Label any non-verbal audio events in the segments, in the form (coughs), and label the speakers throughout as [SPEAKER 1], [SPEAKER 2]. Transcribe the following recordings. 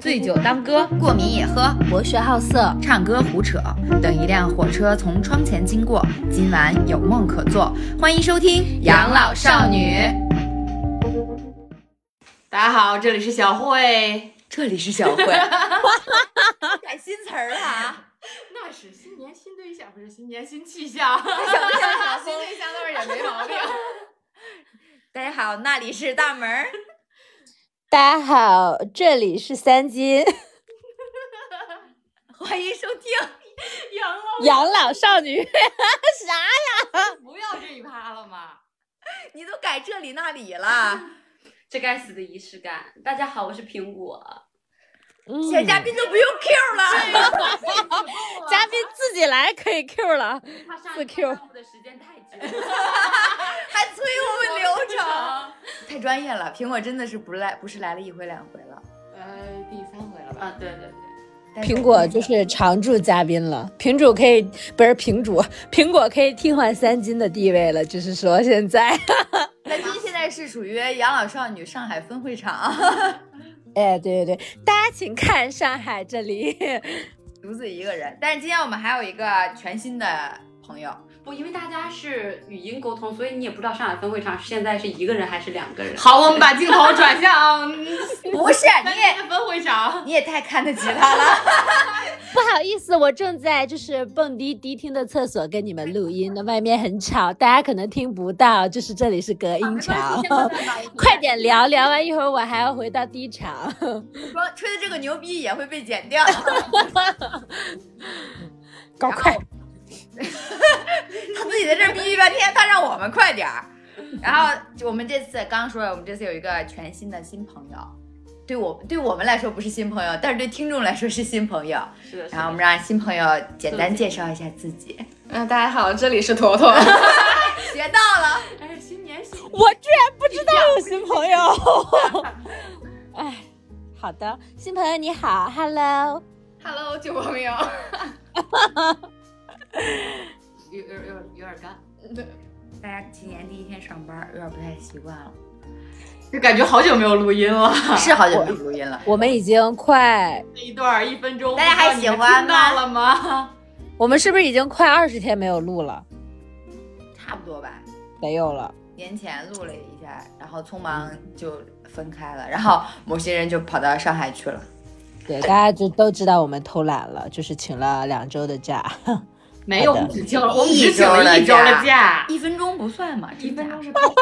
[SPEAKER 1] 醉酒当歌，
[SPEAKER 2] 过敏也喝，
[SPEAKER 3] 博学好色，
[SPEAKER 2] 唱歌胡扯。等一辆火车从窗前经过，今晚有梦可做。欢迎收听《养老少女》。
[SPEAKER 1] 大家好，这里是小慧，
[SPEAKER 2] 这里是小慧，
[SPEAKER 3] (laughs) 改新词儿了啊！
[SPEAKER 1] 那是新年新对象，不是新年新气象， (laughs)
[SPEAKER 3] 想不想
[SPEAKER 1] 新对象倒是也没毛病。
[SPEAKER 2] 大家好，那里是大门儿。
[SPEAKER 3] 大家好，这里是三金
[SPEAKER 2] (laughs) 欢迎收听，
[SPEAKER 1] 养老
[SPEAKER 3] 养老少女，啥？
[SPEAKER 1] 不要这一趴了嘛，
[SPEAKER 2] 你都改这里那里了，
[SPEAKER 4] 这该死的仪式感！大家好，我是苹果。
[SPEAKER 2] 现在嘉宾都不用 Q 了。
[SPEAKER 3] (laughs) 嘉宾自己来可以 Q 了，
[SPEAKER 4] 他上
[SPEAKER 3] 四
[SPEAKER 4] 一
[SPEAKER 3] Q
[SPEAKER 4] 次耽误的时间太久了，
[SPEAKER 2] (laughs) 还催我们流
[SPEAKER 4] (laughs)
[SPEAKER 2] 程，太专业了。苹果真的是不来，不是来了一回两回了。
[SPEAKER 1] 呃，第三回了吧？
[SPEAKER 4] 啊，对对对，
[SPEAKER 2] 但
[SPEAKER 3] 苹果就是常驻嘉宾了，品主可以不是品主，苹果可以替换三金的地位了，就是说现在， (laughs)
[SPEAKER 2] 南京现在是属于养老少女上海分会场，
[SPEAKER 3] 哎，对对对，大家请看上海这里， (laughs)
[SPEAKER 2] 独自一个人。但是今天我们还有一个全新的朋友，
[SPEAKER 4] 不，因为大家是语音沟通，所以你也不知道上海分会场现在是一个人还是两个人。
[SPEAKER 1] 好，我们把镜头转
[SPEAKER 4] 啊
[SPEAKER 1] 向
[SPEAKER 2] (laughs) 不是你也
[SPEAKER 1] 也哎分会场，
[SPEAKER 2] 你也太看得起他了。 (laughs)
[SPEAKER 3] 不好意思，我正在就是蹦迪迪厅的厕所跟你们录音呢，外面很吵，大家可能听不到，就是这里是隔音墙。快点聊聊完，一会儿我还要回到第一场。
[SPEAKER 2] 说吹的这个牛逼也会被剪掉。
[SPEAKER 3] 搞快！
[SPEAKER 2] (laughs) 他自己在这儿逼逼半天，他让我们快点儿。然后就我们这次刚刚说了，我们这次有一个全新的新朋友，对我对我们来说不是新朋友，但是对听众来说是新朋友。
[SPEAKER 4] 是的，是
[SPEAKER 2] 然后我们
[SPEAKER 4] 的。
[SPEAKER 2] 让新朋友简单介绍一下自己。
[SPEAKER 1] 嗯，大家好，这里是坨坨。
[SPEAKER 2] 学到 (laughs) 了，
[SPEAKER 4] 哎，新年新
[SPEAKER 3] 我居然不知道有新朋 (laughs) 友。哎，好的，新朋友你好，Hello。
[SPEAKER 1] Hello，救朋友，
[SPEAKER 4] 有有有有点干，
[SPEAKER 2] 大家今年第一天上班，有点不太习惯了。
[SPEAKER 1] 就感觉好久没有录音了。
[SPEAKER 2] (laughs) 是好久没录音了，
[SPEAKER 3] 我们已经快，
[SPEAKER 1] 这一段儿一分钟，
[SPEAKER 2] 大家还
[SPEAKER 1] 不知道你们
[SPEAKER 2] 喜欢
[SPEAKER 1] 听
[SPEAKER 2] 吗
[SPEAKER 1] 到了吗？
[SPEAKER 3] 我们是不是已经快二十天没有录了？
[SPEAKER 2] (laughs) 差不多吧。
[SPEAKER 3] 没有了。
[SPEAKER 2] 年前录了一下，然后匆忙就分开了，然后某些人就跑到上海去了。
[SPEAKER 3] 对，大家就都知道我们偷懒了，就是请了两周的 (laughs) 假。
[SPEAKER 1] 没有，
[SPEAKER 3] 好
[SPEAKER 1] 我
[SPEAKER 3] 的
[SPEAKER 1] 们只请了，我们只请了一周的假。
[SPEAKER 2] 一分钟不算嘛，真
[SPEAKER 4] 一
[SPEAKER 2] 假
[SPEAKER 4] 分钟是够。 (laughs)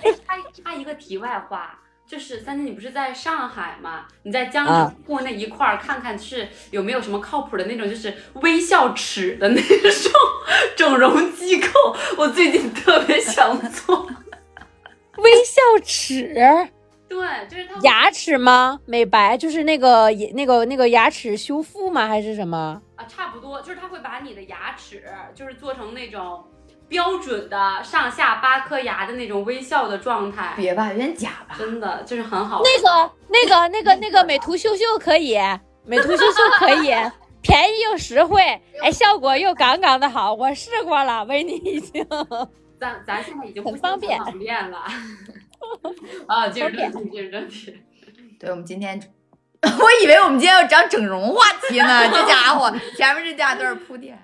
[SPEAKER 4] 哎，插插一个题外话，就是三金，你不是在上海吗？你在江
[SPEAKER 3] 啊
[SPEAKER 4] 浙沪那一块儿看看是有没有什么靠谱的那种，就是微笑齿的那种 (laughs) 整容机构？我最近特别想做。
[SPEAKER 3] 微笑齿，
[SPEAKER 4] (laughs) 对，就是他们
[SPEAKER 3] 牙齿吗？美白就是那个那个那个牙齿修复吗？还是什么？
[SPEAKER 4] 啊，差不多，就是他会把你的牙齿，就是做成那种标准的上下八颗牙的那种微笑的状态，
[SPEAKER 2] 别吧，有点假吧？
[SPEAKER 4] 真的就是很好。
[SPEAKER 3] 那个、那个、那个、那个美图秀秀可 (laughs) 以，美图秀秀可以，便宜又实惠，哎，效果又杠杠的好。我试过了，维尼已经。
[SPEAKER 4] 咱咱现在已经
[SPEAKER 3] 很
[SPEAKER 4] 不
[SPEAKER 3] 方便
[SPEAKER 4] 不练
[SPEAKER 3] (laughs)
[SPEAKER 4] 了。啊，接着
[SPEAKER 3] 方
[SPEAKER 4] 正题，接着
[SPEAKER 3] 便
[SPEAKER 4] 正
[SPEAKER 3] (laughs)
[SPEAKER 4] 题。
[SPEAKER 2] 对，我们今天， (laughs) 我以为我们今天要讲整容话题呢，这家伙前面这家都是铺垫。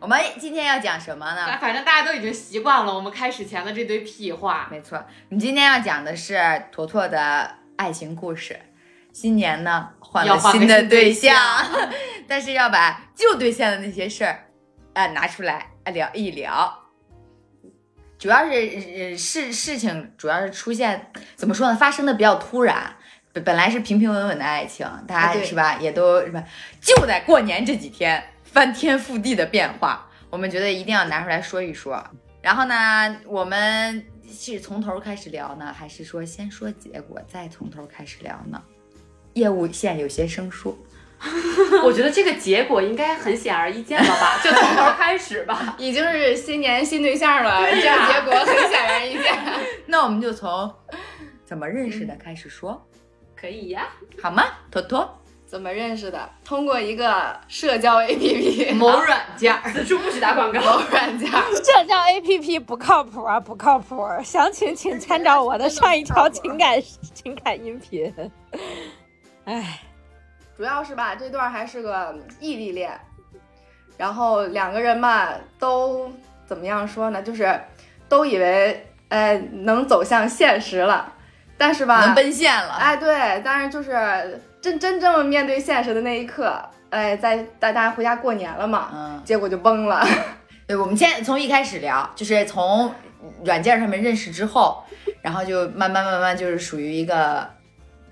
[SPEAKER 2] 我们今天要讲什么呢？
[SPEAKER 1] 反正大家都已经习惯了我们开始前的这堆屁话。
[SPEAKER 2] 没错，你今天要讲的是坨坨的爱情故事。新年呢，换
[SPEAKER 1] 要
[SPEAKER 2] 了
[SPEAKER 1] 换个
[SPEAKER 2] 新的
[SPEAKER 1] 新对
[SPEAKER 2] 象，
[SPEAKER 1] 象
[SPEAKER 2] (laughs) 但是要把旧对象的那些事儿，啊、拿出来啊聊一聊。主要是呃事事情主要是出现怎么说呢？发生的比较突然，本本来是平平稳稳的爱情，大
[SPEAKER 1] 啊
[SPEAKER 2] 家
[SPEAKER 1] 对
[SPEAKER 2] 是吧？也都是吧？就在过年这几天，翻天覆地的变化，我们觉得一定要拿出来说一说。然后呢，我们是从头开始聊呢，还是说先说结果，再从头开始聊呢？业务线有些生疏，
[SPEAKER 4] 我觉得这个结果应该很显而易见了吧？就从头开始吧。 (laughs)
[SPEAKER 1] 已经是新年新对象了，
[SPEAKER 2] 啊
[SPEAKER 1] 这样结果很显而易见。
[SPEAKER 2] (laughs) 那我们就从怎么认识的开始说，
[SPEAKER 4] 可以呀、
[SPEAKER 2] 好吗？坨坨，
[SPEAKER 5] (laughs) 怎么认识的？通过一个社交
[SPEAKER 2] (laughs)
[SPEAKER 5] APP
[SPEAKER 1] 某软件儿，
[SPEAKER 4] 此处不许打广告。
[SPEAKER 5] 软件，
[SPEAKER 3] 社交 APP 不靠谱啊，不靠谱！详情请参照我的上一条情感情感音频。哎，
[SPEAKER 5] 主要是吧，这段还是个异地恋，然后两个人吧都怎么样说呢？就是都以为哎能走向现实了，但是吧
[SPEAKER 2] 能，奔现了。
[SPEAKER 5] 哎对，但是就是真真正面对现实的那一刻，哎，在大大家回家过年了嘛，
[SPEAKER 2] 嗯，
[SPEAKER 5] 结果就崩了。
[SPEAKER 2] 对，我们先从一开始聊，就是从软件上面认识之后，然后就慢慢慢慢就是属于一个，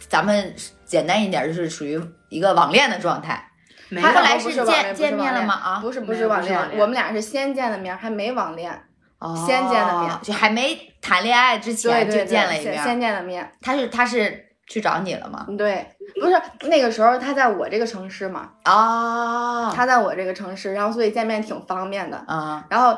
[SPEAKER 2] 咱们简单一点就是属于一个网恋的状态。
[SPEAKER 4] 没
[SPEAKER 5] 还
[SPEAKER 2] 后
[SPEAKER 4] 有，
[SPEAKER 2] 来
[SPEAKER 5] 哦不
[SPEAKER 2] 是
[SPEAKER 5] 是网恋
[SPEAKER 2] 见
[SPEAKER 5] 不是
[SPEAKER 2] 见面
[SPEAKER 5] 网
[SPEAKER 2] 了
[SPEAKER 5] 恋
[SPEAKER 2] 吗？啊，
[SPEAKER 5] 不是不
[SPEAKER 4] 没
[SPEAKER 5] 是
[SPEAKER 4] 有
[SPEAKER 5] 网
[SPEAKER 4] 不是
[SPEAKER 5] 恋
[SPEAKER 4] 网，恋
[SPEAKER 5] 我们俩是先见的面，还没网恋。
[SPEAKER 2] 哦
[SPEAKER 5] 先见的面
[SPEAKER 2] 就还没谈恋爱之
[SPEAKER 5] 对
[SPEAKER 2] 前
[SPEAKER 5] 对
[SPEAKER 2] 就
[SPEAKER 5] 对，
[SPEAKER 2] 见了一
[SPEAKER 5] 先
[SPEAKER 2] 面。
[SPEAKER 5] 先见的面。
[SPEAKER 2] 他是他是去找你了吗？
[SPEAKER 5] 对，不是那个时候他在我这个城市嘛，
[SPEAKER 2] 哦，
[SPEAKER 5] 他在我这个城市，然后所以见面挺方便的。
[SPEAKER 2] 啊，
[SPEAKER 5] 然后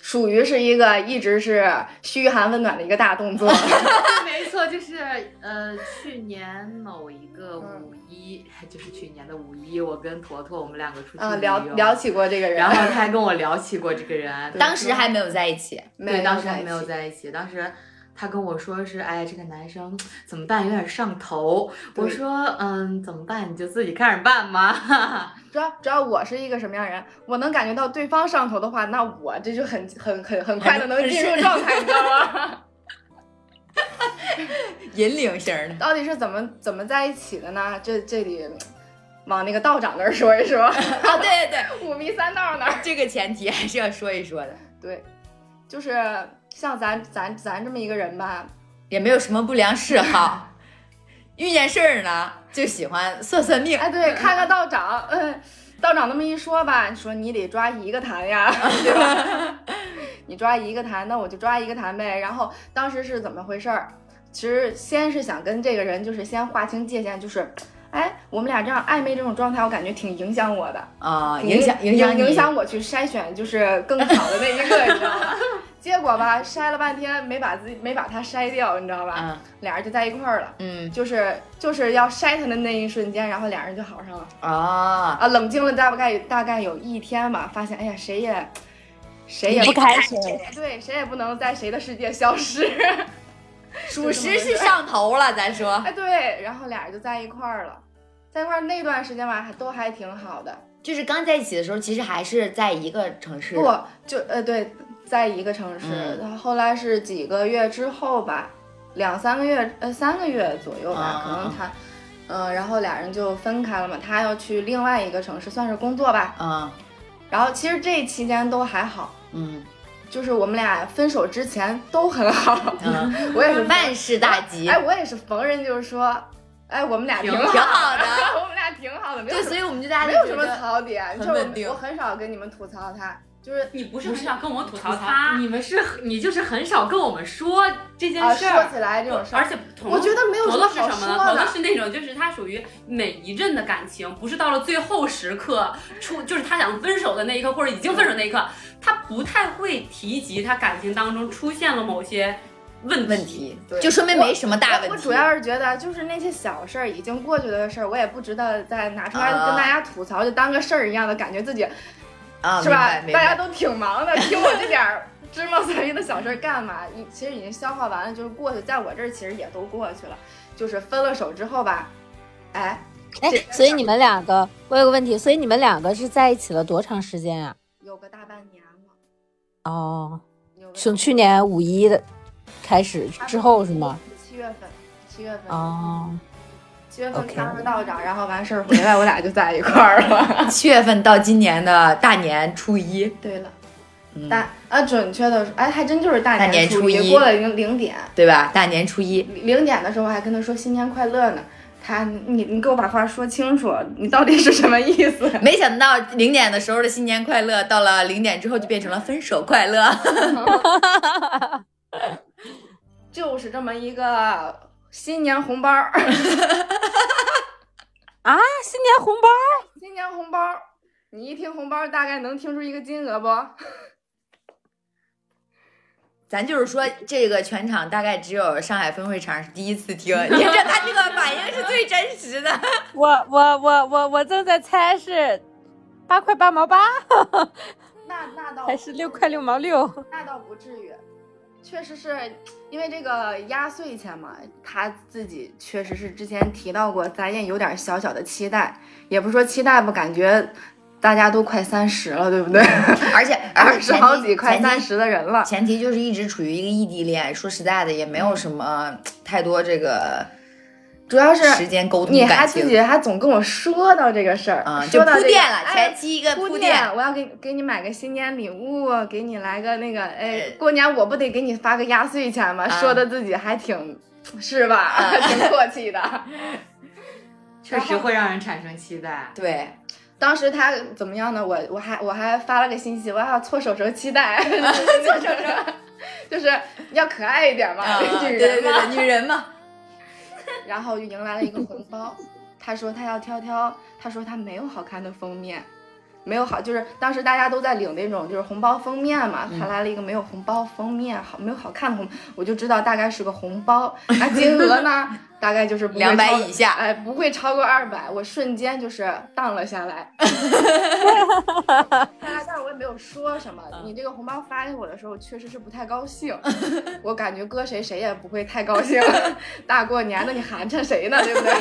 [SPEAKER 5] 属于是一个一直是嘘寒问暖的一个大
[SPEAKER 2] (laughs)
[SPEAKER 5] 动作。
[SPEAKER 4] (laughs) 没错，就是呃，去年某一个
[SPEAKER 5] 嗯
[SPEAKER 4] 五一， (laughs) 就是去年的五一，我跟坨坨我们两个出去 (laughs)
[SPEAKER 5] 啊，
[SPEAKER 4] 旅
[SPEAKER 5] 聊
[SPEAKER 4] 游
[SPEAKER 5] 聊，起过这个人，
[SPEAKER 4] 然后他还跟我聊起过这个人，
[SPEAKER 2] 当时还没有在一起。
[SPEAKER 5] 没
[SPEAKER 4] 对，
[SPEAKER 5] 有
[SPEAKER 4] 当时还
[SPEAKER 5] 一
[SPEAKER 4] 没有
[SPEAKER 5] 起
[SPEAKER 4] 在一起，当时。他跟我说是，哎，这个男生怎么办？有点上头。我
[SPEAKER 5] 对
[SPEAKER 4] 说，嗯，怎么办？你就自己看着办吧。
[SPEAKER 5] 主要主要我是一个什么样的人，我能感觉到对方上头的话，那我这就很很很很快的能进入状态，你知道吗？
[SPEAKER 2] 引领型的。
[SPEAKER 5] 到底是怎么怎么在一起的呢？这这里嗯往那个道长那儿说一说， (laughs)
[SPEAKER 2] 啊，对对
[SPEAKER 5] 五迷三道那儿。
[SPEAKER 2] 对，这个前提还是要说一说的，
[SPEAKER 5] 对，就是像咱咱咱这么一个人吧，
[SPEAKER 2] 也没有什么不良嗜好，遇见事儿呢就喜欢算算命。
[SPEAKER 5] 哎，对，看看道长，嗯，道长那么一说吧，说你得抓一个坛呀， (laughs) 对吧？你抓一个坛，那我就抓一个坛呗。然后当时是怎么回事儿？其实先是想跟这个人，就是先划清界限，就是，哎，我们俩这样暧昧这种状态，我感觉挺影响我的，
[SPEAKER 2] 啊，
[SPEAKER 5] 挺
[SPEAKER 2] 影响
[SPEAKER 5] 影
[SPEAKER 2] 响你
[SPEAKER 5] 影响我去筛选就是更好的那一个，你
[SPEAKER 2] (laughs)
[SPEAKER 5] 知道吗？结果吧，筛了半天没把自己没把他筛掉，你知道吧？
[SPEAKER 2] 啊，
[SPEAKER 5] 俩人就在一块儿了，
[SPEAKER 2] 嗯
[SPEAKER 5] 就是就是要筛他的那一瞬间，然后俩人就好上了。
[SPEAKER 2] 啊，
[SPEAKER 5] 啊，冷静了大概大概有一天吧，发现哎呀，谁也谁也
[SPEAKER 3] 不
[SPEAKER 5] 不
[SPEAKER 3] 开心，
[SPEAKER 5] 对，谁也不能在谁的世界消失。 (laughs)
[SPEAKER 2] 属实是上头了，咱说
[SPEAKER 5] 哎，对，然后俩人就在一块儿了，在一块儿那段时间吧，还都还挺好的。
[SPEAKER 2] (laughs) 就是刚在一起的时候，其实还是在一个城市，
[SPEAKER 5] 不，就呃对，在一个城市。
[SPEAKER 2] 嗯
[SPEAKER 5] 然后后来是几个月之后吧，两三个月呃三个月左右吧，
[SPEAKER 2] 啊
[SPEAKER 5] 可
[SPEAKER 2] 啊啊
[SPEAKER 5] 能他。嗯，然后俩人就分开了嘛，他要去另外一个城市，算是工作吧。
[SPEAKER 2] 啊，
[SPEAKER 5] 然后其实这期间都还好，
[SPEAKER 2] 嗯
[SPEAKER 5] 就是我们俩分手之前都很好，
[SPEAKER 2] 嗯， (laughs)
[SPEAKER 5] 我也是
[SPEAKER 2] 万事大吉，
[SPEAKER 5] 哎，我也是逢人就是说，哎，我们俩挺
[SPEAKER 4] 挺
[SPEAKER 5] 好
[SPEAKER 2] 挺好的。
[SPEAKER 5] 我们俩挺好的，没有
[SPEAKER 2] 对，
[SPEAKER 5] 什
[SPEAKER 2] 所
[SPEAKER 5] 么
[SPEAKER 2] 以我们啊就大家
[SPEAKER 5] 没有
[SPEAKER 2] 就
[SPEAKER 5] 什
[SPEAKER 2] 觉
[SPEAKER 5] 么
[SPEAKER 2] (laughs) 得
[SPEAKER 5] 槽点，就
[SPEAKER 2] 很
[SPEAKER 5] 是我
[SPEAKER 2] 稳
[SPEAKER 5] 们
[SPEAKER 2] 定
[SPEAKER 5] 我很少跟你们吐槽他，就是
[SPEAKER 4] (laughs) 你不是很少跟我们吐
[SPEAKER 1] 槽他
[SPEAKER 4] 你们是很你就是很少跟我们说这件
[SPEAKER 5] 啊，
[SPEAKER 4] 事
[SPEAKER 5] 说
[SPEAKER 4] 儿。
[SPEAKER 5] 起来这种事儿，
[SPEAKER 4] 而且同
[SPEAKER 5] 我觉得没有
[SPEAKER 4] 坨
[SPEAKER 5] 么
[SPEAKER 4] 坨是
[SPEAKER 5] 好
[SPEAKER 4] 什么呢？
[SPEAKER 5] 说
[SPEAKER 4] 坨坨
[SPEAKER 5] 的。
[SPEAKER 4] 是那种，就是他属于每一任的感情，不是到了最后时刻出，就是他想分手的那一刻，或者已经分手那一刻，他不太会提及他感情当中出现了某些问题。
[SPEAKER 2] 问题，
[SPEAKER 5] 对
[SPEAKER 2] 就说明没什么大问
[SPEAKER 5] 哎我
[SPEAKER 2] 题。
[SPEAKER 5] 我主要是觉得，就是那些小事儿已经过去的事儿，我也不值得再拿出来
[SPEAKER 2] 啊
[SPEAKER 5] 跟大家吐槽，就当个事儿一样的，感觉自己
[SPEAKER 2] 啊，
[SPEAKER 5] 是吧？
[SPEAKER 2] 明白明白
[SPEAKER 5] 大家都挺忙的，听我这点儿芝麻碎儿的小事儿干嘛？你其实已经消化完了，就是过去，在我这儿其实也都过去了。就是分了手之后吧，哎，
[SPEAKER 3] 哎
[SPEAKER 5] 这，
[SPEAKER 3] 所以你们两个，我有个问题，所以你们两个是在一起了多长时间啊？
[SPEAKER 5] 有个大半年了，
[SPEAKER 3] 哦，
[SPEAKER 5] 有个
[SPEAKER 3] 从去年五一的开始之后是吗？？
[SPEAKER 5] 七月份，七月份，
[SPEAKER 3] 哦，
[SPEAKER 5] 七月份
[SPEAKER 3] OK
[SPEAKER 5] 当着道长，然后完事儿回来，我俩就在一块儿了。
[SPEAKER 2] 七月份到今年的大年初一，
[SPEAKER 5] 对了，
[SPEAKER 2] 嗯
[SPEAKER 5] 大啊，准确的说，哎，还真就是大
[SPEAKER 2] 大年
[SPEAKER 5] 初
[SPEAKER 2] 初一
[SPEAKER 5] 过了零零点。
[SPEAKER 2] 对吧？大年初一，
[SPEAKER 5] 零点的时候还跟他说新年快乐呢，他你你给我把话说清楚，你到底是什么意思？ (laughs)
[SPEAKER 2] (laughs) 没想到零点的时候的新年快乐，到了零点之后就变成了分手快乐。 (laughs)
[SPEAKER 5] 就是这么一个新年红包儿，
[SPEAKER 3] 啊，新年红包
[SPEAKER 5] 新年红包儿，你一听红包儿大概能听出一个金额不？ (laughs)
[SPEAKER 2] 咱就是说，这个全场大概只有上海分会场是第一次听， (laughs) 你这他这个反应是最真实
[SPEAKER 5] (laughs)
[SPEAKER 2] 的。，
[SPEAKER 3] 我我我我我正在猜是八块 (laughs) 八毛八
[SPEAKER 5] 那那倒
[SPEAKER 3] 还是六块六毛六？
[SPEAKER 5] 那倒不至于，确实是因为这个压岁钱嘛，他自己确实是之前提到过，咱也有点小小的期待，也不是说期待吧，感觉大家都快三十了，对不对？
[SPEAKER 2] 而且
[SPEAKER 5] (laughs) 二
[SPEAKER 2] 而
[SPEAKER 5] 十
[SPEAKER 2] 且
[SPEAKER 5] 好几，快三
[SPEAKER 2] 嗯前提
[SPEAKER 5] 十的人了，
[SPEAKER 2] 前提就是一直处于一个异地恋，说实在的，也没有什么太多这个
[SPEAKER 5] 主要是
[SPEAKER 2] 时间沟
[SPEAKER 5] 你
[SPEAKER 2] 通
[SPEAKER 5] 还
[SPEAKER 2] 感
[SPEAKER 5] 自
[SPEAKER 2] 情
[SPEAKER 5] 己还总跟我说到这个事儿，
[SPEAKER 2] 啊，就
[SPEAKER 5] 说到
[SPEAKER 2] 铺
[SPEAKER 5] 这个
[SPEAKER 2] 垫了，
[SPEAKER 5] 哎
[SPEAKER 2] 前期一个
[SPEAKER 5] 铺
[SPEAKER 2] 垫。
[SPEAKER 5] 垫，我要给给你买个新年礼物，给你来个那个，
[SPEAKER 2] 呃
[SPEAKER 5] 哎，过年我不得给你发个压岁钱吗？
[SPEAKER 2] 啊
[SPEAKER 5] 说的自己还挺，是吧？ (laughs) 挺
[SPEAKER 2] 嗯
[SPEAKER 5] 阔气的。
[SPEAKER 6] 确实会让人产生期待。
[SPEAKER 2] 对，
[SPEAKER 5] 当时他怎么样呢？我我还我还发了个信息，我要搓手手期待，
[SPEAKER 2] 嗯
[SPEAKER 5] (laughs) 搓手手，就是要可爱一点嘛，
[SPEAKER 2] 啊，
[SPEAKER 5] 这
[SPEAKER 2] 对对对
[SPEAKER 5] 个人嘛。
[SPEAKER 2] 对，女人嘛，
[SPEAKER 5] (laughs) 然后就迎来了一个红包，他说他要挑挑，他说他没有好看的封面。没有好，就是当时大家都在领那种就是红包封面嘛，
[SPEAKER 2] 嗯
[SPEAKER 5] 他来了一个没有红包封面，好没有好看的红，我就知道大概是个红包，那金额
[SPEAKER 2] (laughs)
[SPEAKER 5] 呢，大概就是不会
[SPEAKER 2] 两百
[SPEAKER 5] 超
[SPEAKER 2] 以下，
[SPEAKER 5] 哎，不会超过二百，我瞬间就是荡了下来。但但是我也没有说什么。你这个红包发给我的时候，确实是不太高兴。我感觉搁谁谁也不会太高兴，大过年的你寒碜谁呢？对不对？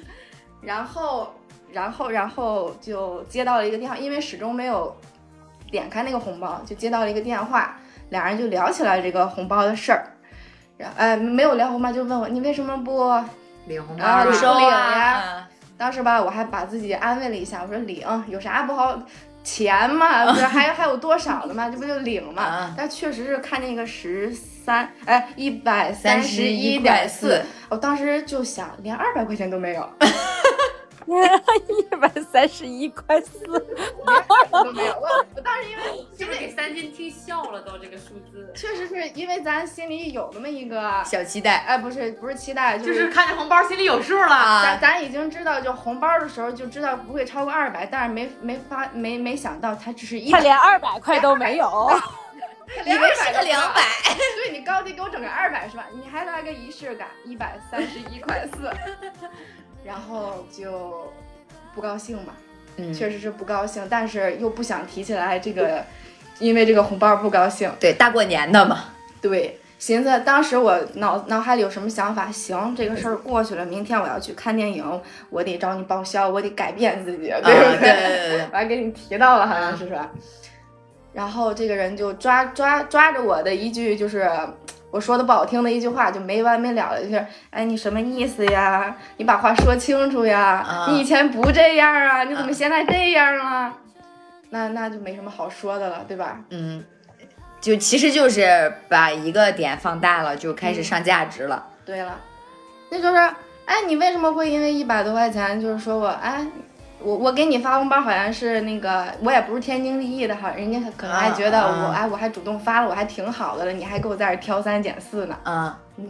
[SPEAKER 5] (laughs) 然后，然后，然后就接到了一个电话，因为始终没有点开那个红包，就接到了一个电话，俩人就聊起来这个红包的事儿。然哎，没有聊红包，就问我你为什么不
[SPEAKER 6] 领红包
[SPEAKER 5] 啊
[SPEAKER 6] 了
[SPEAKER 5] 领
[SPEAKER 2] 收
[SPEAKER 5] 领
[SPEAKER 2] 啊
[SPEAKER 5] 呀，当时吧，我还把自己安慰了一下，我说领有啥不好，钱嘛，不是还还有多少的嘛，这不就领嘛
[SPEAKER 2] 啊。
[SPEAKER 5] 但确实是看那个十三，哎，一百
[SPEAKER 2] 三
[SPEAKER 5] 十
[SPEAKER 2] 十一
[SPEAKER 5] 点
[SPEAKER 2] 点
[SPEAKER 5] 四
[SPEAKER 2] 四，，
[SPEAKER 5] 我当时就想，连二百块钱都
[SPEAKER 2] (laughs)
[SPEAKER 5] 没有，
[SPEAKER 3] 一百三十一块四，
[SPEAKER 5] 都没有。我我当时因为
[SPEAKER 4] 是不是给三金听笑了都这个数字？
[SPEAKER 5] 确实是因为咱心里有那么一个，
[SPEAKER 2] 小期待
[SPEAKER 5] 哎，不是不是期待，就
[SPEAKER 6] 就是看见红包心里有数了。
[SPEAKER 5] 咱
[SPEAKER 2] 啊，
[SPEAKER 5] 咱已经知道，就红包的时候就知道不会超过二百，但是没没发没没想到它只是一
[SPEAKER 3] (laughs) 他
[SPEAKER 5] 百，
[SPEAKER 3] 连二百块都没 (laughs) 有。
[SPEAKER 2] 以为是个两百，
[SPEAKER 5] 对你高低给我整个二百是吧？你还来个仪式感，一百三十一块
[SPEAKER 2] (laughs)
[SPEAKER 5] 四，然后就不高兴嘛，
[SPEAKER 2] 嗯，
[SPEAKER 5] 确实是不高兴，但是又不想提起来这个，因为这个红包不高兴。
[SPEAKER 2] 对，大过年的 (laughs) 嘛，
[SPEAKER 5] 对，寻思当时我脑脑海里有什么想法？行，这个事儿过去了，明天我要去看电影，我得找你报销，我得改变自己，对
[SPEAKER 2] 啊，
[SPEAKER 5] 不
[SPEAKER 2] 对对对对，
[SPEAKER 5] 我还给你提到了，好像是说。然后这个人就抓抓抓着我的一句，就是我说的不好听的一句话，就没完没了的，就是哎，你什么意思呀？你把话说清楚呀！
[SPEAKER 2] 啊
[SPEAKER 5] 你以前不这样啊，你怎么
[SPEAKER 2] 啊
[SPEAKER 5] 现在这样了、那那就没什么好说的了，对吧？
[SPEAKER 2] 嗯，就其实就是把一个点放大了，就开始上价值了，
[SPEAKER 5] 对了，那就是哎，你为什么会因为一百多块钱，就是说我哎，我我给你发红包，好像是那个我也不是天经地义的，哈，人家可能还觉得我、
[SPEAKER 2] 啊啊
[SPEAKER 5] 哎我还主动发了，我还挺好的了，你还给我在这儿挑三拣四呢，
[SPEAKER 2] 嗯。
[SPEAKER 5] 嗯，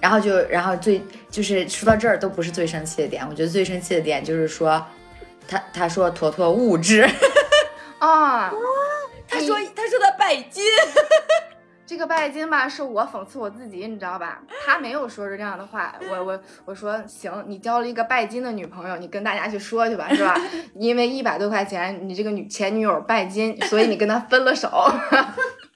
[SPEAKER 2] 然后就，然后最就是说到这儿都不是最生气的点，我觉得最生气的点就是说，他他说坨坨物质， (laughs)
[SPEAKER 5] 啊、
[SPEAKER 2] 他说他说他拜金，
[SPEAKER 5] 这个拜金吧，是我讽刺我自己，你知道吧？他没有说出这样的话，我我我说行，你交了一个拜金的女朋友，你跟大家去说去吧，是吧？ (laughs) 因为一百多块钱，你这个女前女友拜金，所以你跟她分了手。 (laughs)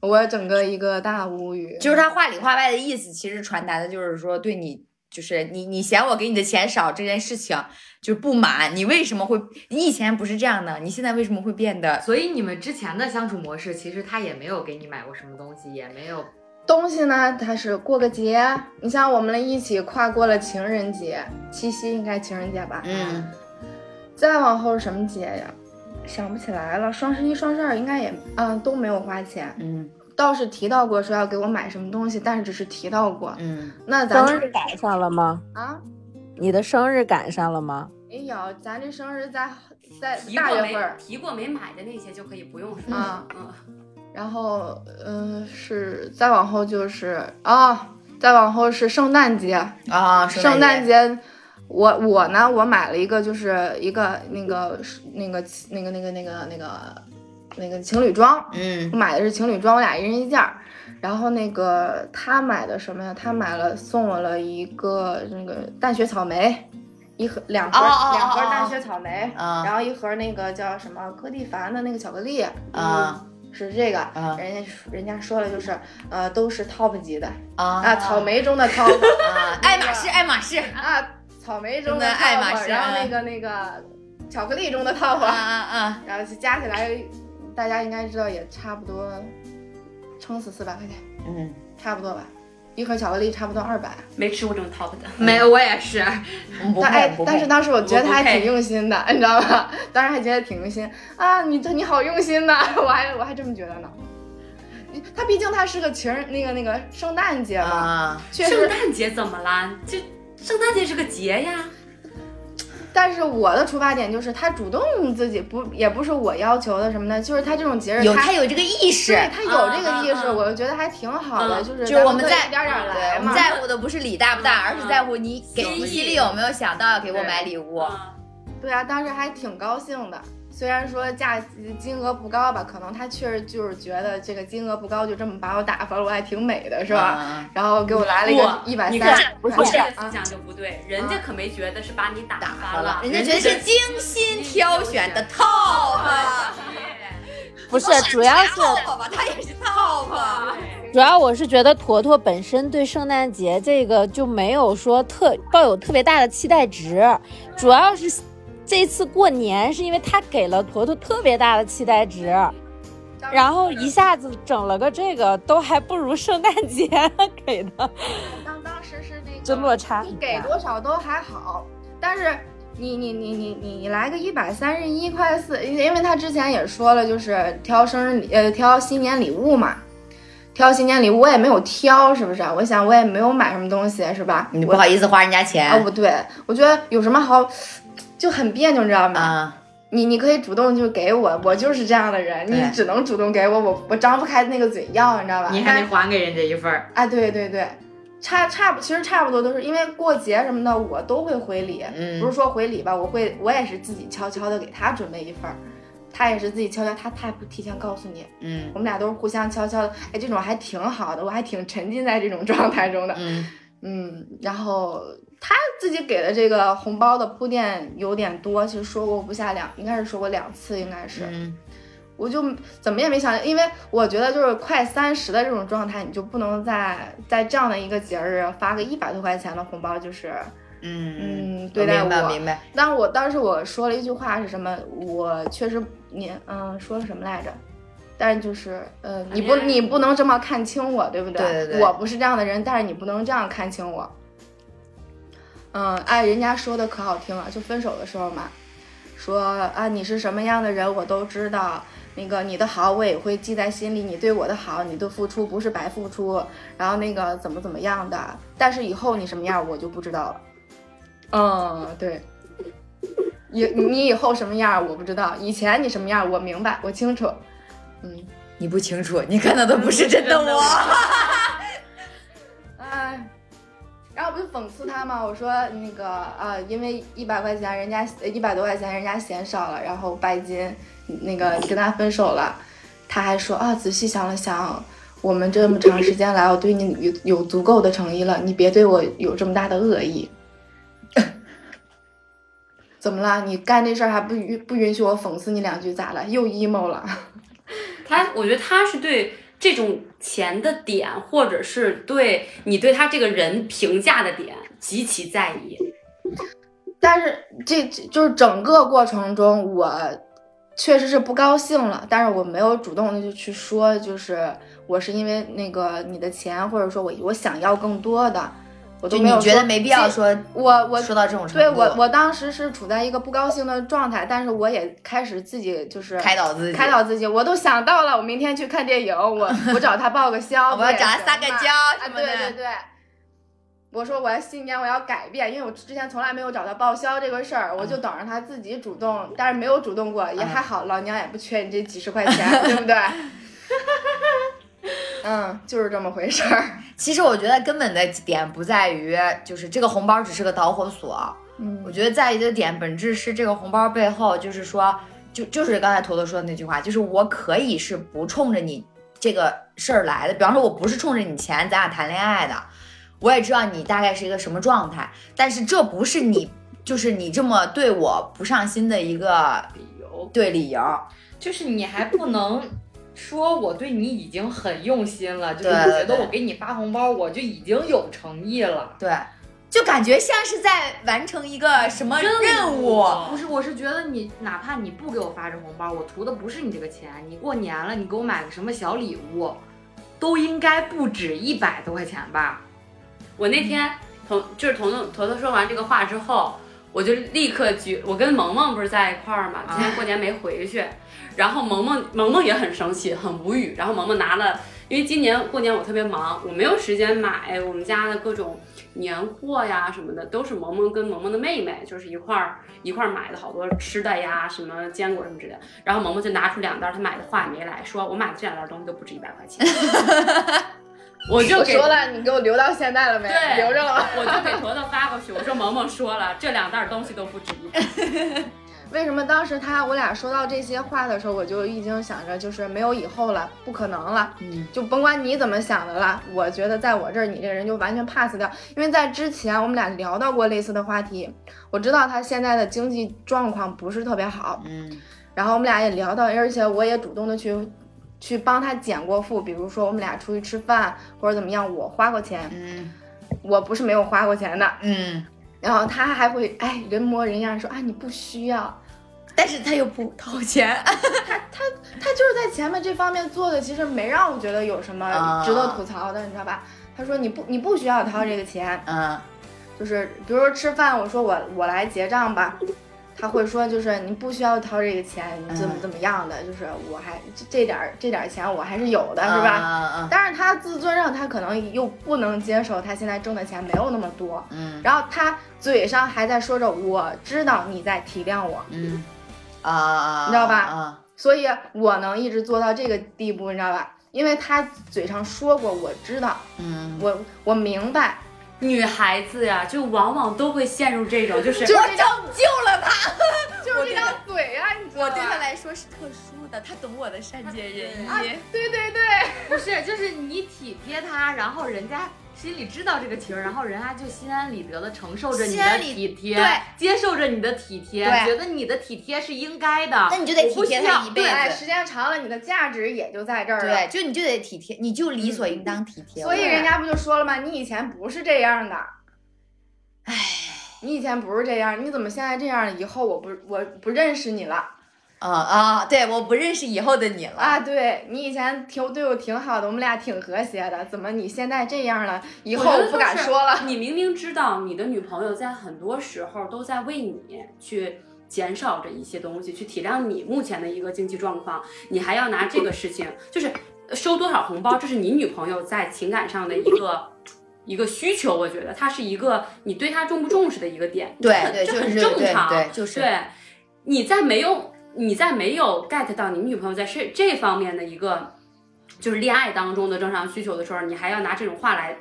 [SPEAKER 5] 我整个一个大无语，
[SPEAKER 2] 就是他话里话外的意思，其实传达的就是说对你，就是你你嫌我给你的钱少这件事情就是不满，你为什么会你以前不是这样的，你现在为什么会变得？
[SPEAKER 6] 所以你们之前的相处模式，其实他也没有给你买过什么东西，也没有
[SPEAKER 5] 东西呢，它是过个节，你像我们一起跨过了情人节，七夕应该情人节吧？
[SPEAKER 2] 嗯，
[SPEAKER 5] 再往后是什么节呀？想不起来了，双十一、双十二应该也，嗯，都没有花钱。
[SPEAKER 2] 嗯
[SPEAKER 5] 倒是提到过说要给我买什么东西，但是只是提到过。
[SPEAKER 2] 嗯，
[SPEAKER 5] 那咱
[SPEAKER 3] 生
[SPEAKER 5] 这
[SPEAKER 3] 日赶上了吗？
[SPEAKER 5] 啊，
[SPEAKER 3] 你的生日赶上了吗？
[SPEAKER 5] 没有，咱这生日在在
[SPEAKER 4] 提
[SPEAKER 5] 呃大
[SPEAKER 4] 过
[SPEAKER 5] 月份
[SPEAKER 4] 没
[SPEAKER 5] 儿
[SPEAKER 4] 提过没买的那些就可以不用说了。
[SPEAKER 5] 啊，
[SPEAKER 4] 嗯，
[SPEAKER 5] 然后嗯、呃是再往后就是啊，再往后是圣诞节，
[SPEAKER 2] 啊、
[SPEAKER 5] 圣
[SPEAKER 2] 诞
[SPEAKER 5] 诞节。我我呢，我买了一个，就是一个那个那个那个那个那个那个那个情侣装，
[SPEAKER 2] 嗯
[SPEAKER 5] 我买的是情侣装，我俩一人一件儿。然后那个他买的什么呀？他买了送我了一个那个淡雪草莓，一盒两盒、
[SPEAKER 2] 哦哦哦
[SPEAKER 5] 两盒
[SPEAKER 2] 哦哦
[SPEAKER 5] 淡雪草莓，
[SPEAKER 2] 啊
[SPEAKER 5] 然后一盒那个叫什么哥地凡的那个巧克力，嗯
[SPEAKER 2] 啊
[SPEAKER 5] 是这个，
[SPEAKER 2] 啊
[SPEAKER 5] 人家人家说的就是，呃，都是 top 级的
[SPEAKER 2] 啊
[SPEAKER 5] 啊，草莓
[SPEAKER 2] (laughs)
[SPEAKER 5] 中的 top
[SPEAKER 2] 啊，爱马仕，爱马仕啊
[SPEAKER 5] 啊，草莓中
[SPEAKER 2] 真
[SPEAKER 5] 的
[SPEAKER 2] 的
[SPEAKER 5] top，
[SPEAKER 2] 爱马仕
[SPEAKER 5] 然后
[SPEAKER 2] 啊
[SPEAKER 5] 那个那个巧克力中的 top，、
[SPEAKER 2] 啊
[SPEAKER 5] (laughs)
[SPEAKER 2] 啊！
[SPEAKER 5] 然后就加起来，大家应该知道也差不多，撑死四百块钱，
[SPEAKER 2] 嗯，
[SPEAKER 5] 差不多吧，一盒巧克力差不多二百。
[SPEAKER 4] 没吃过这种 top 的，
[SPEAKER 6] 没有，我也 (laughs) 是。
[SPEAKER 2] 我们不
[SPEAKER 5] 但
[SPEAKER 2] 配，我
[SPEAKER 5] 哎
[SPEAKER 2] 们不，
[SPEAKER 5] 但
[SPEAKER 2] 配
[SPEAKER 5] 是当时我觉得他
[SPEAKER 4] 我不
[SPEAKER 5] 还
[SPEAKER 4] 配
[SPEAKER 5] 挺用心的，你知道吗？当时还觉得挺用心啊，你这你好用心呐， (laughs) 我还我还这么觉得呢。你他毕竟他是个情人，那个那个圣诞节嘛，
[SPEAKER 2] 啊，
[SPEAKER 5] 确
[SPEAKER 4] 圣
[SPEAKER 5] 实。
[SPEAKER 4] 诞节怎么啦？这圣诞节是个节呀，
[SPEAKER 5] 但是我的出发点就是他主动自己不，也不是我要求的什么的，就是他这种节日
[SPEAKER 2] 有
[SPEAKER 5] 他
[SPEAKER 2] 他有这个意识，
[SPEAKER 5] 对他有这个
[SPEAKER 4] 嗯
[SPEAKER 5] 意识，
[SPEAKER 4] 嗯嗯
[SPEAKER 5] 我觉得还挺好的，
[SPEAKER 4] 嗯
[SPEAKER 5] 就是
[SPEAKER 2] 就是我们
[SPEAKER 5] 咱
[SPEAKER 2] 在
[SPEAKER 5] 一点点来
[SPEAKER 2] 我们
[SPEAKER 5] 嘛。
[SPEAKER 2] 在乎的不是礼大不大，
[SPEAKER 4] 嗯
[SPEAKER 2] 而是在乎你给
[SPEAKER 4] 心
[SPEAKER 2] 你
[SPEAKER 4] 意
[SPEAKER 2] 心里有没有想到要给我买礼物。
[SPEAKER 4] 嗯
[SPEAKER 5] 对啊，当时还挺高兴的。虽然说价呃金额不高吧，可能他确实就是觉得这个金额不高，就这么把我打发了，我还挺美的，是吧？
[SPEAKER 2] 吧？
[SPEAKER 5] 然后给我来了一个一
[SPEAKER 4] 你
[SPEAKER 5] 百
[SPEAKER 4] 你
[SPEAKER 5] 三
[SPEAKER 4] 看，
[SPEAKER 5] 不
[SPEAKER 4] 我
[SPEAKER 5] 是
[SPEAKER 4] 这个
[SPEAKER 5] 啊
[SPEAKER 4] 思想就不对，人家可没觉得是把你打
[SPEAKER 2] 打
[SPEAKER 4] 发
[SPEAKER 2] 发
[SPEAKER 4] 了
[SPEAKER 2] 了，，人家觉得是精心挑选的 top，
[SPEAKER 3] 不是，主要是
[SPEAKER 2] top 吧，他也是 top。
[SPEAKER 3] 主要我是觉得坨坨本身对圣诞节这个就没有说特抱有特别大的期待值，主要是这次过年是因为他给了坨坨特别大的期待值，然后一下子整了个这个，都还不如圣诞节 (laughs) 给的，
[SPEAKER 5] 当当时是那个
[SPEAKER 3] 这落差
[SPEAKER 5] 你
[SPEAKER 3] 很
[SPEAKER 5] 给
[SPEAKER 3] 大。
[SPEAKER 5] 多少都还好，但是你你你你你你来个一百三十一块四，因因为他之前也说了，就是挑生日礼呃挑新年礼物嘛，挑新年礼物我也没有挑，是不是啊？我想我也没有买什么东西，是吧？
[SPEAKER 2] 你不
[SPEAKER 5] 我
[SPEAKER 2] 好意思花人家
[SPEAKER 5] 啊
[SPEAKER 2] 钱
[SPEAKER 5] 不对，我觉得有什么好就很别扭，你知道吗？
[SPEAKER 2] 啊？
[SPEAKER 5] 你你可以主动就给我，我就是这样的人，
[SPEAKER 2] 对
[SPEAKER 5] 你只能主动给我，我我张不开那个嘴要，你知道吧？
[SPEAKER 6] 你
[SPEAKER 5] 但
[SPEAKER 6] 还得还给人家一份儿，
[SPEAKER 5] 啊，对对对，差差不其实差不多都是因为过节什么的，我都会回礼，
[SPEAKER 2] 嗯
[SPEAKER 5] 不是说回礼吧，我会我也是自己悄悄的给他准备一份儿，他也是自己悄悄，他他也不提前告诉你，
[SPEAKER 2] 嗯
[SPEAKER 5] 我们俩都是互相悄悄的，哎，这种还挺好的，我还挺沉浸在这种状态中的，
[SPEAKER 2] 嗯，
[SPEAKER 5] 嗯，然后他自己给的这个红包的铺垫有点多，其实说过不下两，应该是说过两次，应该是，
[SPEAKER 2] 嗯
[SPEAKER 5] 我就怎么也没想，因为我觉得就是快三十的这种状态，你就不能再在这样的一个节日发个一百多块钱的红包，就是，
[SPEAKER 2] 嗯
[SPEAKER 5] 嗯，
[SPEAKER 2] 我
[SPEAKER 5] 对待
[SPEAKER 2] 明白
[SPEAKER 5] 我。
[SPEAKER 2] 明白，
[SPEAKER 5] 但我当时我说了一句话是什么？我确实你嗯说了什么来着？但是就是呃，你不你不能这么看清我，对不对？
[SPEAKER 2] 对对对
[SPEAKER 5] 我不是这样的人，但是你不能这样看清我。嗯，哎，人家说的可好听了，啊就分手的时候嘛，说啊你是什么样的人我都知道，那个你的好我也会记在心里，你对我的好，你的付出不是白付出，然后那个怎么怎么样的，但是以后你什么样我就不知道了。嗯，对。以你以后什么样我不知道，以前你什么样我明白，我清楚。嗯，
[SPEAKER 2] 你不清楚，你看到的不是真的我。
[SPEAKER 5] 哎，然后不是讽刺他吗？我说那个啊，因为一百块钱人家呃一百多块钱人家嫌少了，然后拜金，那个你跟他分手了，他还说啊，仔细想了想，我们这么长时间来，我对你有有足够的诚意了，你别对我有这么大的恶意。怎么了？你干这事儿还不允不允许我讽刺你两句，咋了？又 emo 了？
[SPEAKER 4] 他，我觉得他是对这种钱的点，或者是对你对他这个人评价的点极其在意。
[SPEAKER 5] 但是这这就是整个过程中，我确实是不高兴了，但是我没有主动的就去说，就是我是因为那个你的钱，或者说我我想要更多的，我都
[SPEAKER 2] 就
[SPEAKER 5] 没
[SPEAKER 2] 你
[SPEAKER 5] 有
[SPEAKER 2] 觉得没必要
[SPEAKER 5] 这
[SPEAKER 2] 说
[SPEAKER 5] 我我
[SPEAKER 2] 说到这种程度，
[SPEAKER 5] 对我我当时是处在一个不高兴的状态，但是我也开始自己就是
[SPEAKER 2] 开导自己，
[SPEAKER 5] 开导自己，我都想到了，我明天去看电影，
[SPEAKER 2] (laughs)
[SPEAKER 5] 我我找他报个
[SPEAKER 2] 我要
[SPEAKER 5] 销，不也
[SPEAKER 2] 找他
[SPEAKER 5] 行
[SPEAKER 2] 撒个
[SPEAKER 5] 吗
[SPEAKER 2] 娇
[SPEAKER 5] 啊，
[SPEAKER 2] 什么
[SPEAKER 5] 对对
[SPEAKER 2] 的。
[SPEAKER 5] 对，我说我要新年我要改变，因为我之前从来没有找他报销这个事儿，我就等着他自己主动，但是没有主动过，
[SPEAKER 2] 嗯
[SPEAKER 5] 也还好，老娘也不缺你这几十
[SPEAKER 2] (laughs)
[SPEAKER 5] 块钱，对不对？嗯，就是这么回事儿。
[SPEAKER 2] 其实我觉得根本的点不在于，就是这个红包只是个导火索，
[SPEAKER 5] 嗯
[SPEAKER 2] 我觉得在意的点本质是这个红包背后，就是说，就就是刚才坨坨说的那句话，就是我可以是不冲着你这个事儿来的，比方说我不是冲着你钱，咱俩谈恋爱的，我也知道你大概是一个什么状态，但是这不是你。就是你这么对我不上心的一个
[SPEAKER 4] 理由
[SPEAKER 2] 对理由，
[SPEAKER 6] 就是你还不能说我对你已经很用心了，就是
[SPEAKER 2] 对
[SPEAKER 6] 我觉
[SPEAKER 2] 对
[SPEAKER 6] 得我给你发红包，我就已经有诚意了。
[SPEAKER 2] 对，就感觉像是在完成一个什么任务。
[SPEAKER 6] 哦不是，我是觉得你哪怕你不给我发这红包，我图的不是你这个钱，你过年了，你给我买个什么小礼物，都应该不止一百多块钱吧？
[SPEAKER 4] 我那天彤就是彤彤彤彤说完这个话之后，我就立刻举，我跟萌萌不是在一块儿嘛，
[SPEAKER 5] 啊
[SPEAKER 4] 今年过年没回去，然后萌萌萌萌也很生气，很无语，然后萌萌拿了。因为今年过年我特别忙，我没有时间买我们家的各种年货呀什么的，都是萌萌跟萌萌的妹妹就是一块儿一块儿买的好多吃的呀，什么坚果什么之类的。然后萌萌就拿出两袋儿她买的话梅来说，我买的这两袋儿东西都不止一百块
[SPEAKER 5] (laughs)
[SPEAKER 4] 钱，我就
[SPEAKER 5] 我
[SPEAKER 4] 给
[SPEAKER 5] 说了，你给我留到现在了没？
[SPEAKER 4] 对
[SPEAKER 5] 留着了吗。
[SPEAKER 4] 我就给坨坨发过去，我说萌萌说了，这两袋东西都不值一百。
[SPEAKER 5] 为什么当时他我俩说到这些话的时候，我就已经想着就是没有以后了，不可能了，
[SPEAKER 2] 嗯，
[SPEAKER 5] 就甭管你怎么想的了。我觉得在我这儿，你这人就完全 pass 掉，因为在之前我们俩聊到过类似的话题，我知道他现在的经济状况不是特别好，
[SPEAKER 2] 嗯，
[SPEAKER 5] 然后我们俩也聊到，而且我也主动的去去帮他减过负，比如说我们俩出去吃饭或者怎么样，我花过钱，
[SPEAKER 2] 嗯
[SPEAKER 5] 我不是没有花过钱的。
[SPEAKER 2] 嗯，
[SPEAKER 5] 然后他还会哎人模人样说啊你不需要，
[SPEAKER 2] 但是他又不掏钱，
[SPEAKER 5] 他就是在前面这方面做的，其实没让我觉得有什么
[SPEAKER 2] 啊
[SPEAKER 5] 值得吐槽的，你知道吧？他说你不你不需要掏这个钱，
[SPEAKER 2] 嗯，
[SPEAKER 5] 就是比如说吃饭，我说我我来结账吧，他会说就是你不需要掏这个钱，你怎么
[SPEAKER 2] 嗯
[SPEAKER 5] 怎么样的，就是我还这这点儿这点儿钱我还是有的，
[SPEAKER 2] 嗯
[SPEAKER 5] 是吧？
[SPEAKER 2] 嗯
[SPEAKER 5] 但是他自尊上，他可能又不能接受他现在挣的钱没有那么多，
[SPEAKER 2] 嗯
[SPEAKER 5] 然后他嘴上还在说着我知道你在体谅我，
[SPEAKER 2] 嗯， (laughs) 啊，
[SPEAKER 5] 你知道吧
[SPEAKER 2] 啊，
[SPEAKER 5] 所以我能一直做到这个地步，你知道吧？因为他嘴上说过我知道，
[SPEAKER 2] 嗯，
[SPEAKER 5] 我我明白，
[SPEAKER 4] 女孩子呀，就往往都会陷入这种，就是
[SPEAKER 5] 就
[SPEAKER 2] 我
[SPEAKER 5] 是这张
[SPEAKER 2] 拯救了他。
[SPEAKER 5] 就是这张嘴啊，你知道
[SPEAKER 2] 我
[SPEAKER 5] 吧？
[SPEAKER 2] 对他来说是特殊的，他懂我的善解人意。
[SPEAKER 5] 对对对，
[SPEAKER 6] 不是，就是你体贴他，然后人家心里知道这个情儿，然后人家就心安理得的承受着你
[SPEAKER 2] 心安
[SPEAKER 6] 的
[SPEAKER 2] 理
[SPEAKER 6] 体贴，
[SPEAKER 2] 对，
[SPEAKER 6] 接受着你的体贴，
[SPEAKER 2] 对
[SPEAKER 6] 觉得你的体贴是应该的。
[SPEAKER 2] 那你就得
[SPEAKER 6] 我不
[SPEAKER 2] 体贴
[SPEAKER 6] 需
[SPEAKER 2] 他
[SPEAKER 6] 要
[SPEAKER 2] 一辈
[SPEAKER 5] 对，哎，
[SPEAKER 2] 子，
[SPEAKER 5] 时间长了，你的价值也就在这儿了。
[SPEAKER 2] 对，就你就得体贴，你就理所应当体贴我。
[SPEAKER 5] 嗯所以人家不就说了吗？你以前不是这样的，
[SPEAKER 2] 唉，
[SPEAKER 5] 你以前不是这样，你怎么现在这样？以后我不我不认识你了
[SPEAKER 2] 啊啊，对，我不认识以后的你了。
[SPEAKER 5] 啊！对你以前挺对我挺好的，我们俩挺和谐的，怎么你现在这样了？以后我不敢说了。。
[SPEAKER 4] 你明明知道你的女朋友在很多时候都在为你去减少着一些东西，去体谅你目前的一个经济状况，你还要拿这个事情，就是收多少红包，这是你女朋友在情感上的一个。一个需求，我觉得它是一个你对她重不重视的一个点，
[SPEAKER 2] 对对，
[SPEAKER 4] 这
[SPEAKER 2] 就
[SPEAKER 4] 很
[SPEAKER 2] 是
[SPEAKER 4] 这很正
[SPEAKER 2] 对
[SPEAKER 4] 常，
[SPEAKER 2] 对，就是
[SPEAKER 4] 对，你在没有你在没有 get 到你女朋友在这这方面的一个就是恋爱当中的正常需求的时候，你还要拿这种话来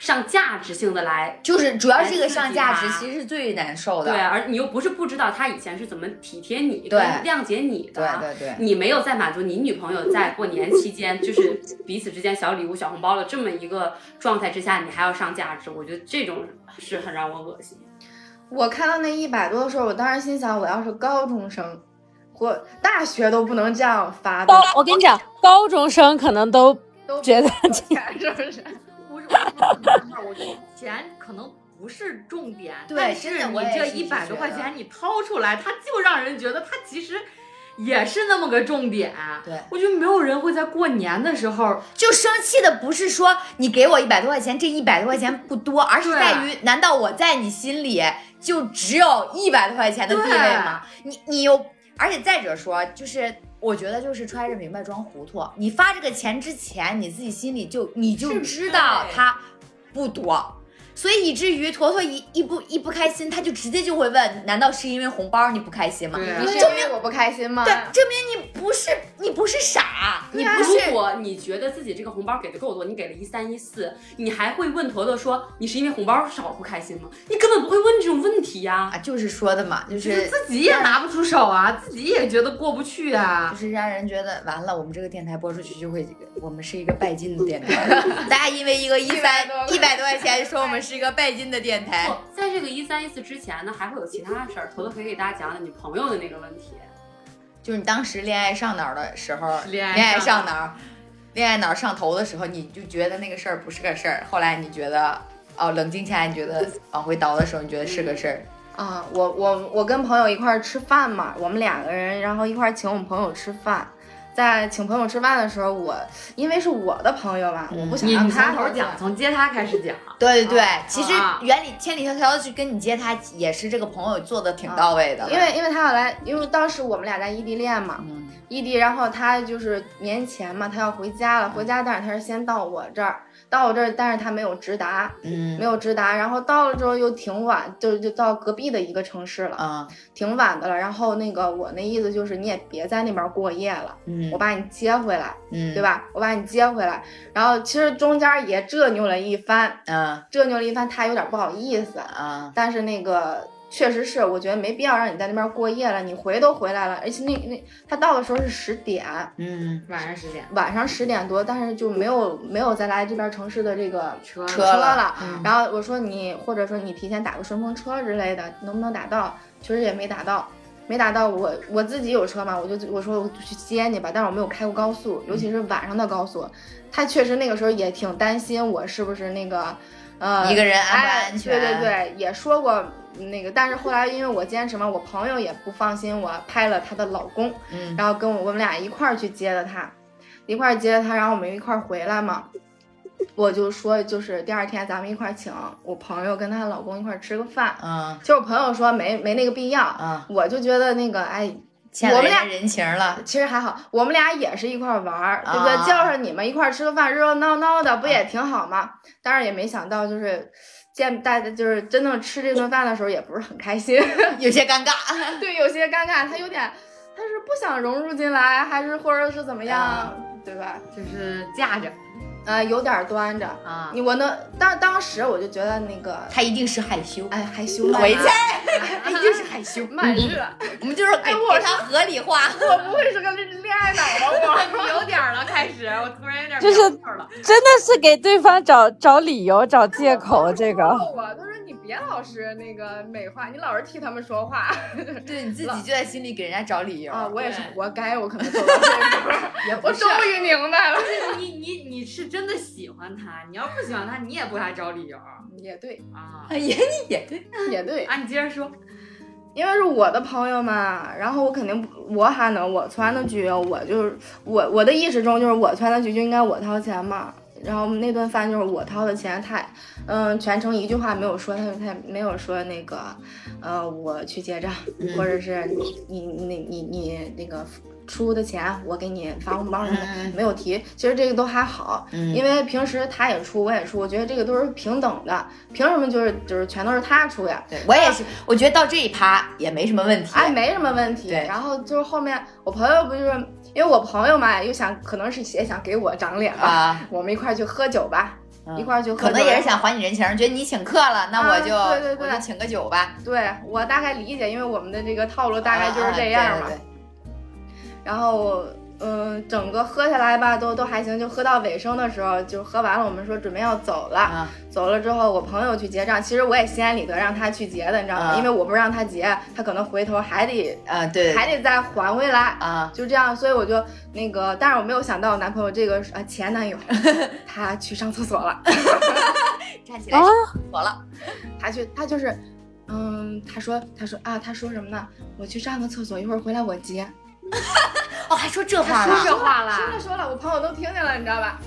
[SPEAKER 4] 上价值性的来。
[SPEAKER 2] 就是主要这个
[SPEAKER 4] 来刺激
[SPEAKER 2] 上价值
[SPEAKER 4] 他
[SPEAKER 2] 其实是最难受
[SPEAKER 4] 对，
[SPEAKER 2] 的。
[SPEAKER 4] 而你又不是不知道他以前是怎么体贴你、
[SPEAKER 2] 对
[SPEAKER 4] 跟谅解你的，
[SPEAKER 2] 对对对，
[SPEAKER 4] 你没有在满足你女朋友在过年期间就是彼此之间小礼物、小红包的这么一个状态之下，你还要上价值，我觉得这种是很让我恶心。
[SPEAKER 5] 我看到那一百多的时候，我当时心想，我要是高中生或大学都不能这样发的
[SPEAKER 3] 高，，我跟你讲，高中生可能都
[SPEAKER 5] 都
[SPEAKER 3] 觉得
[SPEAKER 5] 不挣钱是不
[SPEAKER 6] (laughs)
[SPEAKER 5] 是？
[SPEAKER 6] 不是，我想说我觉得钱可能不是重点，
[SPEAKER 2] 对
[SPEAKER 6] 但
[SPEAKER 2] 真
[SPEAKER 6] 是
[SPEAKER 2] 的
[SPEAKER 6] 你
[SPEAKER 2] 我也
[SPEAKER 6] 这
[SPEAKER 2] 是
[SPEAKER 6] 一百
[SPEAKER 2] 这么
[SPEAKER 6] 多块
[SPEAKER 2] 觉得
[SPEAKER 6] 钱你掏出来，它就让人觉得它其实也是那么个重点。
[SPEAKER 2] 对，
[SPEAKER 6] 我觉得没有人会在过年的时候
[SPEAKER 2] 就生气的不是说你给我一百多块钱，这一百多块钱不多，而是
[SPEAKER 6] 对
[SPEAKER 2] 在于难道我在你心里就只有一百多块钱的地位吗？你你又，而且再者说，就是我觉得就是揣着明白装糊涂，你发这个钱之前，你自己心里就你就知道它不多。所以以至于坨坨一一不一不开心，他就直接就会问：难道是因为红包你不开心吗？
[SPEAKER 6] 对啊
[SPEAKER 5] 你是
[SPEAKER 2] 证
[SPEAKER 5] 因
[SPEAKER 2] 明
[SPEAKER 5] 为我不开心吗？
[SPEAKER 2] 对，证明你不是你不是傻，
[SPEAKER 4] 你
[SPEAKER 2] 你
[SPEAKER 6] 啊
[SPEAKER 2] 不是
[SPEAKER 4] 如果你觉得自己这个红包给的够多，你给了一三一四，你还会问坨坨说你是因为红包少不开心吗？你根本不会问这种问题呀、
[SPEAKER 2] 啊，就是说的嘛，就
[SPEAKER 6] 就是
[SPEAKER 2] 是
[SPEAKER 6] 自己也拿不出手啊，自己也觉得过不去啊
[SPEAKER 2] 就。是让人觉得完了，我们这个电台播出去就会，我们是一个拜金的电台，大家因为一个一三一百多块钱说我们是一个拜金的电台
[SPEAKER 6] 哎
[SPEAKER 4] 不，，在这个一三一四之前呢，还会有其他的事儿，坨坨可以给大家讲讲你朋友的那个问题。
[SPEAKER 2] 就是你当时恋爱上脑儿的时候，
[SPEAKER 6] 恋爱
[SPEAKER 2] 爱
[SPEAKER 6] 上
[SPEAKER 2] 上脑儿，恋爱脑儿上头的时候，你就觉得那个事儿不是个事儿。后来你觉得，哦，冷静下来，你觉得往回倒的时候，你觉得是个事儿。
[SPEAKER 5] 啊，我我我跟朋友一块儿吃饭嘛，我们两个人，然后一块儿请我们朋友吃饭。在请朋友吃饭的时候，我因为是我的朋友嘛，我不
[SPEAKER 6] 嗯
[SPEAKER 5] 想
[SPEAKER 6] 你
[SPEAKER 5] 让
[SPEAKER 6] 你
[SPEAKER 5] 他
[SPEAKER 6] 从头讲，从接他开始讲。
[SPEAKER 2] 对对对，其实
[SPEAKER 6] 啊
[SPEAKER 2] 原理千里迢迢去跟你接他，也是这个朋友做的挺到位的了。
[SPEAKER 5] 因为因为他要来，因为当时我们俩在异地恋嘛，
[SPEAKER 2] 嗯
[SPEAKER 5] 异地，然后他就是年前嘛，他要回家了，回家，但是他是先到我这儿，到我这儿，但是他没有直达，没
[SPEAKER 2] 嗯
[SPEAKER 5] 有直达，然后到了之后又挺晚，就就到隔壁的一个城市了，
[SPEAKER 2] 啊
[SPEAKER 5] 挺晚的了。然后那个我那意思就是你也别在那边过夜了，
[SPEAKER 2] 嗯
[SPEAKER 5] 我把你接回来，
[SPEAKER 2] 嗯
[SPEAKER 5] 对？吧？我把你接回来。然后其实中间也折扭了一番，
[SPEAKER 2] 嗯
[SPEAKER 5] 折扭了一番，他有点不好意思，
[SPEAKER 2] 啊
[SPEAKER 5] 但是那个。确实是，我觉得没必要让你在那边过夜了。你回都回来了，而且那那他到的时候是十点，
[SPEAKER 2] 嗯，
[SPEAKER 6] 晚上十点
[SPEAKER 5] 晚上十点多，但是就没有没有再来这边城市的这个
[SPEAKER 6] 车
[SPEAKER 5] 车
[SPEAKER 2] 车了嗯
[SPEAKER 5] 了。然后我说你，或者说你提前打个顺风车之类的，能不能打到？确实也没打到，没打到我。我自己有车嘛，我就我说我去接你吧，但是我没有开过高速，尤其是晚上的高速。他确实那个时候也挺担心我是不是那个，呃，
[SPEAKER 2] 一个人安不
[SPEAKER 5] 哎
[SPEAKER 2] 安全？
[SPEAKER 5] 对对对，也说过那个，但是后来因为我坚持嘛，我朋友也不放心我拍了她的老公，
[SPEAKER 2] 嗯
[SPEAKER 5] 然后跟我我们俩一块儿去接的他，一块儿接的他，然后我们一块儿回来嘛。我就说，就是第二天咱们一块儿请我朋友跟她老公一块儿吃个饭。
[SPEAKER 2] 嗯
[SPEAKER 5] 其实我朋友说没没那个必要，
[SPEAKER 2] 啊，
[SPEAKER 5] 我就觉得那个哎，
[SPEAKER 2] 欠了
[SPEAKER 5] 我们
[SPEAKER 2] 人家
[SPEAKER 5] 俩
[SPEAKER 2] 人情了。
[SPEAKER 5] 其实还好，我们俩也是一块儿玩儿，对不
[SPEAKER 2] 啊
[SPEAKER 5] 对？叫上你们一块儿吃个饭，热热闹闹的，不也挺好吗？当然也没想到就是见大家就是真正吃这顿饭的时候，也不是很开心。
[SPEAKER 2] 有些尴尬。
[SPEAKER 5] (laughs) 对，有些尴尬，他有点，他是不想融入进来，还是或者是怎么样，
[SPEAKER 2] 啊
[SPEAKER 5] 对吧？
[SPEAKER 6] 就是架着
[SPEAKER 5] 呃，有点端着。
[SPEAKER 6] 啊，
[SPEAKER 5] 你我能，当当时我就觉得那个，
[SPEAKER 2] 他一定是害羞，
[SPEAKER 5] 哎，害羞嘛，
[SPEAKER 2] 回去，
[SPEAKER 5] (laughs)
[SPEAKER 2] 他一定是害羞。
[SPEAKER 5] 慢热，
[SPEAKER 2] 我们就是给给他合理化。
[SPEAKER 5] 嗯 (laughs) 我不会是个恋恋爱脑吧？我。
[SPEAKER 6] 你有点儿了，开始，我突然有点儿
[SPEAKER 3] 就是
[SPEAKER 6] 苗头了。
[SPEAKER 3] 真的是给对方找找理由、找借 (laughs) 口，这个
[SPEAKER 5] 我他说你别老是那个美化，你老是替他们说话
[SPEAKER 2] 对你自己就在心里给人家找理由
[SPEAKER 5] 啊！我也是
[SPEAKER 4] 对
[SPEAKER 5] 活该，我可能做到这一步儿
[SPEAKER 2] 也
[SPEAKER 5] 我
[SPEAKER 2] 不是
[SPEAKER 5] 终于明白了。 (laughs)
[SPEAKER 6] 就是你你你是真的喜欢他，你要不喜欢他，你也不给他找理由啊
[SPEAKER 5] 也对，
[SPEAKER 6] 啊！
[SPEAKER 2] 也也对，
[SPEAKER 5] 也对，
[SPEAKER 6] 你接着说，
[SPEAKER 5] 因为是我的朋友嘛，然后我肯定不我还能我攒的局，我就是我我的意识中就是我攒的局就应该我掏钱嘛。然后那顿饭就是我掏的钱，他也嗯全程一句话没有说，他他也没有说那个呃我去结账，
[SPEAKER 2] 嗯
[SPEAKER 5] 或者是你你你你你那个出的钱我给你发红包什么
[SPEAKER 2] 嗯
[SPEAKER 5] 的，没有提。其实这个都还好，
[SPEAKER 2] 嗯
[SPEAKER 5] 因为平时他也出我也出，我觉得这个都是平等的，凭什么就是就是全都是他出呀？
[SPEAKER 2] 对我也是，我觉得到这一趴也没什么问题。
[SPEAKER 5] 哎，没什么问题。
[SPEAKER 2] 对
[SPEAKER 5] 然后就是后面我朋友不就是因为我朋友嘛，又想可能是也想给我长脸吧，
[SPEAKER 2] 啊，
[SPEAKER 5] 我们一块儿去喝酒吧，
[SPEAKER 2] 嗯
[SPEAKER 5] 一块儿去喝酒。
[SPEAKER 2] 可能也是想还你人情，觉得你请客了，那我就、
[SPEAKER 5] 啊对对对
[SPEAKER 2] 我就请个酒吧，
[SPEAKER 5] 对我大概理解，因为我们的这个套路大概就是这样嘛。
[SPEAKER 2] 啊对对对
[SPEAKER 5] 然后。嗯，整个喝下来吧，都都还行。就喝到尾声的时候，就喝完了，我们说准备要走了。
[SPEAKER 2] 啊
[SPEAKER 5] 走了之后，我朋友去结账，其实我也心安理得让他去结的，你知道吗？
[SPEAKER 2] 啊
[SPEAKER 5] 因为我不让他结，他可能回头还得
[SPEAKER 2] 啊，对
[SPEAKER 5] 还得再还回来。
[SPEAKER 2] 啊，
[SPEAKER 5] 就这样，所以我就那个，但是我没有想到我男朋友这个啊前男友， (laughs) 他去上厕所了， (laughs)
[SPEAKER 2] 站起来
[SPEAKER 3] 啊，
[SPEAKER 2] 火了，
[SPEAKER 5] 他去他就是，嗯，他说他说啊，他说什么呢？我去上个厕所，一会儿回来我接。
[SPEAKER 2] 哦，还说这话
[SPEAKER 6] 说
[SPEAKER 2] 了，
[SPEAKER 6] 这话
[SPEAKER 5] 说了
[SPEAKER 6] 啦，
[SPEAKER 5] 说了，我朋友都听见了，你知道吧？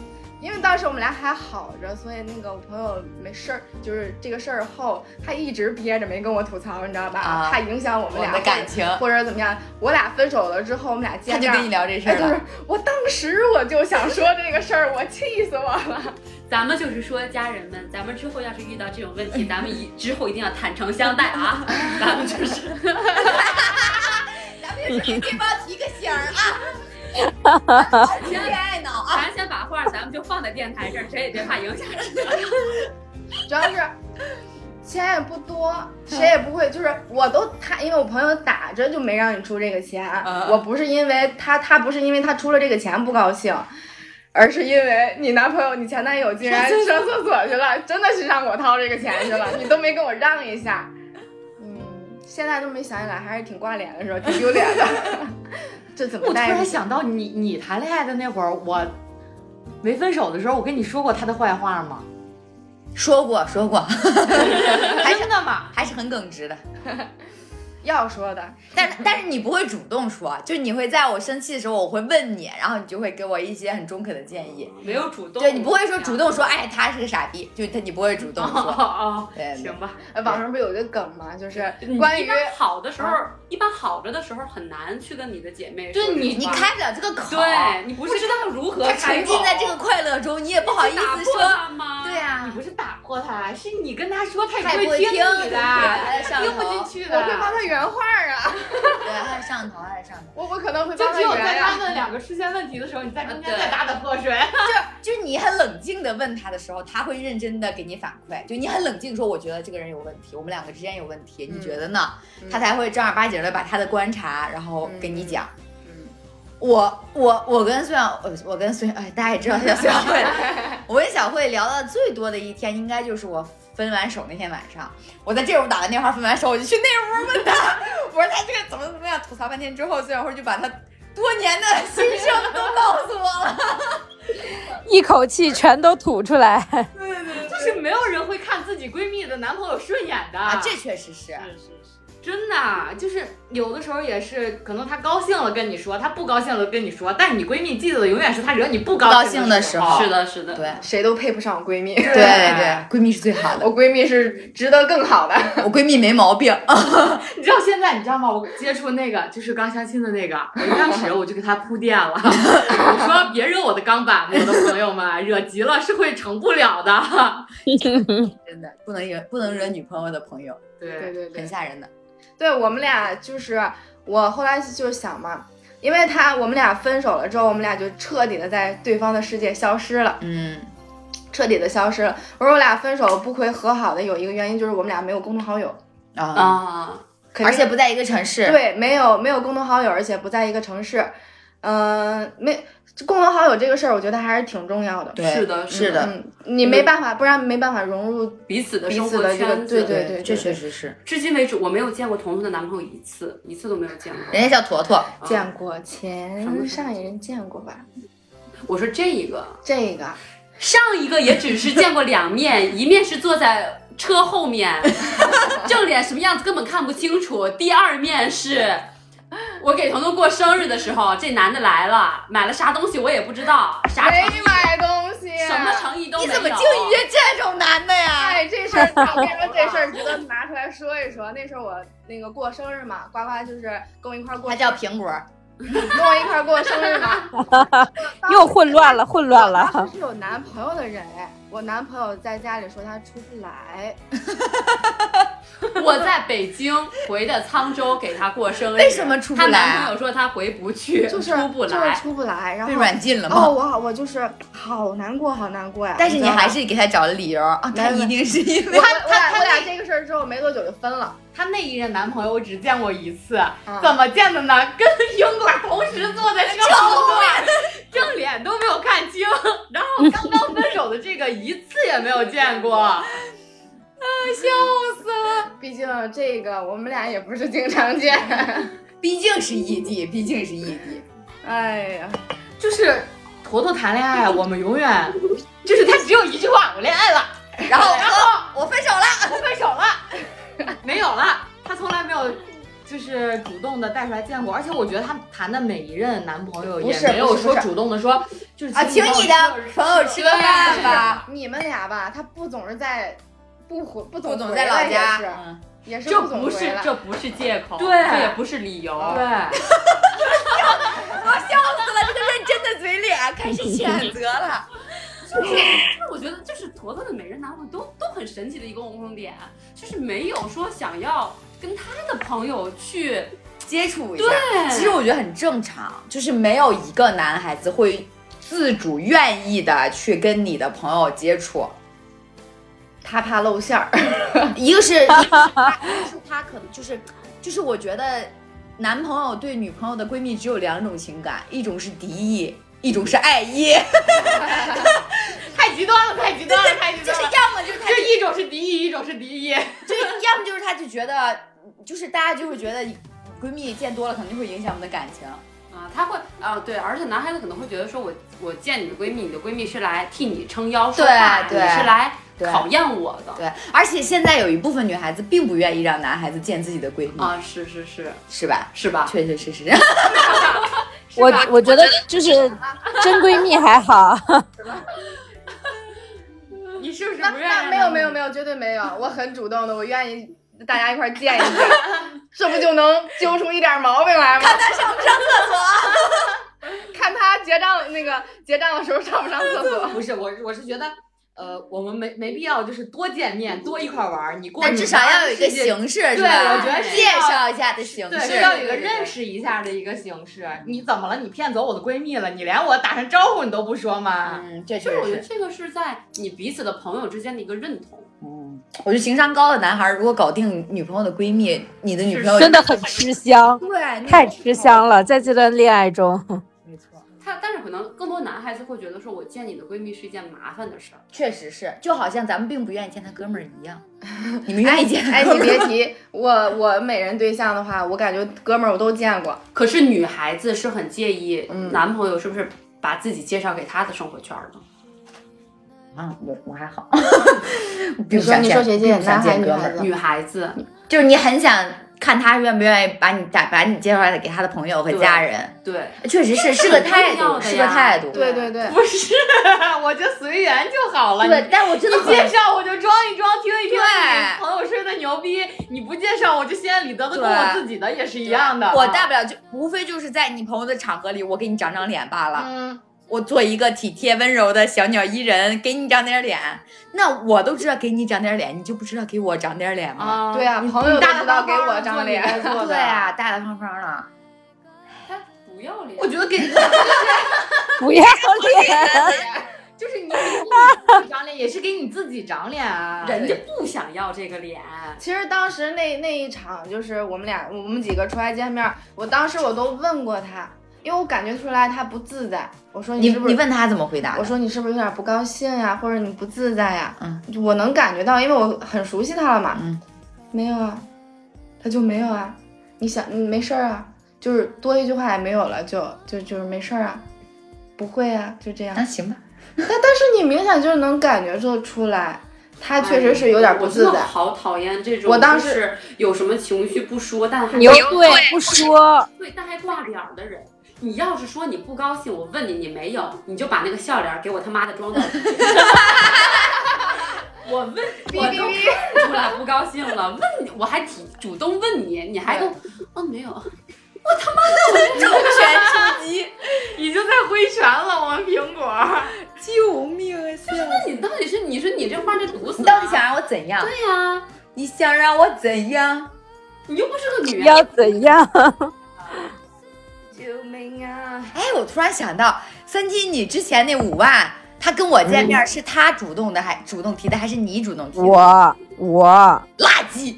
[SPEAKER 5] 因为当时我们俩还好着，所以那个我朋友没事儿，就是这个事儿后，他一直憋着没跟我吐槽，你知道吧？
[SPEAKER 2] 啊
[SPEAKER 5] 怕影响我们
[SPEAKER 2] 我
[SPEAKER 5] 俩
[SPEAKER 2] 们的感情，
[SPEAKER 5] 或者怎么样。我俩分手了之后，我们俩
[SPEAKER 2] 他
[SPEAKER 5] 见
[SPEAKER 2] 就
[SPEAKER 5] 面
[SPEAKER 2] 跟你。聊这事
[SPEAKER 5] 哎，
[SPEAKER 2] 儿
[SPEAKER 5] 就
[SPEAKER 2] 了
[SPEAKER 5] 是。我当时我就想说这个事儿，我气死我了。
[SPEAKER 4] 咱们就是说，家人们，咱们之后要是遇到这种问题，咱们一之后一定要坦诚相待
[SPEAKER 6] (laughs)
[SPEAKER 4] 啊！咱们就是
[SPEAKER 2] 咱们就是给对方提个醒儿啊，恋爱脑啊，
[SPEAKER 4] 咱先把话，咱们就放在电台这儿，谁也别怕影响谁。
[SPEAKER 5] 主要是钱也不多，谁也不会，就是我都他，因为我朋友打着就没让你出这个钱，
[SPEAKER 2] 啊
[SPEAKER 5] 我不是因为他，他不是因为他出了这个钱不高兴。而是因为你男朋友、你前男友竟然上厕所去了，真的是让我掏这个钱去了，你都没跟我让一下。嗯，现在都没想起来，还是挺挂脸的时候，挺丢脸的。 (laughs) 这怎么
[SPEAKER 6] 我突
[SPEAKER 5] 带
[SPEAKER 6] 然
[SPEAKER 5] 入？
[SPEAKER 6] 想到你，你谈恋爱的那会儿，我没分手的时候，我跟你说过他的坏话吗？
[SPEAKER 2] 说过说过，
[SPEAKER 6] (laughs)
[SPEAKER 2] (laughs)
[SPEAKER 6] 真的吗？
[SPEAKER 2] 还是很耿直的。
[SPEAKER 5] 要说的，
[SPEAKER 2] 但是但是你不会主动说，就是你会在我生气的时候，我会问你，然后你就会给我一些很中肯的建议。
[SPEAKER 4] 没有主动，
[SPEAKER 2] 对你不会说
[SPEAKER 6] (laughs)
[SPEAKER 2] 主动说，哎，他是个傻逼，就他你不会主动
[SPEAKER 4] 哦
[SPEAKER 2] 说。
[SPEAKER 4] 哦，
[SPEAKER 2] 对，对
[SPEAKER 4] 行吧。
[SPEAKER 5] 呃网上不有一个梗吗？就是
[SPEAKER 4] 你
[SPEAKER 5] 关
[SPEAKER 4] 一
[SPEAKER 5] 于
[SPEAKER 4] 般好的时候，一般好着的时候很难去 (laughs) 跟你的姐妹说
[SPEAKER 6] 对
[SPEAKER 4] 这
[SPEAKER 6] 你
[SPEAKER 4] 种
[SPEAKER 2] 啊你
[SPEAKER 4] 话
[SPEAKER 2] 开不了这个口，
[SPEAKER 4] 对你不是知道如
[SPEAKER 2] (laughs)
[SPEAKER 4] 何
[SPEAKER 2] 他
[SPEAKER 4] 开
[SPEAKER 2] 沉
[SPEAKER 4] 口
[SPEAKER 2] 浸在这个快乐中，你也不好意思
[SPEAKER 4] 去打破
[SPEAKER 2] 说。
[SPEAKER 4] 他吗？
[SPEAKER 2] 对啊
[SPEAKER 6] 你，不是打破他，是你跟他说他也
[SPEAKER 2] 他也
[SPEAKER 6] 不
[SPEAKER 2] 不会
[SPEAKER 6] 会听
[SPEAKER 2] 听
[SPEAKER 6] 你
[SPEAKER 2] 对
[SPEAKER 6] 的，
[SPEAKER 2] 他在上
[SPEAKER 6] (laughs) 听不进
[SPEAKER 2] 头
[SPEAKER 6] 去
[SPEAKER 5] 我会帮
[SPEAKER 6] 的。
[SPEAKER 5] 他原话啊，
[SPEAKER 2] 对，他是上头，他是上头。
[SPEAKER 5] 我我可能会
[SPEAKER 6] 就
[SPEAKER 5] 帮
[SPEAKER 6] 只有
[SPEAKER 5] 他
[SPEAKER 6] 在他
[SPEAKER 5] 圆呀。
[SPEAKER 6] 们两个出现问题的时候，你在中间啊
[SPEAKER 4] 对
[SPEAKER 6] 再打打破水。
[SPEAKER 2] 就是你很冷静的问他的时候，他会认真的给你反馈。就你很冷静地说，我觉得这个人有问题，我们两个之间有问题，你觉得呢？
[SPEAKER 5] 嗯
[SPEAKER 2] 他才会正儿八经的把他的观察，然后跟你讲。
[SPEAKER 5] 嗯
[SPEAKER 2] 我我我跟孙晓，呃我跟孙，哎，大家也知道叫孙晓慧了。我跟小慧聊的最多的一天，应该就是我分完手那天晚上。我在这屋打完电话，分完手我就去那屋问他，我说他这个怎么怎么样，吐槽半天之后，孙晓慧就把他多年的心声都告诉我了。
[SPEAKER 3] 一口气全都吐出来。 (laughs)
[SPEAKER 6] 就是没有人会看自己闺蜜的男朋友顺眼的
[SPEAKER 2] 啊，这确实是。
[SPEAKER 4] 是是是，
[SPEAKER 6] 真的啊就是有的时候也是，可能她高兴了跟你说，她不高兴了跟你说，但是你闺蜜记得的永远是她惹你不高兴
[SPEAKER 2] 不
[SPEAKER 6] 时
[SPEAKER 2] 高兴的时候
[SPEAKER 4] 是的，是
[SPEAKER 5] (laughs)
[SPEAKER 4] 的，
[SPEAKER 2] 对
[SPEAKER 5] 谁都配不上我闺蜜，
[SPEAKER 2] 对对，闺蜜是最好的，
[SPEAKER 5] 我闺蜜是值得更好的。
[SPEAKER 2] 我闺蜜没毛
[SPEAKER 5] (laughs)
[SPEAKER 2] 病。
[SPEAKER 6] 你知道现在你知道吗？我接触那个就是刚相亲的那个，我一开始我就给他铺垫了， (laughs) 我说别惹我的钢板子，我的朋友们，惹急了是会成不了的。
[SPEAKER 2] 真的不能惹不能惹女朋友的朋友，
[SPEAKER 5] 对
[SPEAKER 6] 对，
[SPEAKER 5] 对
[SPEAKER 2] 很
[SPEAKER 5] 对，
[SPEAKER 2] 吓人的。
[SPEAKER 5] 对我们俩就是我后来就是想嘛，因为他我们俩分手了之后，我们俩就彻底的在对方的世界消失了。
[SPEAKER 2] 嗯，
[SPEAKER 5] 彻底的消失了。我说我俩分手不回和好的有一个原因就是我们俩没有共同好友，
[SPEAKER 2] 啊，
[SPEAKER 5] 嗯
[SPEAKER 4] 啊，
[SPEAKER 5] 肯定
[SPEAKER 2] 而且不在一个城市。
[SPEAKER 5] 对没有没有共同好友，而且不在一个城市。嗯、没共同好友这个事儿，我觉得还是挺重要的。
[SPEAKER 2] 对，
[SPEAKER 4] 是的
[SPEAKER 2] 是
[SPEAKER 4] 是
[SPEAKER 2] 的，
[SPEAKER 5] 嗯，你没办法，不然没办法融入。
[SPEAKER 4] 彼此的
[SPEAKER 5] 彼
[SPEAKER 4] 生
[SPEAKER 5] 此
[SPEAKER 4] 活
[SPEAKER 5] 的这个
[SPEAKER 4] 圈子，
[SPEAKER 5] 对对
[SPEAKER 2] 这确实是。
[SPEAKER 4] 至今为止我没有见过彤彤的男朋友一次，一次都没有见过。
[SPEAKER 2] 人家叫坨坨，
[SPEAKER 5] 见过前上一任见过吧？
[SPEAKER 4] 我说这一个，
[SPEAKER 5] 这个
[SPEAKER 4] 上一个也只是见过
[SPEAKER 2] (laughs)
[SPEAKER 4] 两面，一面是坐在车后面，正脸什么样子根本看不清楚；第二面是。我给彤彤过生日的时候，这男的来了，买了啥东西我也不知道，啥
[SPEAKER 5] 没
[SPEAKER 4] 诚意
[SPEAKER 5] 买东西，啊
[SPEAKER 4] 什么诚意都没
[SPEAKER 2] 哎你
[SPEAKER 4] 有。
[SPEAKER 2] 怎么净遇见这种男的呀？
[SPEAKER 5] 哎，这事
[SPEAKER 2] (laughs)
[SPEAKER 5] 儿，我跟你说，这事儿值得拿出来说一说。那时候我那个过生日嘛，呱呱就是跟我一块儿过
[SPEAKER 2] 他
[SPEAKER 5] 生
[SPEAKER 2] 叫
[SPEAKER 5] 日，
[SPEAKER 2] 苹果，
[SPEAKER 5] 跟我一块儿过生日嘛。
[SPEAKER 2] (laughs)
[SPEAKER 3] 又混乱了，混乱
[SPEAKER 5] 我当
[SPEAKER 3] 了。
[SPEAKER 5] 时是有男朋友的人哎，我男朋友在家里说他出不来，
[SPEAKER 4] 我在北京回的沧州给他过生日，
[SPEAKER 2] 为什么出不来啊
[SPEAKER 4] 她男朋友说他回不去，
[SPEAKER 5] 就是
[SPEAKER 4] 出不
[SPEAKER 5] 就是
[SPEAKER 4] 来。
[SPEAKER 5] 出不来，然
[SPEAKER 2] 被
[SPEAKER 5] 后
[SPEAKER 2] 软禁了
[SPEAKER 5] 哦，
[SPEAKER 2] 吗？
[SPEAKER 5] 我好我就是好难过，好难过呀。
[SPEAKER 2] 但是你
[SPEAKER 5] 知道吗
[SPEAKER 2] 还是给他找了理由啊，他
[SPEAKER 5] 没没
[SPEAKER 2] 一定是
[SPEAKER 5] (laughs)
[SPEAKER 2] 因为
[SPEAKER 5] 我我我俩我俩这个事儿之后没多久就分了，
[SPEAKER 6] 她那一任男朋友我只见过一次，
[SPEAKER 5] 嗯
[SPEAKER 6] 怎么见的呢？跟英国同时坐在 (laughs) 车后面，正脸都没有看清，然后刚刚分手的这个一次也没有见过。
[SPEAKER 5] 毕竟这个我们俩也不是经常 (laughs) 见。
[SPEAKER 2] 毕竟是异地，毕竟是异
[SPEAKER 5] (laughs)
[SPEAKER 2] 地。
[SPEAKER 5] 哎呀，
[SPEAKER 6] 就是坨坨谈恋爱，我们永远就是他只有一句话：我恋爱了，
[SPEAKER 2] 然后我我分手了，
[SPEAKER 6] 我分手了，没有了。他从来没有就是主动的带出来见过，而且我觉得他谈的每一任男朋友
[SPEAKER 5] 不
[SPEAKER 6] 也
[SPEAKER 5] 是
[SPEAKER 6] 没有
[SPEAKER 5] 不是不
[SPEAKER 6] 说
[SPEAKER 5] 是
[SPEAKER 6] 主动的说就是
[SPEAKER 2] 啊，请你的朋友吃个饭吧。
[SPEAKER 5] 你们俩吧，他不总是在。不回不
[SPEAKER 2] 不
[SPEAKER 5] 总
[SPEAKER 2] 总
[SPEAKER 5] 回
[SPEAKER 2] 在
[SPEAKER 5] 来
[SPEAKER 2] 老
[SPEAKER 5] 也
[SPEAKER 2] 家，
[SPEAKER 5] 是
[SPEAKER 2] 嗯
[SPEAKER 5] 也是
[SPEAKER 4] 这
[SPEAKER 5] 总
[SPEAKER 4] 不
[SPEAKER 5] 回
[SPEAKER 4] 是
[SPEAKER 5] 来。
[SPEAKER 4] 这不是借口，
[SPEAKER 6] 对
[SPEAKER 4] 这也不是理由。
[SPEAKER 6] 对，
[SPEAKER 2] 这个认真的嘴脸开始谴责了。
[SPEAKER 4] 那我觉得就是坨坨的每任男朋友都都很神奇的一个共同点，就是没有说想要跟他的朋友去
[SPEAKER 2] 接触一下。
[SPEAKER 4] 对
[SPEAKER 2] 其实我觉得很正常，就是没有一个男孩子会自主愿意的去跟你的朋友接触。
[SPEAKER 5] 他怕露馅儿，
[SPEAKER 2] 一个是，一个是他一个是他可能就是，就是我觉得男朋友对女朋友的闺蜜只有两种情感，一种是敌意，一种是爱意，
[SPEAKER 6] 太极端了，太极端了，太极
[SPEAKER 2] 就
[SPEAKER 6] 端
[SPEAKER 2] 是
[SPEAKER 6] 了。
[SPEAKER 2] 要么就是他
[SPEAKER 6] 就一种是敌意，一种是敌意。
[SPEAKER 2] 就是要么就是他就觉得，就是大家就会觉得闺蜜见多了可能就会影响我们的感情，
[SPEAKER 4] 啊，他会啊，对，而且男孩子可能会觉得说我，我见你的闺蜜，你的闺蜜是来替你撑腰说话，
[SPEAKER 2] 对
[SPEAKER 4] 你
[SPEAKER 2] 对
[SPEAKER 4] 是来
[SPEAKER 2] 对
[SPEAKER 4] 考验我的
[SPEAKER 2] 对，而且现在有一部分女孩子并不愿意让男孩子见自己的闺蜜，
[SPEAKER 4] 啊，是是是
[SPEAKER 2] 是吧？
[SPEAKER 4] 是吧？
[SPEAKER 2] 确确实实，
[SPEAKER 3] 我我觉得就是真闺蜜还好，
[SPEAKER 6] 你是不是
[SPEAKER 5] 那
[SPEAKER 6] 不愿意让
[SPEAKER 5] 那没有没有
[SPEAKER 6] 男
[SPEAKER 5] 没有，绝对没有，我很主动的，我愿意大家一块儿见一见，这不就能揪出一点毛病来吗？看他上不上厕所， (laughs) 看他结账那个结账的时候上不上厕 (laughs) 所。
[SPEAKER 6] (laughs) 不是我，我是觉得，呃，我们没没必要就是多见面，多一块玩儿。你过
[SPEAKER 2] 但
[SPEAKER 6] 你
[SPEAKER 2] 至少
[SPEAKER 6] 玩儿
[SPEAKER 2] 要
[SPEAKER 6] 的
[SPEAKER 2] 有一个
[SPEAKER 6] 世界
[SPEAKER 2] 形式，是
[SPEAKER 6] 对
[SPEAKER 2] 吧？
[SPEAKER 6] 我觉得是
[SPEAKER 2] 介
[SPEAKER 6] 要
[SPEAKER 2] 绍一下的形
[SPEAKER 6] 对，
[SPEAKER 2] 式，
[SPEAKER 6] 是要有
[SPEAKER 2] 对
[SPEAKER 6] 一个
[SPEAKER 2] 对对
[SPEAKER 6] 认识一下的一个形式。你怎么了？你骗走我的闺蜜了？你连我打声招呼你都不说吗？
[SPEAKER 2] 嗯，这
[SPEAKER 4] 就
[SPEAKER 2] 确
[SPEAKER 4] 是
[SPEAKER 2] 实
[SPEAKER 4] 我觉得
[SPEAKER 2] 是。
[SPEAKER 4] 这个是在你彼此的朋友之间的一个认同，
[SPEAKER 2] 嗯，我觉得情商高的男孩儿，如果搞定女朋友的闺蜜，你的女朋友
[SPEAKER 3] 哦真的很吃香，
[SPEAKER 2] 对，你
[SPEAKER 3] 太吃香了，在这段恋爱中。
[SPEAKER 4] 他但是可能更多男孩子会觉得说，我见你的闺蜜是一件麻烦的事儿。
[SPEAKER 2] 确实是，就好像咱们并不愿意见他哥们儿一样，你们愿意见他
[SPEAKER 5] 哎，
[SPEAKER 2] 哥
[SPEAKER 5] 你
[SPEAKER 2] 们
[SPEAKER 5] 别
[SPEAKER 2] 儿，
[SPEAKER 5] 提我，我美人对象的话，我感觉哥们儿我都见过，
[SPEAKER 4] 可是女孩子是很介意男朋友是不是把自己介绍给她的生活圈儿的。
[SPEAKER 2] 啊，我我还好，
[SPEAKER 5] 你说你说谁
[SPEAKER 2] 见并
[SPEAKER 5] 见
[SPEAKER 2] 不想
[SPEAKER 5] 男孩
[SPEAKER 2] 见
[SPEAKER 5] 女
[SPEAKER 2] 哥
[SPEAKER 5] 孩
[SPEAKER 2] 们儿
[SPEAKER 5] 子，
[SPEAKER 4] 女孩子，
[SPEAKER 2] 就是你很想看他愿不愿意把你打把你介绍给他的朋友和
[SPEAKER 4] 对
[SPEAKER 2] 家人，
[SPEAKER 4] 对，
[SPEAKER 2] 确实是是
[SPEAKER 4] 是
[SPEAKER 2] 个
[SPEAKER 4] 很
[SPEAKER 2] 态
[SPEAKER 4] 重要
[SPEAKER 2] 度，
[SPEAKER 4] 的
[SPEAKER 2] 是个
[SPEAKER 4] 呀
[SPEAKER 2] 态度，
[SPEAKER 5] 对对对，
[SPEAKER 6] 不是， (laughs) 我就随缘就好了。
[SPEAKER 2] 嗯对，但我真的
[SPEAKER 6] 你介
[SPEAKER 2] 很
[SPEAKER 6] 绍我就装一装，听一
[SPEAKER 2] 对
[SPEAKER 6] 听你朋友吹的牛逼；你不介绍我就心安理得的跟
[SPEAKER 2] 对
[SPEAKER 6] 我自己的也是一样的。
[SPEAKER 2] 我
[SPEAKER 6] 啊
[SPEAKER 2] 大不了就无非就是在你朋友的场合里，我给你长长脸罢了。
[SPEAKER 5] 嗯，
[SPEAKER 2] 我做一个体贴温柔的小鸟依人，给你长点脸。那我都知道给你长点脸，你就不知道给我长点脸吗？
[SPEAKER 6] 啊，
[SPEAKER 5] 对啊，朋友都知道给我张脸，
[SPEAKER 6] 大大方方地做你该做的
[SPEAKER 2] 对啊，，大大方方了。
[SPEAKER 4] 她不要脸。啊
[SPEAKER 6] 我觉得给你
[SPEAKER 3] 不要脸，
[SPEAKER 6] 就是你给你自己长脸，也是给你自己长脸 (laughs) 啊。
[SPEAKER 4] 人家不想要这个脸，
[SPEAKER 5] 其实当时那那一场就是我们俩我们几个出来见面，我当时我都问过他，因为我感觉出来他不自在。我说
[SPEAKER 2] 你
[SPEAKER 5] 是不是？
[SPEAKER 2] 你问他怎么回答的？
[SPEAKER 5] 我说你是不是有点不高兴呀、或者你不自在呀、
[SPEAKER 2] 嗯，
[SPEAKER 5] 我能感觉到，因为我很熟悉他了嘛。
[SPEAKER 2] 嗯，
[SPEAKER 5] 没有啊，他就没有啊。你想，你没事儿啊，就是多一句话也没有了，就就就是没事儿啊，不会啊，就这样。
[SPEAKER 2] 那行吧。
[SPEAKER 5] 但但是你明显就是能感觉得出来，他确实是有点不
[SPEAKER 4] 哎
[SPEAKER 5] 自
[SPEAKER 4] 我真
[SPEAKER 5] 在
[SPEAKER 4] 的。好讨厌这种，
[SPEAKER 5] 我当时
[SPEAKER 4] 时有什么情绪不说，但还
[SPEAKER 3] 牛对不说，
[SPEAKER 4] 对，但还挂脸儿的人。你要是说你不高兴，我问你，你没有，你就把那个笑脸儿给我他妈的装 (laughs) 到底。我问，我
[SPEAKER 5] 哔
[SPEAKER 4] 都
[SPEAKER 5] 哔
[SPEAKER 4] 看出来不高兴了，问你，我还提主动问你，你还都，哦没有，
[SPEAKER 2] 重拳出击，
[SPEAKER 6] 已经在挥拳了，我们苹果。
[SPEAKER 2] 救命啊！
[SPEAKER 4] 那你到底是你说你这话是毒死
[SPEAKER 2] 你
[SPEAKER 4] 吗
[SPEAKER 2] 到底想让我怎样？
[SPEAKER 4] 对呀、
[SPEAKER 2] 你想让我怎样？
[SPEAKER 4] 你又不是个女人，
[SPEAKER 3] 要怎样？
[SPEAKER 5] 救命啊！
[SPEAKER 2] 哎，我突然想到，三金，你之前那五万，他跟我见面是他主动的，还主动提的，还是你主动提的？
[SPEAKER 3] 我我
[SPEAKER 2] 垃圾。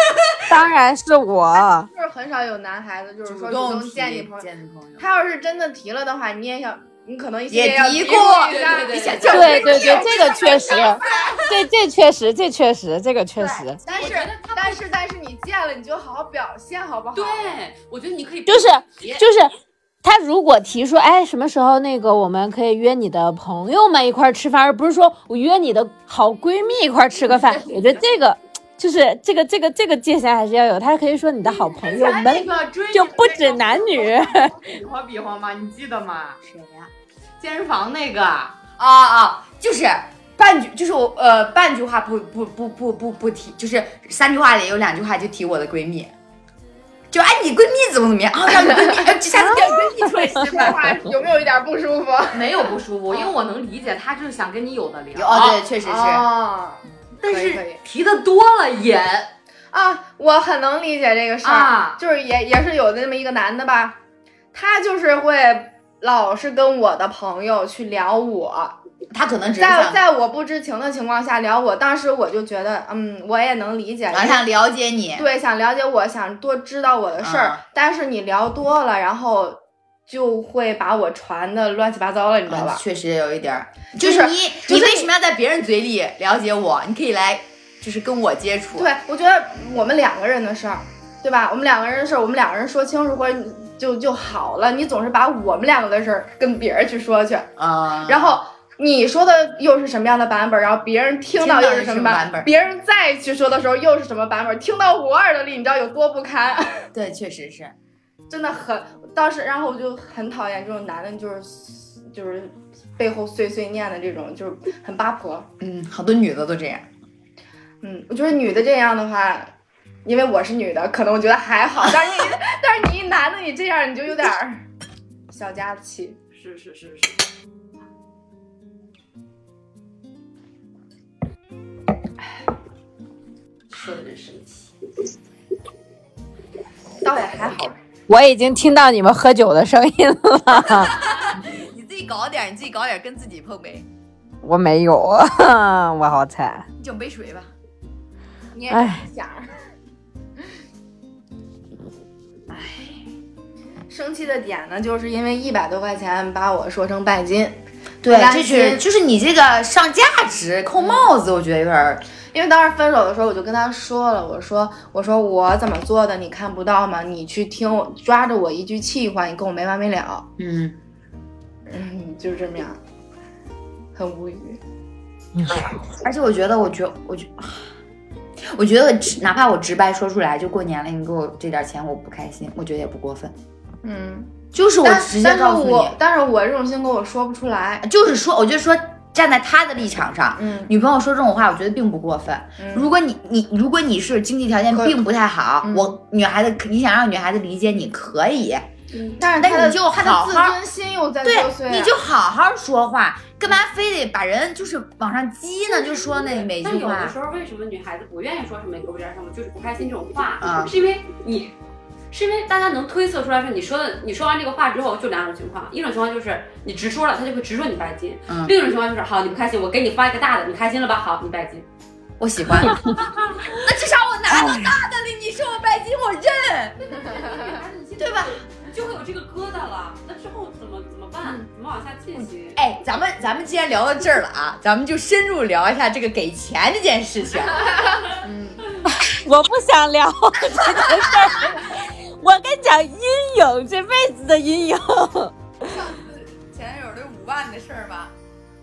[SPEAKER 3] (laughs) 当然是我，
[SPEAKER 5] 就是很少有男孩子就是说哎主
[SPEAKER 2] 动
[SPEAKER 5] 动
[SPEAKER 2] 提
[SPEAKER 5] 见你朋友，
[SPEAKER 2] 见你朋友，
[SPEAKER 5] 他要是真的提了的话，你也想，你可能
[SPEAKER 2] 也
[SPEAKER 5] 也要
[SPEAKER 2] 嘀
[SPEAKER 5] 嘀
[SPEAKER 2] 咕
[SPEAKER 5] 咕一下。
[SPEAKER 4] 对对对
[SPEAKER 2] 你想叫
[SPEAKER 3] 对对对，这个确实，对这确实这确实这个确实。
[SPEAKER 5] 但
[SPEAKER 4] 我
[SPEAKER 5] 是
[SPEAKER 4] 觉得他不
[SPEAKER 5] 但是但是你见了你就好好表现好不好？
[SPEAKER 4] 对，我觉得你可以
[SPEAKER 3] 就是
[SPEAKER 4] 别
[SPEAKER 3] 就是他如果提说，哎，什么时候那个我们可以约你的朋友们一块儿吃饭，而不是说我约你的好闺蜜一块儿吃个 (laughs) 饭，我觉得这个就是这个这个这个界限还是要有。他可以说你的好朋友
[SPEAKER 6] 咱那
[SPEAKER 3] (laughs) 们，
[SPEAKER 6] 个追
[SPEAKER 3] 就不止男女。
[SPEAKER 6] (laughs) 比划比划嘛，你记得吗？
[SPEAKER 2] 谁啊呀、
[SPEAKER 6] 健身房那个，
[SPEAKER 2] 啊？啊就是半句，就是我呃半句话不不不不不不提，就是三句话里有两句话就提我的闺蜜。就哎，你闺蜜怎么怎么样？啊，让你闺蜜，哎，下次叫你闺蜜出来吃
[SPEAKER 5] 这
[SPEAKER 2] 饭。
[SPEAKER 5] 话有没有一点不舒服？
[SPEAKER 4] (laughs)
[SPEAKER 6] 没有不舒服，因为我能理解他就是想跟你有的聊。
[SPEAKER 2] 哦，对，确实是。
[SPEAKER 5] 哦，
[SPEAKER 6] 但
[SPEAKER 5] 可以可以
[SPEAKER 6] 是提的多了也
[SPEAKER 5] 啊，我很能理解这个事儿，
[SPEAKER 6] 啊
[SPEAKER 5] 就是也也是有那么一个男的吧，他就是会老是跟我的朋友去聊我，
[SPEAKER 2] 她可能只是
[SPEAKER 5] 在
[SPEAKER 2] 想，
[SPEAKER 5] 在我不知情的情况下聊我，当时我就觉得，嗯，我也能理解，
[SPEAKER 2] 我想了解你。
[SPEAKER 5] 对，想了解我，想多知道我的事儿，
[SPEAKER 2] 嗯
[SPEAKER 5] 但是你聊多了，然后就会把我传的乱七八糟了，你知道
[SPEAKER 2] 嗯
[SPEAKER 5] 吧？
[SPEAKER 2] 确实有一点儿，就
[SPEAKER 5] 就
[SPEAKER 2] 是
[SPEAKER 5] 是
[SPEAKER 2] 你，
[SPEAKER 5] 就
[SPEAKER 2] 你
[SPEAKER 5] 是
[SPEAKER 2] 为什么要在别人嘴里了解我？你可以来，就是跟我接触。
[SPEAKER 5] 对，我觉得我们两个人的事儿，对吧？我们两个人的事儿，我们两个人说清楚，或者你就就好了。你总是把我们两个的事儿跟别人去说去，
[SPEAKER 2] 啊，
[SPEAKER 5] 然后你说的又是什么样的版本，然后别人听到又是什
[SPEAKER 2] 听到的是什
[SPEAKER 5] 么
[SPEAKER 2] 么版本
[SPEAKER 5] 别人再去说的时候又是什么版本，听到我耳朵里，你知道有多不堪， (laughs)
[SPEAKER 2] 对，确实是，
[SPEAKER 5] 真的很。当时，然后我就很讨厌这种男的，就是就是背后碎碎念的这种，就是很八婆。
[SPEAKER 2] 嗯，好多女的都这样。
[SPEAKER 5] 嗯，我觉得女的这样的话，因为我是女的，可能我觉得还好，但是你 (laughs) 但是你一男的你这样你就有点儿小家子气。
[SPEAKER 4] 是是是是。说的真生气，
[SPEAKER 5] 倒也还好，
[SPEAKER 3] 我已经听到你们喝酒的声音了，
[SPEAKER 2] 你自己搞点儿，你自己搞点儿，跟自己碰杯，
[SPEAKER 3] 我没有， (laughs) 啊，我好惨。
[SPEAKER 2] 你整杯水吧。
[SPEAKER 5] 你也
[SPEAKER 3] 哎
[SPEAKER 5] 想。哎生气的点呢，就是因为一百多块钱把我说成拜金，
[SPEAKER 2] 对
[SPEAKER 5] 担，
[SPEAKER 2] 这
[SPEAKER 5] 心
[SPEAKER 2] 是就是你这个上价值扣帽子，我觉得有点儿
[SPEAKER 5] 因为当时分手的时候，我就跟他说了，我说我说我怎么做的，你看不到吗？你去听我抓着我一句气话，你跟我没完没了， (laughs)
[SPEAKER 2] 嗯，
[SPEAKER 5] 嗯，就是这么样，很无语。
[SPEAKER 2] 而且我觉得，我觉我觉。 (sighs) 我觉得直哪怕我直白说出来，就过年了，你给我这点钱，我不开心，我觉得也不过分。
[SPEAKER 5] 嗯，
[SPEAKER 2] 就是我
[SPEAKER 5] 但
[SPEAKER 2] 直接
[SPEAKER 5] 但是
[SPEAKER 2] 告诉
[SPEAKER 5] 我
[SPEAKER 2] 你，
[SPEAKER 5] 但是我这种性格我说不出来。
[SPEAKER 2] 就是说，我就说站在他的立场上，
[SPEAKER 5] 嗯，
[SPEAKER 2] 女朋友说这种话，我觉得并不过分。如果你你如果你是经济条件
[SPEAKER 5] 可
[SPEAKER 2] 并不太好，
[SPEAKER 5] 嗯
[SPEAKER 2] 我女孩子你想让女孩子理解你可以，
[SPEAKER 5] 但是
[SPEAKER 2] 但
[SPEAKER 5] 他
[SPEAKER 2] 你
[SPEAKER 5] 的
[SPEAKER 2] 就
[SPEAKER 5] 他
[SPEAKER 2] 好
[SPEAKER 5] 的自
[SPEAKER 2] 好
[SPEAKER 5] 尊心又在作祟
[SPEAKER 2] 对，
[SPEAKER 5] 啊，
[SPEAKER 2] 你就好好说话，干嘛非得把人就是往上激呢？就说那每
[SPEAKER 4] 但
[SPEAKER 2] 句
[SPEAKER 4] 有的
[SPEAKER 2] 话
[SPEAKER 4] 时候，为什么女孩子不愿意说什么“你给我点什么”，就是不开心这种话，
[SPEAKER 2] 啊
[SPEAKER 4] 是因为你，是因为大家能推测出来说你说的，你说完这个话之后就两种情况，一种情况就是你直说了，他就会直说你拜金；，
[SPEAKER 2] 嗯
[SPEAKER 4] 另一种情况就是好，你不开心，我给你发一个大的，你开心了吧？好，你拜金。
[SPEAKER 2] 我喜 (laughs) 欢。那至少我拿到大的了，你说我拜金，我认。
[SPEAKER 4] 女孩子你现在
[SPEAKER 2] 对吧？
[SPEAKER 4] 就会有这个疙瘩了，那之后怎么怎么办？怎么往下进行？
[SPEAKER 2] 嗯哎，咱们咱们既然聊到这儿了啊，咱们就深入聊一下这个给钱这件事情。
[SPEAKER 3] 我不想聊 (laughs) 这个事儿。我跟你讲，阴影这辈子的阴影。
[SPEAKER 2] (laughs) 前男友这五万的事儿吧，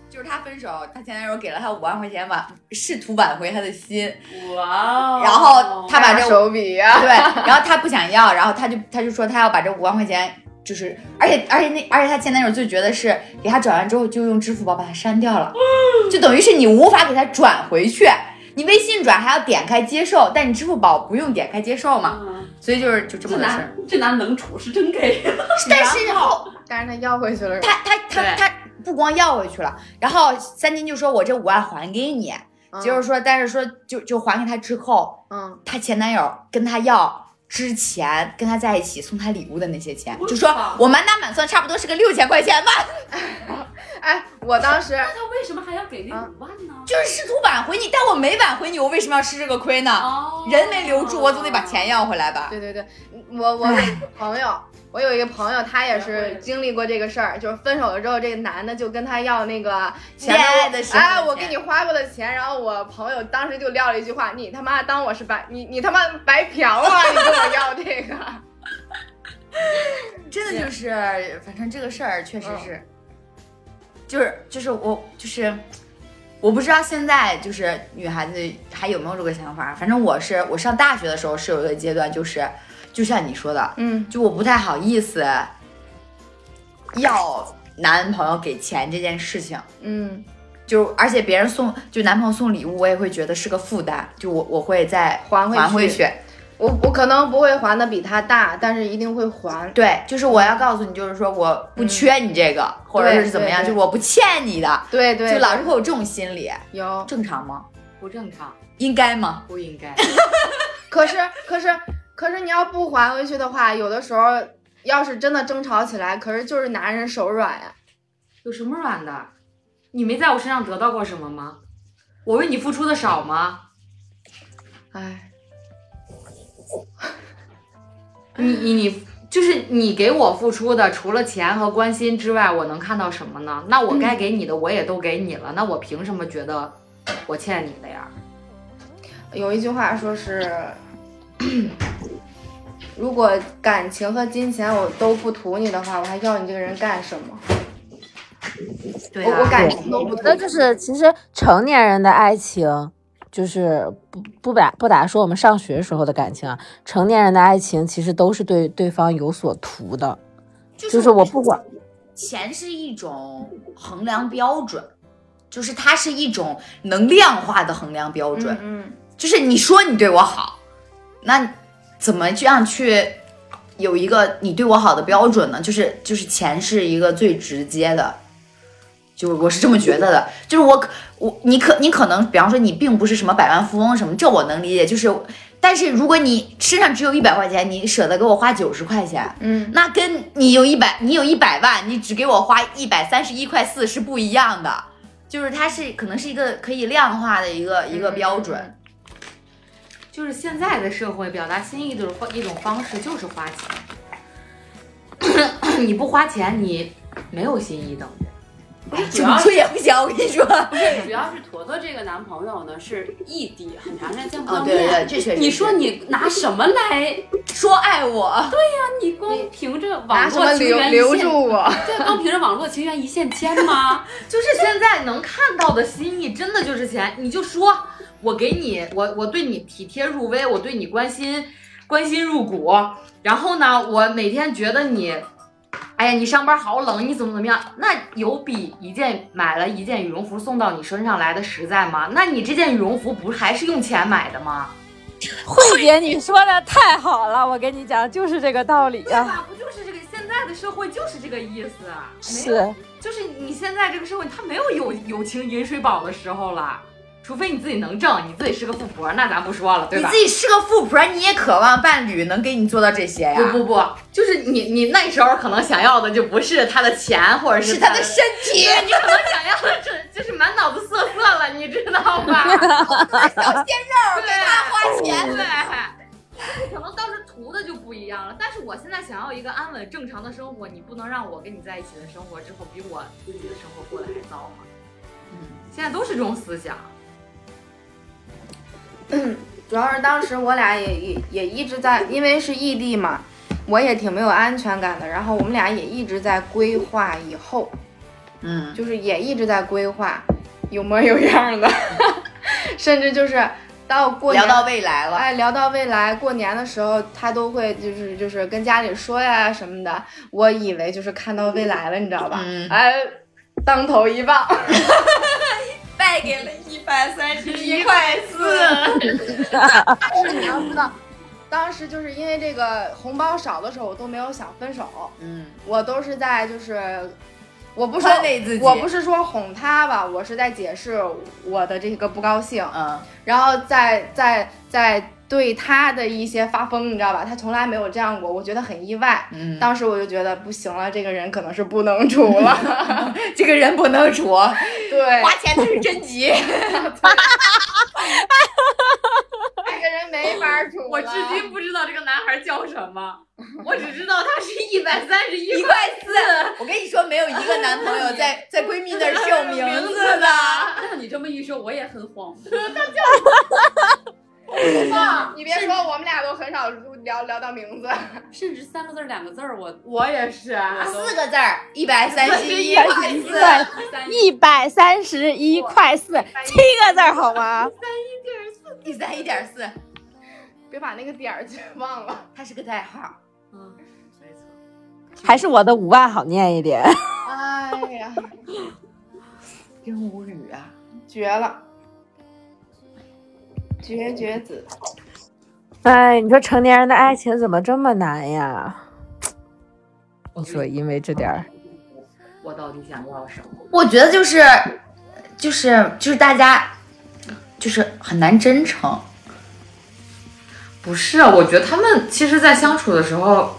[SPEAKER 2] 就是他分手，他前男友给了他五万块钱挽，试图挽回他的心，
[SPEAKER 4] 哇哦！
[SPEAKER 2] 然后他把
[SPEAKER 5] 大
[SPEAKER 2] 这
[SPEAKER 5] 手笔呀、
[SPEAKER 2] 对，然后他不想要，然后他就他就说他要把这五万块钱，就是而且而且那而且他前男友最绝的是给他转完之后就用支付宝把他删掉了，就等于是你无法给他转回去，你微信转还要点开接受，但你支付宝不用点开接受嘛，
[SPEAKER 4] 嗯，
[SPEAKER 2] 所以就是就这么
[SPEAKER 4] 这
[SPEAKER 2] 个事儿嗯
[SPEAKER 4] 男。这男能处是真给，
[SPEAKER 2] 但是后
[SPEAKER 5] 但是他要回去了，
[SPEAKER 2] 他他他
[SPEAKER 6] 对
[SPEAKER 2] 他不光要回去了，然后三金就说我这五万还给你，
[SPEAKER 5] 嗯
[SPEAKER 2] 就是说但是说就就还给他之后，
[SPEAKER 5] 嗯，
[SPEAKER 2] 她前男友跟她要之前跟她在一起送她礼物的那些钱，
[SPEAKER 4] 我
[SPEAKER 2] 就说
[SPEAKER 4] 操
[SPEAKER 2] 我满打满算差不多是个六千块钱吧，
[SPEAKER 5] 哎，我当时
[SPEAKER 4] 那他为什么还要给那五万呢？
[SPEAKER 2] 就是试图挽回你，但我没挽回你，我为什么要吃这个亏呢？
[SPEAKER 4] 哦
[SPEAKER 2] 人没留住，我总得把钱要回来吧。
[SPEAKER 5] 对对对，我我有一个朋友，我有一个朋友，他也是经历过这个事儿，就是分手了之后，这个男的就跟他要那个钱
[SPEAKER 2] 恋爱的时候的
[SPEAKER 5] 哎，我
[SPEAKER 2] 钱
[SPEAKER 5] 给你花过的钱，然后我朋友当时就撂了一句话，你他妈当我是白你你他妈白嫖啊，你跟我要这
[SPEAKER 2] (laughs)
[SPEAKER 5] 个，
[SPEAKER 2] 真的就是，反正这个事儿确实是，
[SPEAKER 4] 嗯
[SPEAKER 2] 就是就是我就是。我不知道现在就是女孩子还有没有这个想法，反正我是我上大学的时候是有一个阶段，就是就像你说的，
[SPEAKER 5] 嗯
[SPEAKER 2] 就我不太好意思要男朋友给钱这件事情，
[SPEAKER 5] 嗯
[SPEAKER 2] 就而且别人送就男朋友送礼物，我也会觉得是个负担，就我我会再
[SPEAKER 5] 还回去
[SPEAKER 2] 还回去。
[SPEAKER 5] 我我可能不会还的比他大，但是一定会还。
[SPEAKER 2] 对，就是我要告诉你，就是说我不缺你这个，或者
[SPEAKER 5] 对
[SPEAKER 2] 是怎么样，
[SPEAKER 5] 对
[SPEAKER 2] 就
[SPEAKER 5] 对
[SPEAKER 2] 我不欠你的，
[SPEAKER 5] 对对，
[SPEAKER 2] 就老是会有这种心理，
[SPEAKER 5] 有。
[SPEAKER 2] 正常吗？
[SPEAKER 6] 不正常，
[SPEAKER 2] 应该吗？
[SPEAKER 6] 不应该。
[SPEAKER 5] 可是可是可是你要不还回去的话，有的时候要是真的争吵起来，可是就是男人手软呀、
[SPEAKER 6] 有什么软的？你没在我身上得到过什么吗？我为你付出的少吗？
[SPEAKER 5] 哎，
[SPEAKER 6] 你你你，就是你给我付出的，除了钱和关心之外，我能看到什么呢？那我该给你的我也都给你了，那我凭什么觉得我欠你的呀？
[SPEAKER 5] 有一句话说是， (coughs) 如果感情和金钱我都不图你的话，我还要你这个人干什么？
[SPEAKER 2] 对
[SPEAKER 5] 我我
[SPEAKER 2] 啊，
[SPEAKER 5] 感情都不图
[SPEAKER 3] 那。就是其实成年人的爱情，就是不不打不打说我们上学时候的感情啊，成年人的爱情其实都是对对方有所图的，就是我不管，
[SPEAKER 2] 钱是一种衡量标准，就是它是一种能量化的衡量标准，
[SPEAKER 5] 嗯，
[SPEAKER 2] 就是你说你对我好，那怎么这样去有一个你对我好的标准呢？就是就是钱是一个最直接的，就是我是这么觉得的，就是我可我你可你可能比方说你并不是什么百万富翁什么，这我能理解，就是。但是如果你身上只有一百块钱，你舍得给我花九十块钱，
[SPEAKER 5] 嗯，
[SPEAKER 2] 那跟你有一百，你有一百万，你只给我花一百三十一块四是不一样的，就是它是可能是一个可以量化的一个一个标准。
[SPEAKER 4] 就是现在的社会，表达心意的一种方式就是
[SPEAKER 6] (coughs)
[SPEAKER 4] 花钱。你不花钱，你没有心意等于。
[SPEAKER 2] 主出也不行，我跟你 (laughs) 说。
[SPEAKER 4] 主要是坨坨这个男朋友呢是异地，很长时间见不
[SPEAKER 2] 哦
[SPEAKER 4] 到，
[SPEAKER 2] 对对对，
[SPEAKER 4] 面。
[SPEAKER 2] 这确实是。
[SPEAKER 4] 你说你拿什么来？
[SPEAKER 2] 说爱我，
[SPEAKER 4] 你光凭着网
[SPEAKER 5] 拿什
[SPEAKER 4] 络
[SPEAKER 5] 么
[SPEAKER 4] 情
[SPEAKER 5] 留
[SPEAKER 4] 缘
[SPEAKER 5] 留
[SPEAKER 4] 一线
[SPEAKER 5] 住我？ (laughs)
[SPEAKER 4] 对，啊光凭着网络情缘一线牵吗？
[SPEAKER 6] 就是现在能看到的心意，真的就是钱。你就说我给你，我我对你体贴入微，我对你关心关心入骨。然后呢，我每天觉得你，哎呀，你上班好冷，你怎么怎么样？那有比一件买了一件羽绒服送到你身上来的实在吗？那你这件羽绒服不是还是用钱买的吗？
[SPEAKER 3] 慧姐你说的太好了，我跟你讲就是这个道理
[SPEAKER 6] 对
[SPEAKER 3] 啊，
[SPEAKER 6] 吧？不就是这个现在的社会就是这个意思啊，没有
[SPEAKER 3] 是
[SPEAKER 6] 就是你现在这个社会，它没有友友情饮水饱的时候了，除非你自己能挣，你自己是个富婆，那咱不说了，对
[SPEAKER 2] 你
[SPEAKER 6] 吧
[SPEAKER 2] 自？己是个富婆，你也渴望伴侣能给你做到这些呀？
[SPEAKER 6] 不不不，就是你你那时候可能想要的就不是他的钱，或者
[SPEAKER 2] 是
[SPEAKER 6] 他
[SPEAKER 2] 他
[SPEAKER 6] (laughs)
[SPEAKER 2] 的身体。
[SPEAKER 6] 对你可能想要的是 (laughs) 就是满脑子瑟瑟了，你知道
[SPEAKER 2] (laughs)
[SPEAKER 6] 吧？小鲜肉，给他花钱，对。可能当时图的就不一样了，但是我现在想要一个安稳正常的生活，你不能让我跟你在一起的生活之后比我自己的生活过得还糟吗？嗯，现在都是这种思想。
[SPEAKER 5] 主要是当时我俩也也也一直在，因为是异地嘛，我也挺没有安全感的。然后我们俩也一直在规划以后，
[SPEAKER 2] 嗯，
[SPEAKER 5] 就是也一直在规划，有模有样的， (laughs) 甚至就是到过
[SPEAKER 2] 聊
[SPEAKER 5] 年
[SPEAKER 2] 到未来了，
[SPEAKER 5] 哎，聊到未来过年的时候，他都会就是就是跟家里说呀什么的。我以为就是看到未来了，你知道吧？
[SPEAKER 2] 嗯
[SPEAKER 5] 哎，当头一棒， (laughs)
[SPEAKER 2] 败给了一百三十一块四。
[SPEAKER 5] 你要知道，当时就是因为这个红包少的时候，我都没有想分手，
[SPEAKER 2] 嗯，
[SPEAKER 5] 我都是在就是，我不说
[SPEAKER 2] 宽慰自己。
[SPEAKER 5] 我不是说哄他吧，我是在解释我的这个不高兴，
[SPEAKER 2] 嗯，
[SPEAKER 5] 然后再再再对他的一些发疯，你知道吧？他从来没有这样过，我觉得很意外。
[SPEAKER 2] 嗯
[SPEAKER 5] 当时我就觉得不行了，这个人可能是不能处
[SPEAKER 4] (laughs)
[SPEAKER 5] 了。
[SPEAKER 2] 这个人不能处，花
[SPEAKER 5] 对，
[SPEAKER 2] 钱才是真急。
[SPEAKER 5] 这个人没法处了。
[SPEAKER 4] 我至今不知道这个男孩叫什么，
[SPEAKER 6] (laughs)
[SPEAKER 4] 我只知道他是一百三十一
[SPEAKER 2] 一块四， (laughs) 我跟你说，没有一个 (laughs) 男朋友
[SPEAKER 5] (laughs)
[SPEAKER 2] 在在闺蜜那儿是有名字的。
[SPEAKER 4] 那你这么一说，我也很恍惚。
[SPEAKER 5] 你别说，我们俩都很少聊聊到名字。
[SPEAKER 4] 甚至三个字儿、两个字儿，我
[SPEAKER 6] 我也是，
[SPEAKER 2] 四个字儿，一百三十一
[SPEAKER 3] 三
[SPEAKER 2] 块
[SPEAKER 3] 十一
[SPEAKER 2] 四。
[SPEAKER 3] 块
[SPEAKER 4] 三
[SPEAKER 3] 一百三十一块四，七个字儿好吗？
[SPEAKER 2] 一三一点四，
[SPEAKER 5] 别把那个点儿给忘了。
[SPEAKER 2] 它是个代号。
[SPEAKER 4] 嗯，没错。
[SPEAKER 3] 还是我的五万好念一点。
[SPEAKER 5] 哎呀，
[SPEAKER 2] 真无语啊！
[SPEAKER 5] 绝了，绝绝子。
[SPEAKER 3] 哎，你说成年人的爱情怎么这么难呀？所以因为这点儿，
[SPEAKER 6] 我到底想要什么？
[SPEAKER 2] 我觉得就是，就是就是大家，就是很难真诚。
[SPEAKER 6] 不是，我觉得他们其实，在相处的时候，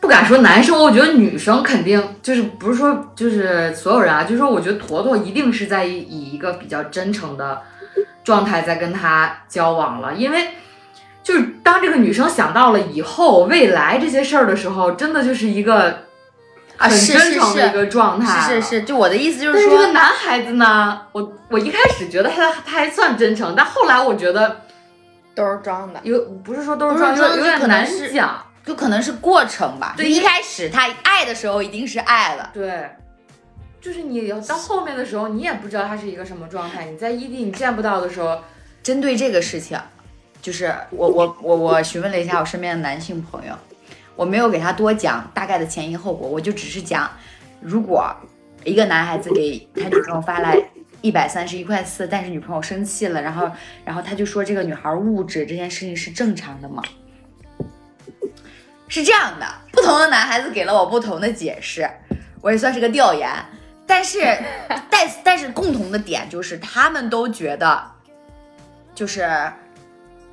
[SPEAKER 6] 不敢说男生，我觉得女生肯定就是不是说就是所有人啊，就是说，我觉得坨坨一定是在以一个比较真诚的状态在跟他交往了，因为就是当这个女生想到了以后未来这些事儿的时候，真的就是一个
[SPEAKER 2] 啊
[SPEAKER 6] 很
[SPEAKER 2] 是
[SPEAKER 6] 真
[SPEAKER 2] 是
[SPEAKER 6] 诚的
[SPEAKER 2] 是
[SPEAKER 6] 一个状态
[SPEAKER 2] 是是
[SPEAKER 6] 了
[SPEAKER 2] 是，就我的意思就
[SPEAKER 6] 但
[SPEAKER 2] 是
[SPEAKER 6] 是这个
[SPEAKER 2] 说，
[SPEAKER 6] 男孩子呢，我我一开始觉得他他还算真诚，但后来我觉得
[SPEAKER 5] 都是装的。
[SPEAKER 6] 有不是说都
[SPEAKER 2] 不
[SPEAKER 6] 是
[SPEAKER 2] 是
[SPEAKER 6] 装，有
[SPEAKER 2] 装
[SPEAKER 6] 有
[SPEAKER 2] 就
[SPEAKER 6] 点
[SPEAKER 2] 可
[SPEAKER 6] 难
[SPEAKER 2] 能是
[SPEAKER 6] 讲。
[SPEAKER 2] 就可能是过程吧。
[SPEAKER 6] 对
[SPEAKER 2] 一
[SPEAKER 6] 因为
[SPEAKER 2] 开始他爱的时候一定是爱了，
[SPEAKER 6] 对，就是你要到后面的时候，你也不知道他是一个什么状态。你在异地你见不到的时候，
[SPEAKER 2] 针对这个事情，就是我我我我询问了一下我身边的男性朋友，我没有给他多讲大概的前因后果，我就只是讲，如果一个男孩子给他女朋友发来一百三十一块四，但是女朋友生气了，然后然后他就说这个女孩物质这件事情是正常的吗？是这样的，不同的男孩子给了我不同的解释，我也算是个调研。但是，但但是共同的点就是，他们都觉得就是，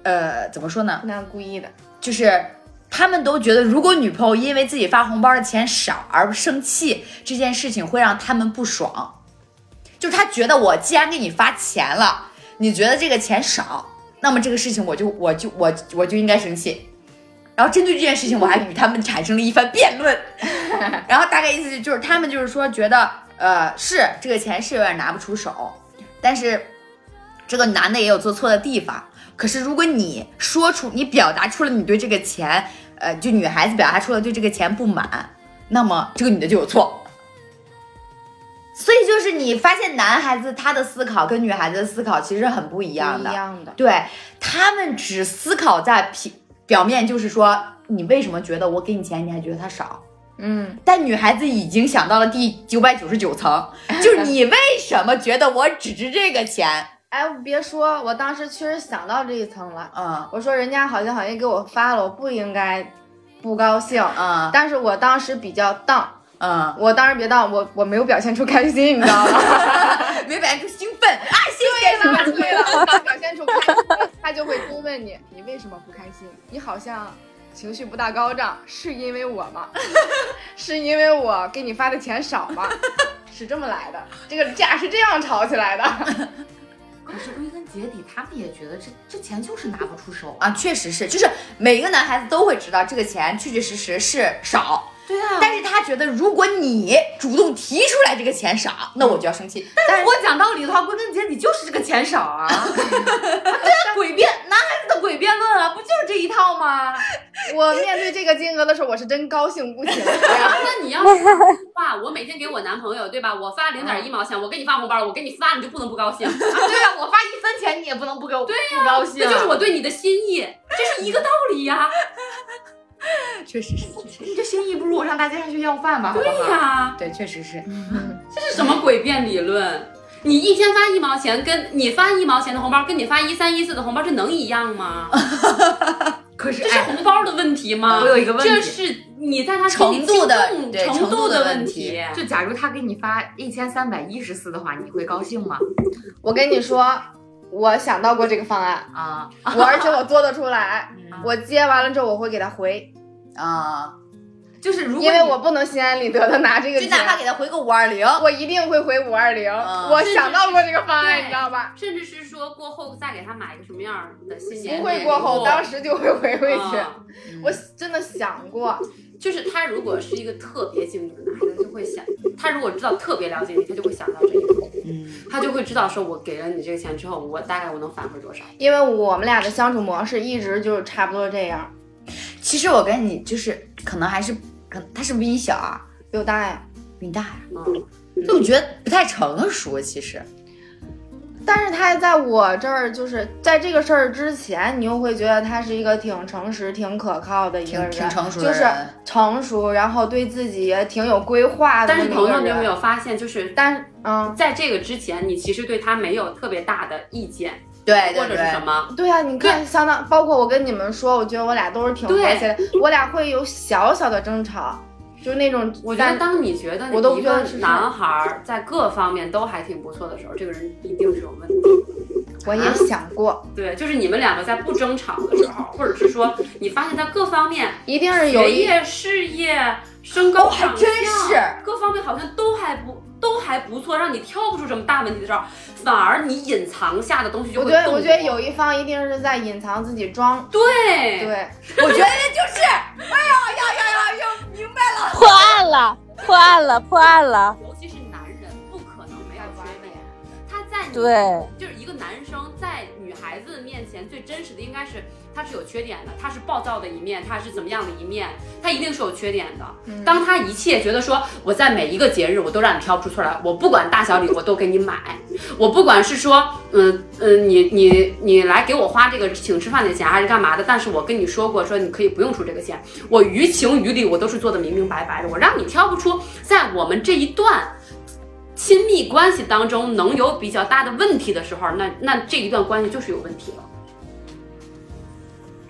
[SPEAKER 2] 呃，怎么说呢？
[SPEAKER 5] 那故意的，
[SPEAKER 2] 就是他们都觉得，如果女朋友因为自己发红包的钱少而生气，这件事情会让他们不爽。就是他觉得，我既然给你发钱了，你觉得这个钱少，那么这个事情我就我就我我就应该生气。然后针对这件事情，我还与他们产生了一番辩论。 (laughs) 然后大概意思就是，他们就是说觉得，呃，是这个钱是有点拿不出手，但是这个男的也有做错的地方。可是如果你说出，你表达出了你对这个钱，呃，就女孩子表达出了对这个钱不满，那么这个女的就有错。所以就是你发现男孩子他的思考跟女孩子的思考其实很不一
[SPEAKER 5] 一
[SPEAKER 2] 样的，
[SPEAKER 5] 样的。
[SPEAKER 2] 对他们只思考在皮表面，就是说你为什么觉得我给你钱你还觉得它少？
[SPEAKER 5] 嗯，
[SPEAKER 2] 但女孩子已经想到了第九百九十九 (laughs) 层，就是你为什么觉得我只值这个钱？
[SPEAKER 5] 哎，别说，我当时确实想到这一层了。
[SPEAKER 2] 嗯
[SPEAKER 5] 我说人家好像好像给我发了，我不应该不高兴。
[SPEAKER 2] 嗯
[SPEAKER 5] 但是我当时比较荡，
[SPEAKER 2] 嗯，
[SPEAKER 5] 我当时别荡，我我没有表现出开心，你知道
[SPEAKER 2] (laughs)
[SPEAKER 5] 吗？
[SPEAKER 2] 没嗯白就兴奋啊！谢谢。
[SPEAKER 5] 对 (laughs) 了，他表现出开心，他就会追问你，你为什么不开心？你好像情绪不大高涨，是因为我吗？ (laughs) 是因为我给你发的钱少吗？是这么来的，这个架是这样吵起来的。
[SPEAKER 6] 可是归根结底，他们也觉得这这钱就是拿不出手啊。
[SPEAKER 2] 啊，确实是，就是每一个男孩子都会知道这个钱确确实实是少，
[SPEAKER 6] 对啊，
[SPEAKER 2] 但是他觉得如果你主动提出来这个钱少，那我就要生气。但是
[SPEAKER 6] 我讲道理的话，归根结底就是这个钱少啊。对啊，诡辩，男孩子的诡辩论啊，不就是这一套吗？
[SPEAKER 5] (laughs) 我面对这个金额的时候，我是真高兴不起来
[SPEAKER 4] 然
[SPEAKER 5] 呀。
[SPEAKER 4] 后那你要是的话，我每天给我男朋友，对吧？我发零点一毛钱，我给你发红包，我给你发，你就不能不高兴，
[SPEAKER 6] (laughs) 对啊，我发一分钱你也不能不给我不高兴啊
[SPEAKER 4] 这就是我对你的心意，这是一个道理呀、
[SPEAKER 2] 确实是，
[SPEAKER 6] 你这心意不如我上大街上去要饭吧？好不
[SPEAKER 4] 对
[SPEAKER 6] 好
[SPEAKER 4] 呀、
[SPEAKER 2] 对，确实是。
[SPEAKER 4] 这是什么诡辩理论？你一天发一毛钱，跟你发一毛钱的红包，跟你发一三一四的红包，这能一样吗？
[SPEAKER 6] 可是
[SPEAKER 4] 这是
[SPEAKER 6] 哎，
[SPEAKER 4] 红包的问题吗？
[SPEAKER 6] (laughs) 我有一个问题
[SPEAKER 4] 这是你在他心里
[SPEAKER 2] 程度的
[SPEAKER 4] 轻重
[SPEAKER 2] 对
[SPEAKER 4] 程
[SPEAKER 2] 程度的
[SPEAKER 4] 的
[SPEAKER 2] 问题
[SPEAKER 4] 题。
[SPEAKER 6] 就假如他给你发一千三百一十四的话，你会高兴吗？
[SPEAKER 5] (laughs) 我跟你说，我想到过这个方 (laughs) 案，
[SPEAKER 6] 啊，
[SPEAKER 5] 我而且我做得出来。我接完了之后，我会给他回，
[SPEAKER 2] 啊，
[SPEAKER 6] 就是如果
[SPEAKER 5] 因为
[SPEAKER 6] 你
[SPEAKER 5] 我不能心安理得的拿这个
[SPEAKER 2] 就哪怕
[SPEAKER 5] 钱，
[SPEAKER 2] 给他回个五二零，
[SPEAKER 5] 我一定会回五二零。
[SPEAKER 2] 嗯
[SPEAKER 5] 我想到过这个方案，
[SPEAKER 4] 对
[SPEAKER 5] 你知道吧？
[SPEAKER 4] 甚至是说过后再给他买一个什么样的新年
[SPEAKER 5] 不会过后，当时就会回回去。
[SPEAKER 4] 啊
[SPEAKER 5] 我真的想过，
[SPEAKER 4] 就是他如果是一个特别精准的男生，就会想他如果知道特别了解你，他就会想到这一步，
[SPEAKER 2] 嗯
[SPEAKER 4] 他就会知道说我给了你这个钱之后，我大概我能返回多少。
[SPEAKER 5] 因为我们俩的相处模式一直就是差不多这样。，
[SPEAKER 2] 其实我跟你就是可能还是，可能他是不是比你小啊？
[SPEAKER 5] 比我大呀，
[SPEAKER 2] 比你大呀、
[SPEAKER 4] 嗯，
[SPEAKER 2] 就我觉得不太成熟，其实
[SPEAKER 5] 但是他在我这儿，就是在这个事儿之前，你又会觉得他是一个挺诚实、挺可靠的一个
[SPEAKER 2] 挺
[SPEAKER 5] 人，
[SPEAKER 2] 挺成熟的
[SPEAKER 5] 就是
[SPEAKER 2] 人。
[SPEAKER 5] 成熟，然后对自己也挺有规划的
[SPEAKER 4] 但是
[SPEAKER 5] 那么一个
[SPEAKER 4] 彤
[SPEAKER 5] 人。
[SPEAKER 4] 彤，你有没有发现，就是
[SPEAKER 5] 但是，嗯，
[SPEAKER 4] 在这个之前，你其实对他没有特别大的意见，
[SPEAKER 2] 对对
[SPEAKER 4] 或者是什
[SPEAKER 2] 对，
[SPEAKER 4] 么？
[SPEAKER 5] 对呀、啊你看，相当包括我跟你们说，我觉得我俩都是挺和
[SPEAKER 4] 对
[SPEAKER 5] 谐的，我俩会有小小的争吵，就是那种，
[SPEAKER 4] 我觉
[SPEAKER 5] 但
[SPEAKER 4] 得，当你觉得
[SPEAKER 5] 我都
[SPEAKER 4] 一
[SPEAKER 5] 不觉
[SPEAKER 4] 个
[SPEAKER 5] 得是事儿
[SPEAKER 4] 男孩儿在各方面都还挺不错的时候，这个人一定是有问题。
[SPEAKER 5] 我也想过，
[SPEAKER 4] 对，就是你们两个在不争吵的时候，或者是说你发现他各方面
[SPEAKER 5] 一定是有
[SPEAKER 4] 学
[SPEAKER 5] 一
[SPEAKER 4] 业、事业、身高、
[SPEAKER 2] 哦还
[SPEAKER 4] 长相
[SPEAKER 2] 真是
[SPEAKER 4] 各方面好像都还不都还不错，让你挑不出什么大问题的时候，反而你隐藏下的东西就
[SPEAKER 5] 我
[SPEAKER 4] 会
[SPEAKER 5] 觉
[SPEAKER 4] 更
[SPEAKER 5] 得，
[SPEAKER 4] 多。
[SPEAKER 5] 我觉得有一方一定是在隐藏自己装，
[SPEAKER 4] 对
[SPEAKER 5] 对，
[SPEAKER 2] 我觉得就是，哎呀呀呀呀，又明白了。
[SPEAKER 3] 破案了，破案了，破案了，
[SPEAKER 4] 尤其是男人，不可能没有缺点。他在你
[SPEAKER 3] 对。
[SPEAKER 4] 就是一个男生在女孩孩子面前最真实的应该是他是有缺点的，他是暴躁的一面，他是怎么样的一面，他一定是有缺点的。当他一切觉得说我在每一个节日我都让你挑不出错来，我不管大小礼我都给你买，我不管是说嗯嗯你你你来给我花这个请吃饭的钱还是干嘛的，但是我跟你说过说你可以不用出这个钱，我于情于理我都是做的明明白白的，我让你挑不出，在我们这一段。亲密关系当中能有比较大的问题的时候，那那这一段关系就是有问题了。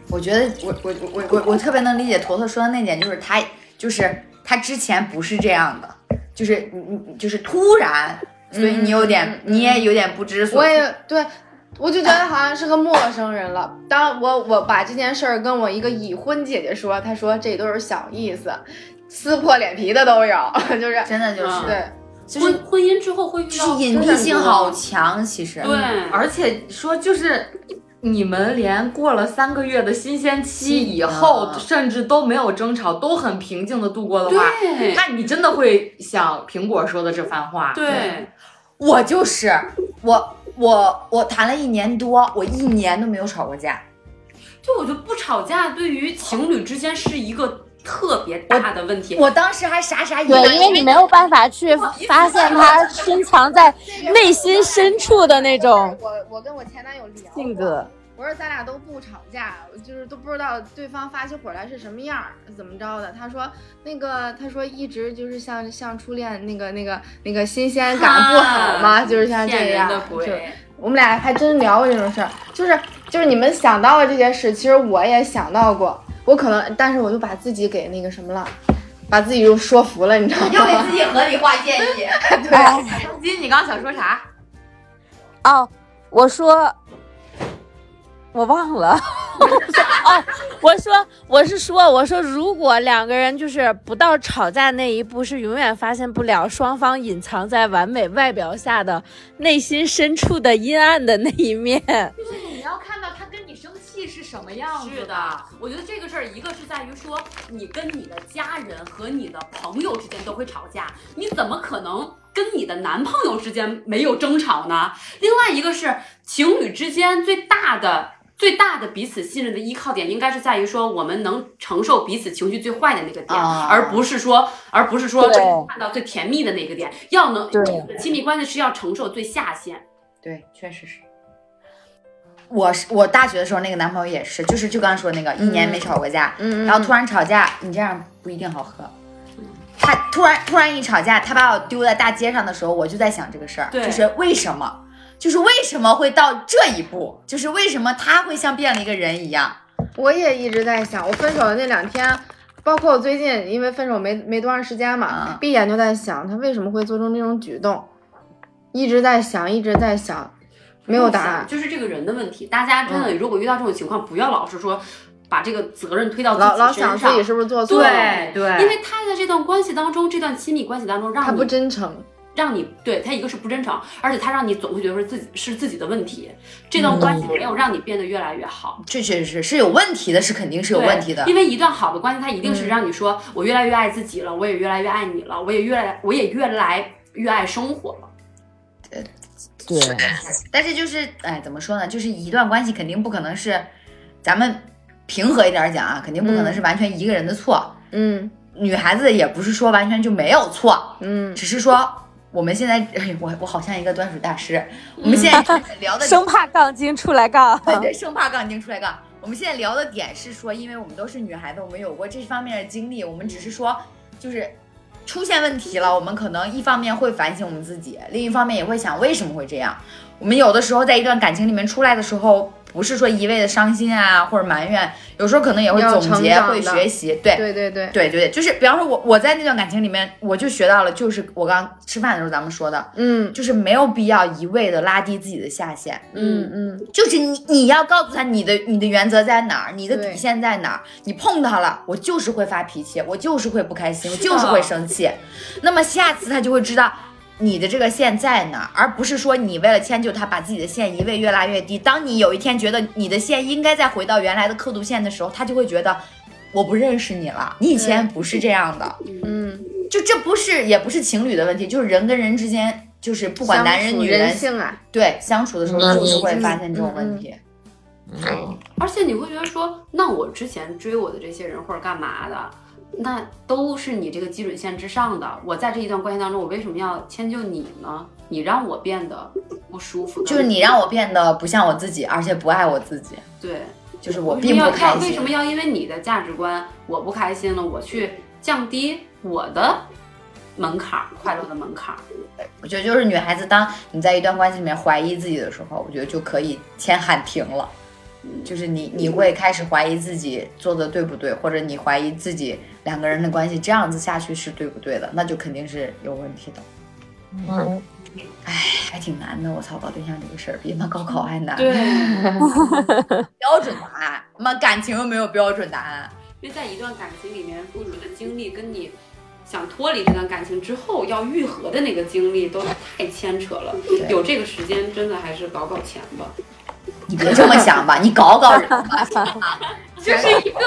[SPEAKER 2] 我觉得我我我我我我特别能理解坨坨说的那点，就是他就是他之前不是这样的，就是你你就是突然，所以你有点、你也有点不知所
[SPEAKER 5] 我
[SPEAKER 2] 措。
[SPEAKER 5] 也对，我就觉得好像是个陌生人了。当我我把这件事儿跟我一个已婚姐姐说，她说这都是小意思，撕破脸皮的都有， (laughs) 就是
[SPEAKER 2] 真的就是、
[SPEAKER 4] 嗯
[SPEAKER 5] 对，
[SPEAKER 2] 就是
[SPEAKER 4] 婚婚姻之后会遇
[SPEAKER 2] 就是
[SPEAKER 4] 到
[SPEAKER 2] 隐
[SPEAKER 4] 真的
[SPEAKER 2] 蔽性
[SPEAKER 4] 很多
[SPEAKER 2] 好强，其实
[SPEAKER 4] 对，
[SPEAKER 6] 嗯而且说就是。你们连过了三个月的新鲜期以后，
[SPEAKER 7] 啊
[SPEAKER 2] 嗯
[SPEAKER 6] 甚至都没有争吵，都很平静的度过的话，
[SPEAKER 4] 对
[SPEAKER 6] 那你真的会想苹果说的这番话。
[SPEAKER 4] 对，
[SPEAKER 2] 我就是我我我谈了一年多，我一年都没有吵过架。
[SPEAKER 4] 就我觉得不吵架对于情侣之间是一个特别大的问题。
[SPEAKER 2] 我当时还傻傻以
[SPEAKER 3] 对，因为
[SPEAKER 2] 为
[SPEAKER 3] 你没有办法去发现他深藏在内心深处的那种
[SPEAKER 5] 我我跟我前男友聊过
[SPEAKER 3] 性格。
[SPEAKER 5] 我说咱俩都不吵架，就是都不知道对方发起火来是什么样儿，怎么着的。他说那个，他说一直就是像像初恋那个那个那个新鲜感不好吗？就是像
[SPEAKER 4] 啊骗
[SPEAKER 5] 这样
[SPEAKER 4] 人的，
[SPEAKER 5] 就
[SPEAKER 4] 鬼，
[SPEAKER 5] 我们俩还真聊过这种事儿，就是就是你们想到了这件事，其实我也想到过，我可能，但是我就把自己给那个什么了，把自己又说服了，你知道
[SPEAKER 2] 要给
[SPEAKER 4] (laughs)
[SPEAKER 5] 吗？
[SPEAKER 2] 自己合理化建议。
[SPEAKER 3] 哎
[SPEAKER 6] 金，你刚想说啥？
[SPEAKER 3] 哦，我说，我忘了。 (laughs) 哦，我说，我是说，我说，如果两个人就是不到吵架那一步，是永远发现不了双方隐藏在完美外表下的内心深处的阴暗的那一面。
[SPEAKER 7] 就是你要看到他跟你生气是什么样子
[SPEAKER 4] 是的，我觉得这个事儿，一个是在于说你跟你的家人和你的朋友之间都会吵架，你怎么可能跟你的男朋友之间没有争吵呢？另外一个是情侣之间最大的。最大的彼此信任的依靠点，应该是在于说我们能承受彼此情绪最坏的那个点，
[SPEAKER 2] 啊
[SPEAKER 4] 而不是说，而不是说
[SPEAKER 3] 对
[SPEAKER 4] 看到最甜蜜的那个点。要能
[SPEAKER 3] 对
[SPEAKER 4] 亲密关系是要承受最下限，
[SPEAKER 2] 对，确实是。我是我大学的时候那个男朋友也是，就是就刚刚说那个一年没吵过架，
[SPEAKER 5] 嗯
[SPEAKER 2] 然后突然吵架，你这样不一定好喝。
[SPEAKER 4] 嗯
[SPEAKER 2] 他突然突然一吵架，他把我丢在大街上的时候，我就在想这个事儿，
[SPEAKER 4] 对
[SPEAKER 2] 就是为什么，就是为什么会到这一步，就是为什么他会像变了一个人一样。
[SPEAKER 5] 我也一直在想，我分手的那两天，包括我最近因为分手没没多长时间嘛
[SPEAKER 2] 嗯，
[SPEAKER 5] 闭眼就在想他为什么会做出这种举动，一直在想，一直在想，没有答案。嗯
[SPEAKER 4] 就是这个人的问题。大家真的，如果遇到这种情况，不要老是说把这个责任推到
[SPEAKER 5] 老老
[SPEAKER 4] 自己
[SPEAKER 5] 想
[SPEAKER 4] 身
[SPEAKER 5] 自
[SPEAKER 4] 上。
[SPEAKER 5] 己是不是做错了，
[SPEAKER 6] 对对，
[SPEAKER 4] 因为他在这段关系当中，这段亲密关系当中，
[SPEAKER 5] 他
[SPEAKER 4] 让
[SPEAKER 5] 不
[SPEAKER 4] 你
[SPEAKER 5] 真诚。
[SPEAKER 4] 让你对他一个是不真诚，而且他让你总会觉得是自己是自己的问题。这段关系没有让你变得越来越好，
[SPEAKER 2] 这确实是是有问题的，是肯定是有
[SPEAKER 4] 对
[SPEAKER 2] 问题的
[SPEAKER 4] 因。为一段好的关系，它一定
[SPEAKER 5] 嗯
[SPEAKER 4] 是让你说，我越来越爱自己了，我也越来越爱你了，我也越来我也越来越爱生活了。
[SPEAKER 3] 对，
[SPEAKER 2] 但是就是，哎，怎么说呢？就是一段关系肯定不可能是，咱们平和一点儿讲啊，肯定不可
[SPEAKER 4] 嗯
[SPEAKER 2] 能是完全一个人的错。
[SPEAKER 5] 嗯
[SPEAKER 2] 女孩子也不是说完全就没有错，
[SPEAKER 5] 嗯，
[SPEAKER 2] 只是说我们现在，哎，我我好像一个端水大师。我们现
[SPEAKER 5] 嗯
[SPEAKER 2] 在聊
[SPEAKER 5] (laughs)
[SPEAKER 2] 的
[SPEAKER 3] (laughs) 生怕杠精出来杠。
[SPEAKER 2] 对，生怕杠精出来杠。我们现在聊的点是说，因为我们都是女孩子，我们有过这方面的经历，我们只是说，就是出现问题了，我们可能一方面会反省我们自己，另一方面也会想为什么会这样。我们有的时候在一段感情里面出来的时候，不是说一味的伤心啊或者埋怨，有时候可能也会
[SPEAKER 5] 要
[SPEAKER 2] 总
[SPEAKER 5] 成
[SPEAKER 2] 结、
[SPEAKER 5] 长
[SPEAKER 2] 会
[SPEAKER 5] 的
[SPEAKER 2] 学习，对。
[SPEAKER 5] 对对对，
[SPEAKER 2] 对对对，就是比方说我，我在那段感情里面，我就学到了，就是我刚吃饭的时候咱们说的，
[SPEAKER 5] 嗯
[SPEAKER 2] 就是没有必要一味的拉低自己的下限，
[SPEAKER 5] 嗯嗯，
[SPEAKER 2] 就是你你要告诉他你的你的原则在哪儿，你的
[SPEAKER 5] 对
[SPEAKER 2] 底线在哪儿。你碰到了，我就是会发脾气，我就是会不开心，我
[SPEAKER 4] 是的
[SPEAKER 2] 就是会生气。那么下次他就会知道你的这个线在哪儿，而不是说你为了迁就他，把自己的线一味越拉越低。当你有一天觉得你的线应该再回到原来的刻度线的时候，他就会觉得我不认识你了，你以前不是这样的。
[SPEAKER 5] 嗯，
[SPEAKER 2] 就这不是也不是情侣的问题，就是人跟人之间，就是不管男人
[SPEAKER 5] 相处
[SPEAKER 2] 女人
[SPEAKER 5] 人性啊，
[SPEAKER 4] 嗯
[SPEAKER 2] 对相处的时候，就是会发现这种问题。
[SPEAKER 8] 嗯，
[SPEAKER 4] 而且你会觉得说，那我之前追我的这些人或者干嘛的，那都是你这个基准线之上的。我在这一段关系当中，我为什么要迁就你呢？你让我变得不舒服，
[SPEAKER 2] 就是你让我变得不像我自己，而且不爱我自己，
[SPEAKER 4] 对，
[SPEAKER 2] 就是我
[SPEAKER 4] 为什
[SPEAKER 2] 并
[SPEAKER 4] 么要
[SPEAKER 2] 不开
[SPEAKER 4] 看为
[SPEAKER 2] 心
[SPEAKER 4] 什。么要因为你的价值观我不开心了，我去降低我的门槛儿，快乐的门槛儿？
[SPEAKER 2] 我觉得就是女孩子，当你在一段关系里面怀疑自己的时候，我觉得就可以先喊停了。就是你你会开始怀疑自己做的对不对，或者你怀疑自己两个人的关系这样子下去是对不对的，那就肯定是有问题的。
[SPEAKER 8] 嗯，
[SPEAKER 2] 还挺难的，我操，搞对象这个事儿比妈高考还难。
[SPEAKER 4] 对，
[SPEAKER 2] 标准答案，妈感情又没有标准答案。
[SPEAKER 4] 因为在一段感情里面，付出的精力跟你想脱离这段感情之后要愈合的那个精力都太牵扯了。有这个时间，真的还是搞搞钱吧。
[SPEAKER 2] 你别这么想吧，你搞搞人吧。
[SPEAKER 7] 就是一个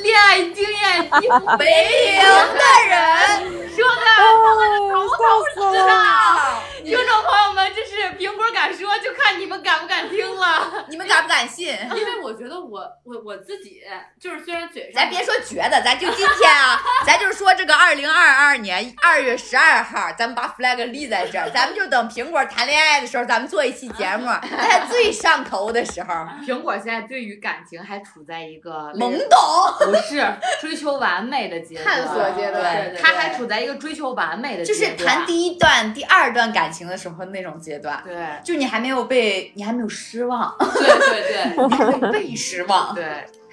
[SPEAKER 7] 恋爱经验一无
[SPEAKER 2] 没有的人，
[SPEAKER 7] 说的，
[SPEAKER 3] 笑死我了！
[SPEAKER 7] 听众朋友们，这是苹果敢说，就看你们敢不敢听了。
[SPEAKER 2] 你们敢不敢信？
[SPEAKER 4] 因为我觉得我我我自己就是虽然嘴上
[SPEAKER 2] 咱别说觉得，咱就今天 (laughs) 啊，咱就说这个二零二二年二月十二号，咱们把 flag 立在这儿，咱们就等苹果谈恋爱的时候，咱们做一期节 (laughs) 目，在他最上头的时候， (laughs)
[SPEAKER 9] 苹果现在对于感情还处在一个
[SPEAKER 2] 懵 (laughs) 懂，
[SPEAKER 9] 不是追求完美的阶段，
[SPEAKER 5] 探索阶段
[SPEAKER 9] 对
[SPEAKER 5] 对对对
[SPEAKER 9] 他还处在一个追求完美的
[SPEAKER 2] 就
[SPEAKER 9] 阶
[SPEAKER 2] 是
[SPEAKER 9] 段，
[SPEAKER 2] 谈第一段、第二段感情的时候那种阶段，
[SPEAKER 9] 对
[SPEAKER 2] 就你还没有被，你还没有失望，
[SPEAKER 4] 对对
[SPEAKER 2] 你还没有 (laughs) 被失望，
[SPEAKER 9] 对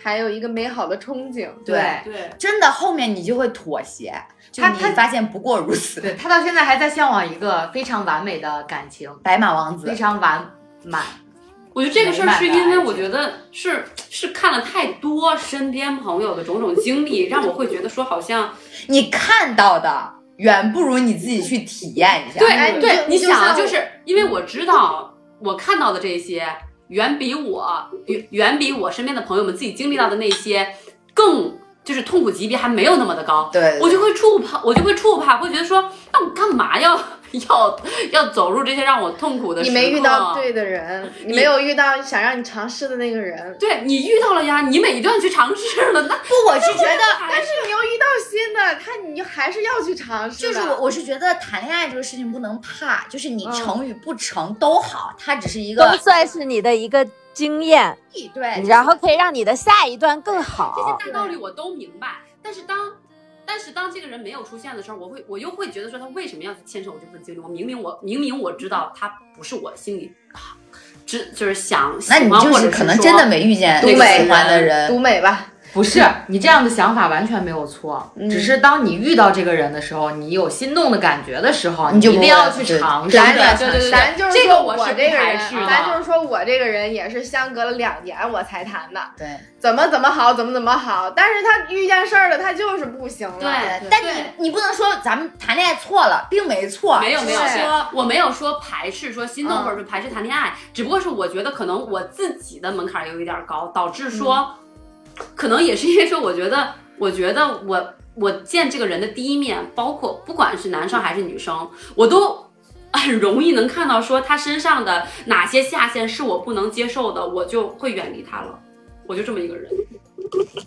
[SPEAKER 5] 还有一个美好的憧憬。
[SPEAKER 2] 哦对。
[SPEAKER 4] (laughs) 对对，
[SPEAKER 2] 真的后面你就会妥协，就
[SPEAKER 9] 他
[SPEAKER 2] 你
[SPEAKER 9] 他
[SPEAKER 2] 发现不过如此。
[SPEAKER 9] 对，他到现在还在向往一个非常完美的感情，
[SPEAKER 2] 白马王
[SPEAKER 9] 非
[SPEAKER 2] 子，
[SPEAKER 9] 常完满。
[SPEAKER 4] 我觉得这个事儿是因为我觉得是是看了太多身边朋友的种种经历，让我会觉得说好像
[SPEAKER 2] 你看到的远不如你自己去体验一下。
[SPEAKER 4] 对
[SPEAKER 5] 你
[SPEAKER 4] 对
[SPEAKER 5] 就，
[SPEAKER 4] 你
[SPEAKER 5] 就
[SPEAKER 4] 想啊，
[SPEAKER 5] 像
[SPEAKER 4] 就是因为我知道我看到的这些，远比我远远比我身边的朋友们自己经历到的那些更就是痛苦级别还没有那么的高，
[SPEAKER 2] 对，
[SPEAKER 4] 我就会触怕，我就会触怕，会觉得说，那我干嘛要要要走入这些让我痛苦的
[SPEAKER 5] 你
[SPEAKER 4] 时刻？
[SPEAKER 5] 没遇到对的人，你没有遇到想让你尝试的那个人，
[SPEAKER 4] 对你遇到了呀，你每一段去尝试了，那
[SPEAKER 2] 不，我是觉得。
[SPEAKER 5] 但是你又遇到新的，看你还是要去尝试
[SPEAKER 2] 就 (laughs)
[SPEAKER 5] 的。
[SPEAKER 2] 是我，我是觉得谈恋爱这个事情不能怕，就是你成与不成都好，它嗯只是一
[SPEAKER 3] (laughs) 都
[SPEAKER 2] 个
[SPEAKER 3] 算是你的一个经验，
[SPEAKER 2] 对，
[SPEAKER 3] 然后可以让你的下一段更好。
[SPEAKER 4] 这些大道理我都明白，但是当。但是当这个人没有出现的时候，我会我又会觉得说他为什么要去牵扯我这份经历？我明明我明明我知道他不是我心里，啊只就是想喜
[SPEAKER 2] 那你
[SPEAKER 4] 欢
[SPEAKER 2] 就
[SPEAKER 4] 或者
[SPEAKER 2] 是
[SPEAKER 4] 是
[SPEAKER 2] 可能
[SPEAKER 4] 说
[SPEAKER 2] 真的没遇见那个喜欢的人，
[SPEAKER 5] 独美吧，
[SPEAKER 9] 不是你这样的想法完全没有错，
[SPEAKER 2] 嗯
[SPEAKER 9] 只是当你遇到这个人的时候，你有心动的感觉的时候，
[SPEAKER 2] 你就
[SPEAKER 9] 一定
[SPEAKER 2] 不
[SPEAKER 9] 要
[SPEAKER 2] 会
[SPEAKER 9] 去
[SPEAKER 2] 对
[SPEAKER 9] 尝试。
[SPEAKER 5] 咱
[SPEAKER 9] 对
[SPEAKER 4] 对对对
[SPEAKER 5] 咱就是
[SPEAKER 4] 这个
[SPEAKER 5] 说
[SPEAKER 4] 我
[SPEAKER 5] 我
[SPEAKER 4] 是
[SPEAKER 5] 这个
[SPEAKER 4] 排
[SPEAKER 5] 人啊
[SPEAKER 4] 斥的，
[SPEAKER 5] 咱就是说我这个人也是相隔了两年我才谈的，
[SPEAKER 2] 对。
[SPEAKER 5] 怎么怎么好，怎么怎么好，但是他遇见事儿了，他就是不行了。
[SPEAKER 4] 对，
[SPEAKER 2] 但你你不能说咱们谈恋爱错了，并没错，
[SPEAKER 4] 没有没有
[SPEAKER 5] 是
[SPEAKER 4] 说，我没有说排斥说心动
[SPEAKER 5] 嗯
[SPEAKER 4] 或者是排斥谈恋爱，只不过是我觉得可能我自己的门槛有一点儿高，导致说，
[SPEAKER 5] 嗯
[SPEAKER 4] 可能也是因为说，我觉得，我觉得我我见这个人的第一面，包括不管是男生还是女生，我都。 (laughs) 很容易能看到说他身上的哪些下限是我不能接受的，我就会远离他了。我就这么一个人，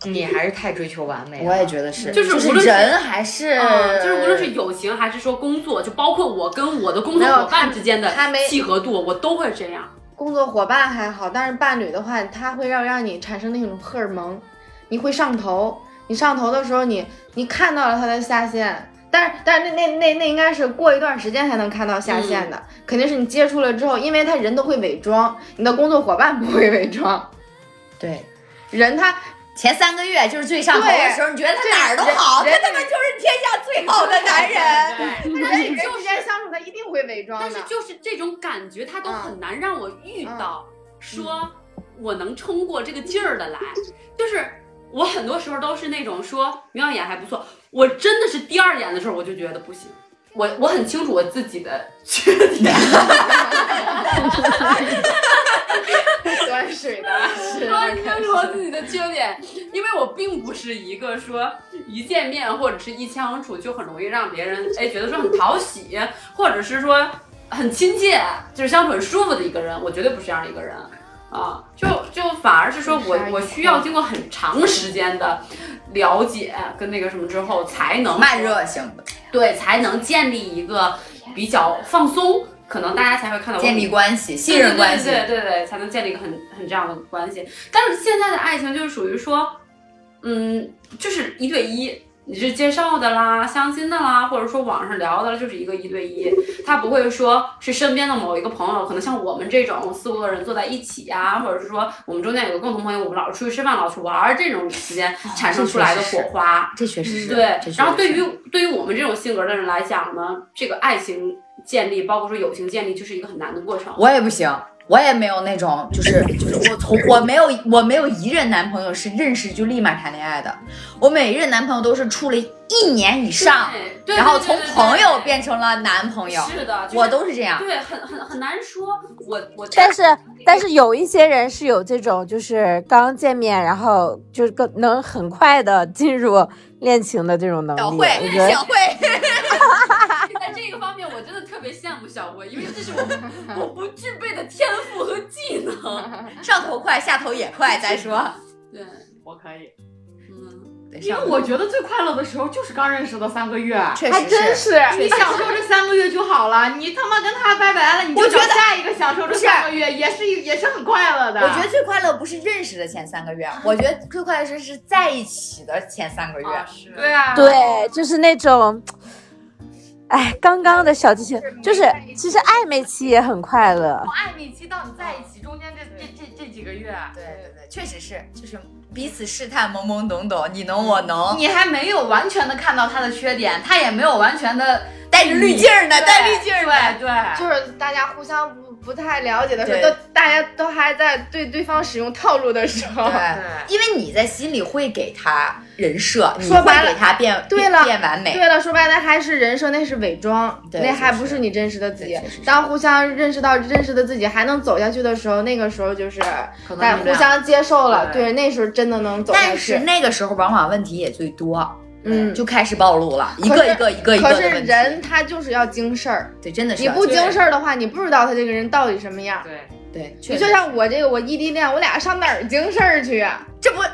[SPEAKER 9] 你还是太追求完美了。
[SPEAKER 2] 我也觉得是，
[SPEAKER 4] 就是
[SPEAKER 2] 是
[SPEAKER 4] 无论是
[SPEAKER 2] 人还是
[SPEAKER 4] 嗯，就是无论是友情还是说工作，就包括我跟我的工作
[SPEAKER 5] 没有
[SPEAKER 4] 伙伴之间的
[SPEAKER 5] 他没
[SPEAKER 4] 契合度，我都会这样。
[SPEAKER 5] 工作伙伴还好，但是伴侣的话，他会让让你产生那种荷尔蒙，你会上头。你上头的时候你，你看到了他的下限，但是但是那那那那应该是过一段时间才能看到下限的，
[SPEAKER 2] 嗯
[SPEAKER 5] 肯定是你接触了之后，因为他人都会伪装，你的工作伙伴不会伪装，
[SPEAKER 2] (laughs) 对
[SPEAKER 5] 人他
[SPEAKER 2] 前三个月就是最上头的时候，你觉得他哪儿都好，他
[SPEAKER 5] 人
[SPEAKER 2] 他妈就是天下最好的男人。
[SPEAKER 5] 人 (laughs) 与人之间相处，他一定会伪装
[SPEAKER 4] 但
[SPEAKER 5] 的
[SPEAKER 4] 是。就是这种感觉，它都很难让我遇到，说我能冲过这个劲儿的来。就是我很多时候都是那种说瞄一眼还不错，我真的是第二眼的时候我就觉得不行。我我很清楚我自己的 (laughs) 缺点，
[SPEAKER 5] 端水的，是
[SPEAKER 4] 我很清楚我自己的缺点，因为我并不是一个说一见面或者是一相处就很容易让别人哎觉得说很讨喜，或者是说很亲切，就是相处很舒服的一个人，我绝对不是这样的一个人。啊，就就反而是说我我需要经过很长时间的了解跟那个什么之后，才能
[SPEAKER 2] 慢热型的，
[SPEAKER 4] 对，才能建立一个比较放松，可能大家才会看到我
[SPEAKER 2] 建立关系、信任关系。
[SPEAKER 4] 对对对对对，才能建立一个很很这样的关系。但是现在的爱情就是属于说，嗯，就是一对一，你是介绍的啦、相亲的啦，或者说网上聊的啦，就是一个一对一，他不会说是身边的某一个朋友，可能像我们这种四五个人坐在一起呀、或者是说我们中间有个共同朋友，我们老是出去吃饭、老去玩儿这种时间产生出来的火花。
[SPEAKER 2] 哦这确实是
[SPEAKER 4] 对
[SPEAKER 2] 这确实，
[SPEAKER 4] 然后
[SPEAKER 2] 是
[SPEAKER 4] 对于对于我们这种性格的人来讲呢，这个爱情建立，包括说友情建立，就是一个很难的过程。
[SPEAKER 2] 我也不行，我也没有那种，就是就是我从我没有我没有一任男朋友是认识就立马谈恋爱的，我每一任男朋友都是处了一年以上，
[SPEAKER 4] 对，对
[SPEAKER 2] 然后
[SPEAKER 4] 对
[SPEAKER 2] 从
[SPEAKER 4] 对对
[SPEAKER 2] 朋友
[SPEAKER 4] 对
[SPEAKER 2] 变成了男朋友，
[SPEAKER 4] 是的，就是
[SPEAKER 2] 我都是这样。
[SPEAKER 4] 对，很很很难说。我我
[SPEAKER 3] 但是但是有一些人是有这种，就是刚见面，然后就是更能很快的进入恋情的这种能力。
[SPEAKER 2] 小慧
[SPEAKER 3] 我觉，得
[SPEAKER 2] 小慧，
[SPEAKER 4] (laughs) 在这个方面，我真的特别羡慕小薇，因为这是 (laughs) 我我不具备的天赋和技 (laughs) 能。
[SPEAKER 2] 上头快，下头也快，咱说，
[SPEAKER 4] 对，
[SPEAKER 6] 我可以，
[SPEAKER 4] 嗯，
[SPEAKER 2] 对
[SPEAKER 6] 因
[SPEAKER 2] 上
[SPEAKER 6] 为
[SPEAKER 2] 头
[SPEAKER 6] 我觉得最快乐的时候就是刚认识的三个月。
[SPEAKER 2] 确
[SPEAKER 5] 还
[SPEAKER 2] 实
[SPEAKER 5] 真
[SPEAKER 2] 是
[SPEAKER 5] 是，
[SPEAKER 6] (laughs) 你享受这三个月就好了，你他妈跟他拜拜了，你就
[SPEAKER 2] 我觉
[SPEAKER 6] 找
[SPEAKER 2] 得
[SPEAKER 6] 下一个享受这三个月，也是一也是很快乐的。
[SPEAKER 2] 我觉得最快乐不是认识的前三个月，我觉得最快乐是是在一起的前三个月。
[SPEAKER 4] 啊是，
[SPEAKER 6] 对啊，
[SPEAKER 3] 对，就是那种，哎，刚刚的小激情，就是其实暧昧期也很快乐。
[SPEAKER 6] 暧昧期到你在一起中间这这这这几个月，
[SPEAKER 4] 啊
[SPEAKER 2] 对对对，确实是，就是彼此试探，懵懵懂懂，你能我能，
[SPEAKER 6] 你还没有完全的看到他的缺点，他也没有完全的
[SPEAKER 2] 带着滤镜儿呢，带滤镜儿呢。
[SPEAKER 6] 对对，
[SPEAKER 5] (laughs) 就是大家互相不不太了解的时候，
[SPEAKER 2] 对
[SPEAKER 5] 都大家都还在对对方使用套路的时候，
[SPEAKER 6] 对
[SPEAKER 2] 因为你在心里会给他人设，你
[SPEAKER 5] 说白
[SPEAKER 2] 会
[SPEAKER 5] 了
[SPEAKER 2] 给他变
[SPEAKER 5] 对
[SPEAKER 2] 变
[SPEAKER 5] 了
[SPEAKER 2] 变完美。
[SPEAKER 5] 对了，说白了还是人设，那是伪装，
[SPEAKER 2] 哎对
[SPEAKER 5] 那还
[SPEAKER 2] 确实
[SPEAKER 5] 不是你真实的自己
[SPEAKER 2] 对确实是。
[SPEAKER 5] 当互相认识到真实的自己还能走下去的时候，那个时候就是
[SPEAKER 6] 可能
[SPEAKER 5] 大家
[SPEAKER 6] 你
[SPEAKER 5] 互
[SPEAKER 6] 们
[SPEAKER 5] 相接受了，
[SPEAKER 6] 对
[SPEAKER 5] 对，那时候真的能走下
[SPEAKER 2] 但是
[SPEAKER 5] 去。
[SPEAKER 2] 那个时候往往问题也最多，
[SPEAKER 5] 嗯，
[SPEAKER 2] 就开始暴露了，一
[SPEAKER 5] 可
[SPEAKER 2] 个
[SPEAKER 5] 是
[SPEAKER 2] 一个一个一个
[SPEAKER 5] 可
[SPEAKER 2] 的
[SPEAKER 5] 是
[SPEAKER 2] 问题。
[SPEAKER 5] 人他就是要经事儿，
[SPEAKER 2] 对，真的是啊
[SPEAKER 5] 你不
[SPEAKER 2] 对
[SPEAKER 5] 经事儿的话，你不知道他这个人到底什么样。
[SPEAKER 6] 对
[SPEAKER 2] 对，确
[SPEAKER 5] 你
[SPEAKER 2] 实
[SPEAKER 5] 就像我这个，我异地恋，我俩上哪儿经事儿去啊？ (laughs)
[SPEAKER 2] 这不过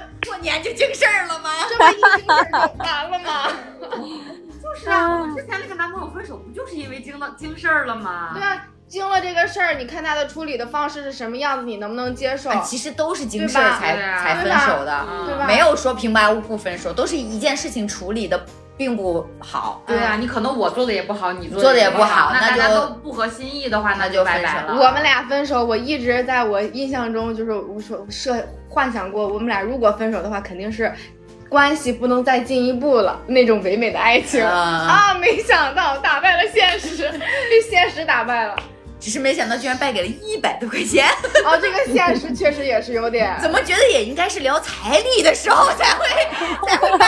[SPEAKER 2] 年就经事儿了吗？
[SPEAKER 5] 这不一经事儿就完了吗？
[SPEAKER 4] 是啊，
[SPEAKER 2] 嗯
[SPEAKER 4] 我们之前那个男朋友分手，不就是因为经了经事儿了吗？
[SPEAKER 5] 对啊，经了这个事儿，你看他的处理的方式是什么样子，你能不能接受？
[SPEAKER 2] 啊其实都是经事儿才
[SPEAKER 6] 对吧
[SPEAKER 2] 才分
[SPEAKER 5] 对吧
[SPEAKER 2] 手的，
[SPEAKER 6] 嗯
[SPEAKER 5] 对吧？
[SPEAKER 2] 没有说平白无故分手，都是一件事情处理的并不好。
[SPEAKER 6] 对啊，你可能我做的也不好，
[SPEAKER 2] 你
[SPEAKER 6] 你
[SPEAKER 2] 做的
[SPEAKER 6] 的
[SPEAKER 2] 也
[SPEAKER 6] 不
[SPEAKER 2] 不好
[SPEAKER 6] 那
[SPEAKER 2] 那
[SPEAKER 6] 大家
[SPEAKER 2] 就
[SPEAKER 6] 都不合心意的话，
[SPEAKER 2] 那就
[SPEAKER 6] 就拜
[SPEAKER 2] 分手
[SPEAKER 6] 拜了。
[SPEAKER 5] 我们俩分手，我一直在我印象中就是我说设幻想过，我们俩如果分手的话，肯定是关系不能再进一步了那种唯美的爱情。
[SPEAKER 2] 啊！
[SPEAKER 5] 啊！没想到打败了现实，被现实打败了。
[SPEAKER 2] 只是没想到居然败给了一百多块钱，
[SPEAKER 5] 哦，这个现实确实也是
[SPEAKER 2] (laughs)
[SPEAKER 5] 有点。
[SPEAKER 2] 怎么觉得也应该是聊财力的时候才会才会败？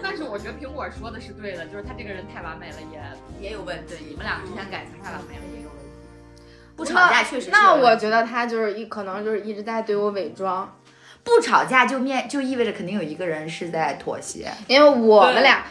[SPEAKER 6] 但是我觉得苹果说的是对的，就是他这个人太完美了，也
[SPEAKER 2] 也有问题，
[SPEAKER 6] 你们俩之前感情太完美了，也有问题。
[SPEAKER 2] 不吵架确实是
[SPEAKER 5] 那
[SPEAKER 2] 有问
[SPEAKER 5] 我
[SPEAKER 2] 题
[SPEAKER 5] 觉得他就是一可能就是一直在对我伪装，
[SPEAKER 2] 不吵架就面就意味着肯定有一个人是在妥协，
[SPEAKER 5] 因为我们俩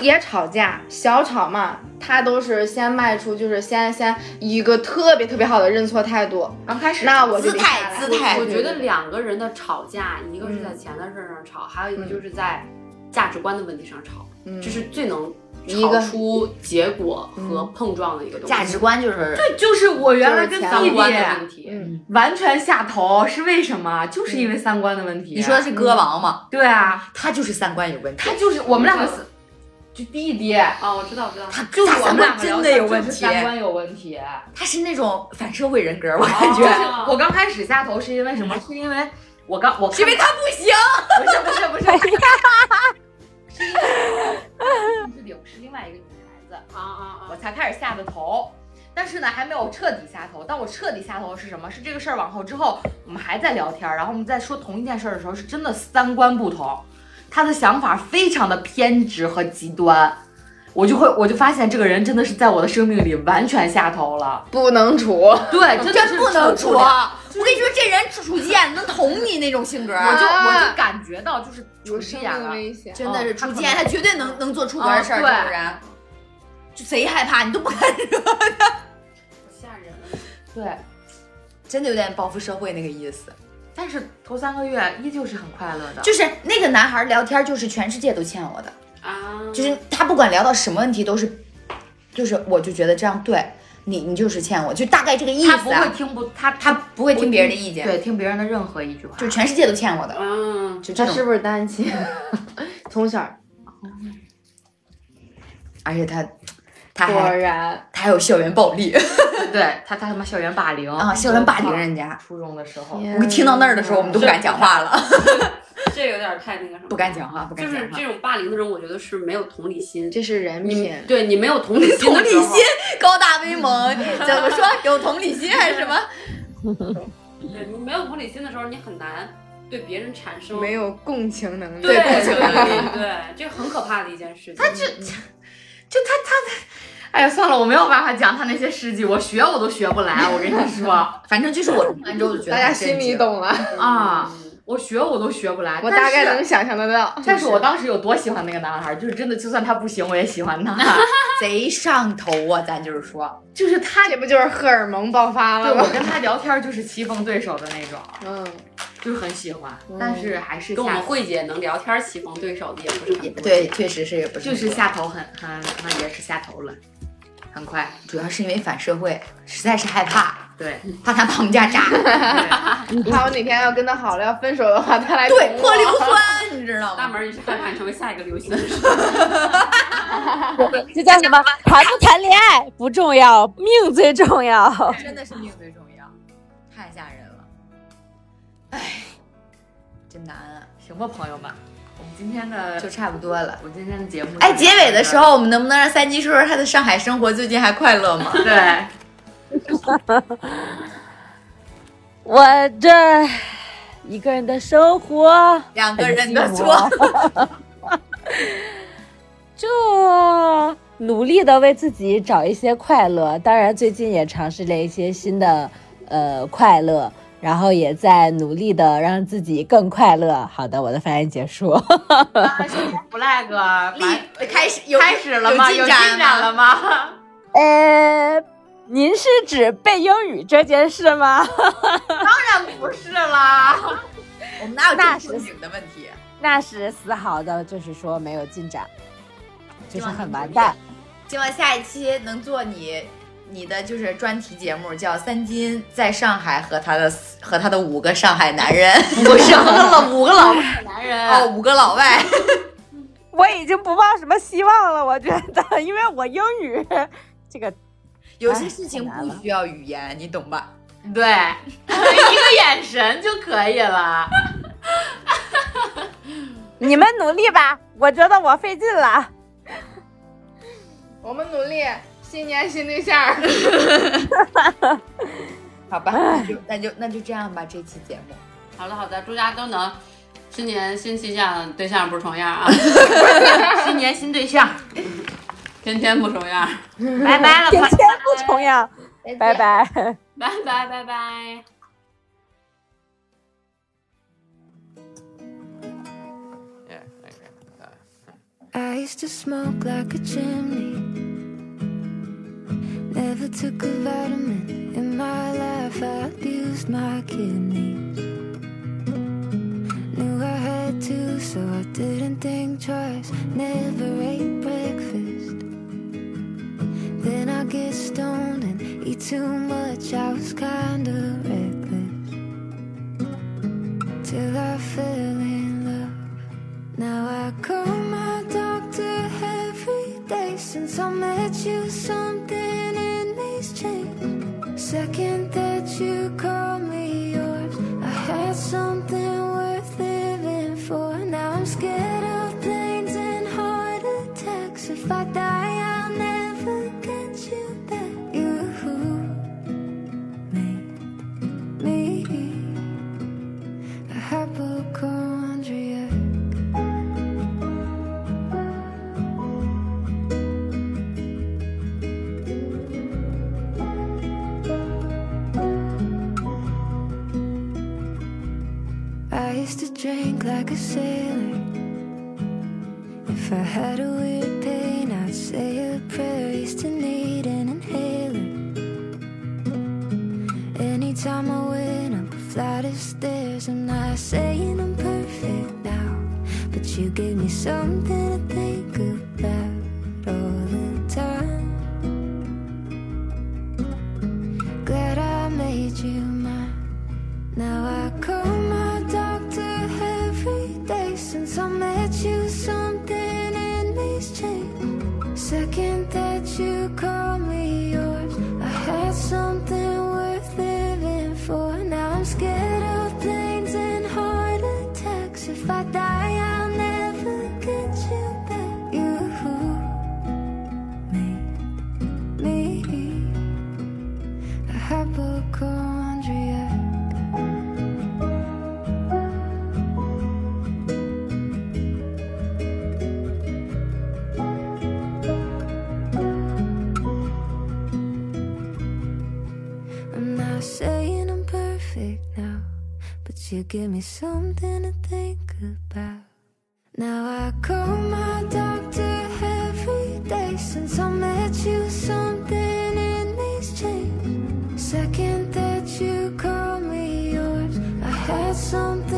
[SPEAKER 5] 也吵架，小吵嘛，他都是先迈出，就是先先一个特别特别好的认错态度。
[SPEAKER 6] 刚开始
[SPEAKER 5] 那我就
[SPEAKER 2] 姿态
[SPEAKER 5] 得
[SPEAKER 2] 姿态
[SPEAKER 4] 我觉得两个人的吵架，一个是
[SPEAKER 2] 嗯
[SPEAKER 4] 在钱的事儿上吵，还有一个就是在价值观的问题上吵，
[SPEAKER 5] 嗯
[SPEAKER 4] 这是最能
[SPEAKER 5] 一个
[SPEAKER 4] 吵出结果和碰撞的一个东西。
[SPEAKER 2] 嗯价值观就是
[SPEAKER 6] 就是我原来跟
[SPEAKER 5] 就是
[SPEAKER 6] 弟
[SPEAKER 4] 三
[SPEAKER 6] 弟
[SPEAKER 4] 观的问题，
[SPEAKER 5] 嗯，
[SPEAKER 6] 完全下头，是为什么？就是因为三观的问题。
[SPEAKER 2] 嗯
[SPEAKER 6] 啊
[SPEAKER 2] 你说的是歌王嘛，
[SPEAKER 6] 对啊，
[SPEAKER 2] 他就是三观有问题
[SPEAKER 6] 他，就是我们两个是，就弟弟，
[SPEAKER 4] 啊，我知道，我知道。
[SPEAKER 2] 他
[SPEAKER 6] 就
[SPEAKER 2] 他
[SPEAKER 6] 我
[SPEAKER 2] 三
[SPEAKER 6] 们
[SPEAKER 2] 观
[SPEAKER 6] 两个
[SPEAKER 2] 真的有
[SPEAKER 6] 聊天
[SPEAKER 2] 问
[SPEAKER 6] 就是
[SPEAKER 2] 题，
[SPEAKER 6] 三观有问题。
[SPEAKER 2] 他是那种反社会人格，我感
[SPEAKER 6] 对
[SPEAKER 2] 觉。
[SPEAKER 4] 哦
[SPEAKER 6] 我刚开始下头是因为什么？是因为我刚我看
[SPEAKER 2] 是因为他不行，哎
[SPEAKER 6] 不是不是不是，是因为我是柳是另外一个女孩子，
[SPEAKER 4] 啊啊
[SPEAKER 6] 我
[SPEAKER 4] 啊！
[SPEAKER 6] 才开始下的头。但是呢，还没有彻底下头。但我彻底下头是什么？是这个事儿往后之后，我们还在聊天儿，然后我们在说同一件事儿的时候，是真的三观不同，他的想法非常的偏执和极端，我就会我就发现这个人真的是在我的生命里完全下头了。
[SPEAKER 5] 不能处。
[SPEAKER 6] 对，真的
[SPEAKER 2] 嗯
[SPEAKER 6] 是
[SPEAKER 2] 真不能处。
[SPEAKER 6] 受了
[SPEAKER 2] 我跟你说，这人处见能捅你那种性格，
[SPEAKER 6] 我就我
[SPEAKER 5] 啊
[SPEAKER 6] 就感觉到就是
[SPEAKER 5] 有
[SPEAKER 6] 这
[SPEAKER 5] 生
[SPEAKER 6] 样
[SPEAKER 5] 命
[SPEAKER 6] 了。
[SPEAKER 5] 危险。
[SPEAKER 2] 真的是处
[SPEAKER 6] 哦
[SPEAKER 2] 见，
[SPEAKER 6] 他
[SPEAKER 2] 他绝对能能做出格的事儿，
[SPEAKER 6] 哦对
[SPEAKER 2] 这种人，就谁害怕你都不敢惹。
[SPEAKER 4] 吓人！
[SPEAKER 6] 对，
[SPEAKER 2] 真的有点报复社会那个意思。
[SPEAKER 9] 但是头三个月依旧是很快乐的，
[SPEAKER 2] 就是那个男孩聊天，就是全世界都欠我的，
[SPEAKER 4] 啊，
[SPEAKER 2] 就是他不管聊到什么问题都是，就是我就觉得这样对你，你就是欠我，就大概这个意思、
[SPEAKER 9] 他
[SPEAKER 2] 啊。
[SPEAKER 9] 不会听不他
[SPEAKER 2] 他不会听别人的意见，
[SPEAKER 9] 对听别人的任何一句话，
[SPEAKER 2] 就全世界都欠我的，
[SPEAKER 4] 嗯，
[SPEAKER 2] 就这
[SPEAKER 5] 他
[SPEAKER 2] 种。
[SPEAKER 5] 是不是单亲？ (laughs) 从小
[SPEAKER 2] 而且他，他
[SPEAKER 5] 果
[SPEAKER 2] 还
[SPEAKER 5] 然
[SPEAKER 2] 他还有校园暴力
[SPEAKER 9] 对他他他妈校园霸凌
[SPEAKER 2] 啊，校园霸凌人家。
[SPEAKER 9] 初中的时候，
[SPEAKER 2] 我听到那儿的时候，我们都不敢讲话了，
[SPEAKER 4] 这有点太那个什
[SPEAKER 2] (laughs)
[SPEAKER 4] 么，
[SPEAKER 2] 不敢，讲话，不
[SPEAKER 4] 就
[SPEAKER 2] 敢
[SPEAKER 4] 是
[SPEAKER 2] 讲话
[SPEAKER 4] 这。种霸凌的人，我觉得是没有同理心，
[SPEAKER 5] 这是人
[SPEAKER 4] 你
[SPEAKER 5] 品。
[SPEAKER 4] 对你没有同理心，
[SPEAKER 2] 同理心，高大威猛，怎么说？有同理心还是什么？
[SPEAKER 4] (laughs) 对你没有同理心的时候，你很难对别人产生
[SPEAKER 5] 没有共情能力，
[SPEAKER 4] 对
[SPEAKER 2] 共
[SPEAKER 4] 对
[SPEAKER 2] 情
[SPEAKER 4] 对对，这很可怕的一件事情。他这
[SPEAKER 9] 就他他他，哎呀算了，我没有办法讲他那些事迹，我学我都学不
[SPEAKER 2] (laughs)
[SPEAKER 9] 来，我跟你说
[SPEAKER 2] 反正就是我听完之后就觉得
[SPEAKER 5] 大家心里懂了。
[SPEAKER 4] 嗯
[SPEAKER 9] 啊，我学我都学不来，
[SPEAKER 5] 我
[SPEAKER 9] 但
[SPEAKER 5] 大概
[SPEAKER 9] 是
[SPEAKER 5] 能想象得到。
[SPEAKER 9] 但是我当时有多喜欢那个男孩儿，就是真的，就算他不行，我也喜欢他。
[SPEAKER 2] (laughs) 贼上头啊！咱就是说，
[SPEAKER 9] 就是他，
[SPEAKER 5] 这不就是荷尔蒙爆发
[SPEAKER 9] 对
[SPEAKER 5] 了
[SPEAKER 9] 我
[SPEAKER 5] 吗？
[SPEAKER 9] 跟他聊天就是棋逢对手的那种，
[SPEAKER 5] 嗯，
[SPEAKER 9] 就是很喜欢，
[SPEAKER 2] 嗯
[SPEAKER 9] 但是还是
[SPEAKER 4] 跟我
[SPEAKER 9] 下
[SPEAKER 4] 们慧姐能聊天棋逢对手的也不是很多，
[SPEAKER 2] 对，确实是也不是
[SPEAKER 9] 就
[SPEAKER 2] 很
[SPEAKER 9] 是
[SPEAKER 2] 多，
[SPEAKER 9] 下头很很很也是下头了，很快。
[SPEAKER 2] 主要是因为反社会，实在是害 (laughs) 怕，
[SPEAKER 9] 对，
[SPEAKER 2] 怕他把我们家炸，
[SPEAKER 5] 怕我哪天要跟他好了要分手的话，他来捅
[SPEAKER 2] 对，
[SPEAKER 5] 我
[SPEAKER 2] 泼硫酸，你知道
[SPEAKER 4] 大
[SPEAKER 2] 吗？
[SPEAKER 4] 门儿一扇开，成为下一个流行的事。
[SPEAKER 3] 这叫什 (laughs) 么？谈不谈恋爱不重要，命最重要。
[SPEAKER 2] 真的是命最重要，太吓人了，哎，真难啊，
[SPEAKER 9] 行吧，朋友们，我们今天的
[SPEAKER 2] 就差不多了。
[SPEAKER 9] 我们今天的节目，
[SPEAKER 2] 哎，结尾的时，候，我们能不能让三鸡说说他的上海生活最近还快乐吗？
[SPEAKER 9] 对，
[SPEAKER 3] 我这一个人的生活，
[SPEAKER 2] 两个人的错，
[SPEAKER 3] 就努力的为自己找一些快乐。当然，最近也尝试了一些新的呃快乐，然后也在努力的让自己更快乐。好的，我的发言结束。
[SPEAKER 9] 刚才说 (laughs) flag 完
[SPEAKER 2] 立呃开始有
[SPEAKER 9] 开始了吗？有
[SPEAKER 2] 有
[SPEAKER 9] 进展
[SPEAKER 2] 吗
[SPEAKER 9] 了？吗？
[SPEAKER 3] (laughs) 呃，您是指背英语这件事吗？
[SPEAKER 9] 当然不 (laughs) 是啦， (laughs)
[SPEAKER 2] 我们哪有
[SPEAKER 3] 那
[SPEAKER 2] 这
[SPEAKER 3] 是
[SPEAKER 2] 正经的问题？
[SPEAKER 3] (laughs) 那是丝毫的，就是说没有进展，就是很完蛋。
[SPEAKER 2] 希望下一期能做你你的就是专题节目，叫《三金在上海和他的四和他的五个上海男人》， (laughs) 不是和了五个老外
[SPEAKER 9] 男人
[SPEAKER 2] 哦，五个老外，
[SPEAKER 3] 我已经不抱什么希望了，我觉得， (laughs) 因为我英语这个
[SPEAKER 2] 有些事情不需要语言，你懂吧？
[SPEAKER 9] 对， (laughs) 一个眼神就可以了。
[SPEAKER 3] 你们努力吧，我觉得我费劲了。
[SPEAKER 5] 我们努力，新年新对象。
[SPEAKER 2] 好吧，那就那就那就这样吧，这期节目。
[SPEAKER 4] (laughs) 好的好的，祝大家都能新年新气象，对象不重样啊，
[SPEAKER 9] 新年新对象，
[SPEAKER 4] 天天不重样，
[SPEAKER 9] 拜拜了，朋
[SPEAKER 3] 天
[SPEAKER 9] 友
[SPEAKER 3] 天不重样，拜拜。
[SPEAKER 4] 拜拜拜拜。
[SPEAKER 8] I used to smoke like a chimney. Never took a vitamin in my life. I abused my kidneys. Knew I had to, so I didn't think twice. Never ate breakfast. Then I get stoned and eat too much. I was kinda reckless. Till I fell in love. Now I call my doctor every day since I met you. Something in me's changed. Second that you called me yours, I had something worth living for. Now I'm scared of planes and heart attacks. If I die, I'll never get you back. You made me a hypochondriac. I used to drink like a sailor. If I had a weird pain, I'd say a prayer. Used to need an inhaler. Any time I went up a flight of stairs. I'm not saying I'm perfect now, but you gave me something to think about all the time. Glad I made you mine. Now I call my doctor every day since I met you. Something in me's changed. Second that you called me yours, I had something worth living for. Now I'm scared of planes and heart attacks. If I die, I'll never get you back. You, me, me, a hypochondriac. I'm not saying I'm perfect now, but you give me something to think about. Now I call my doctor every day since I met you. Something in me's changed. Second that you called me yours, I had something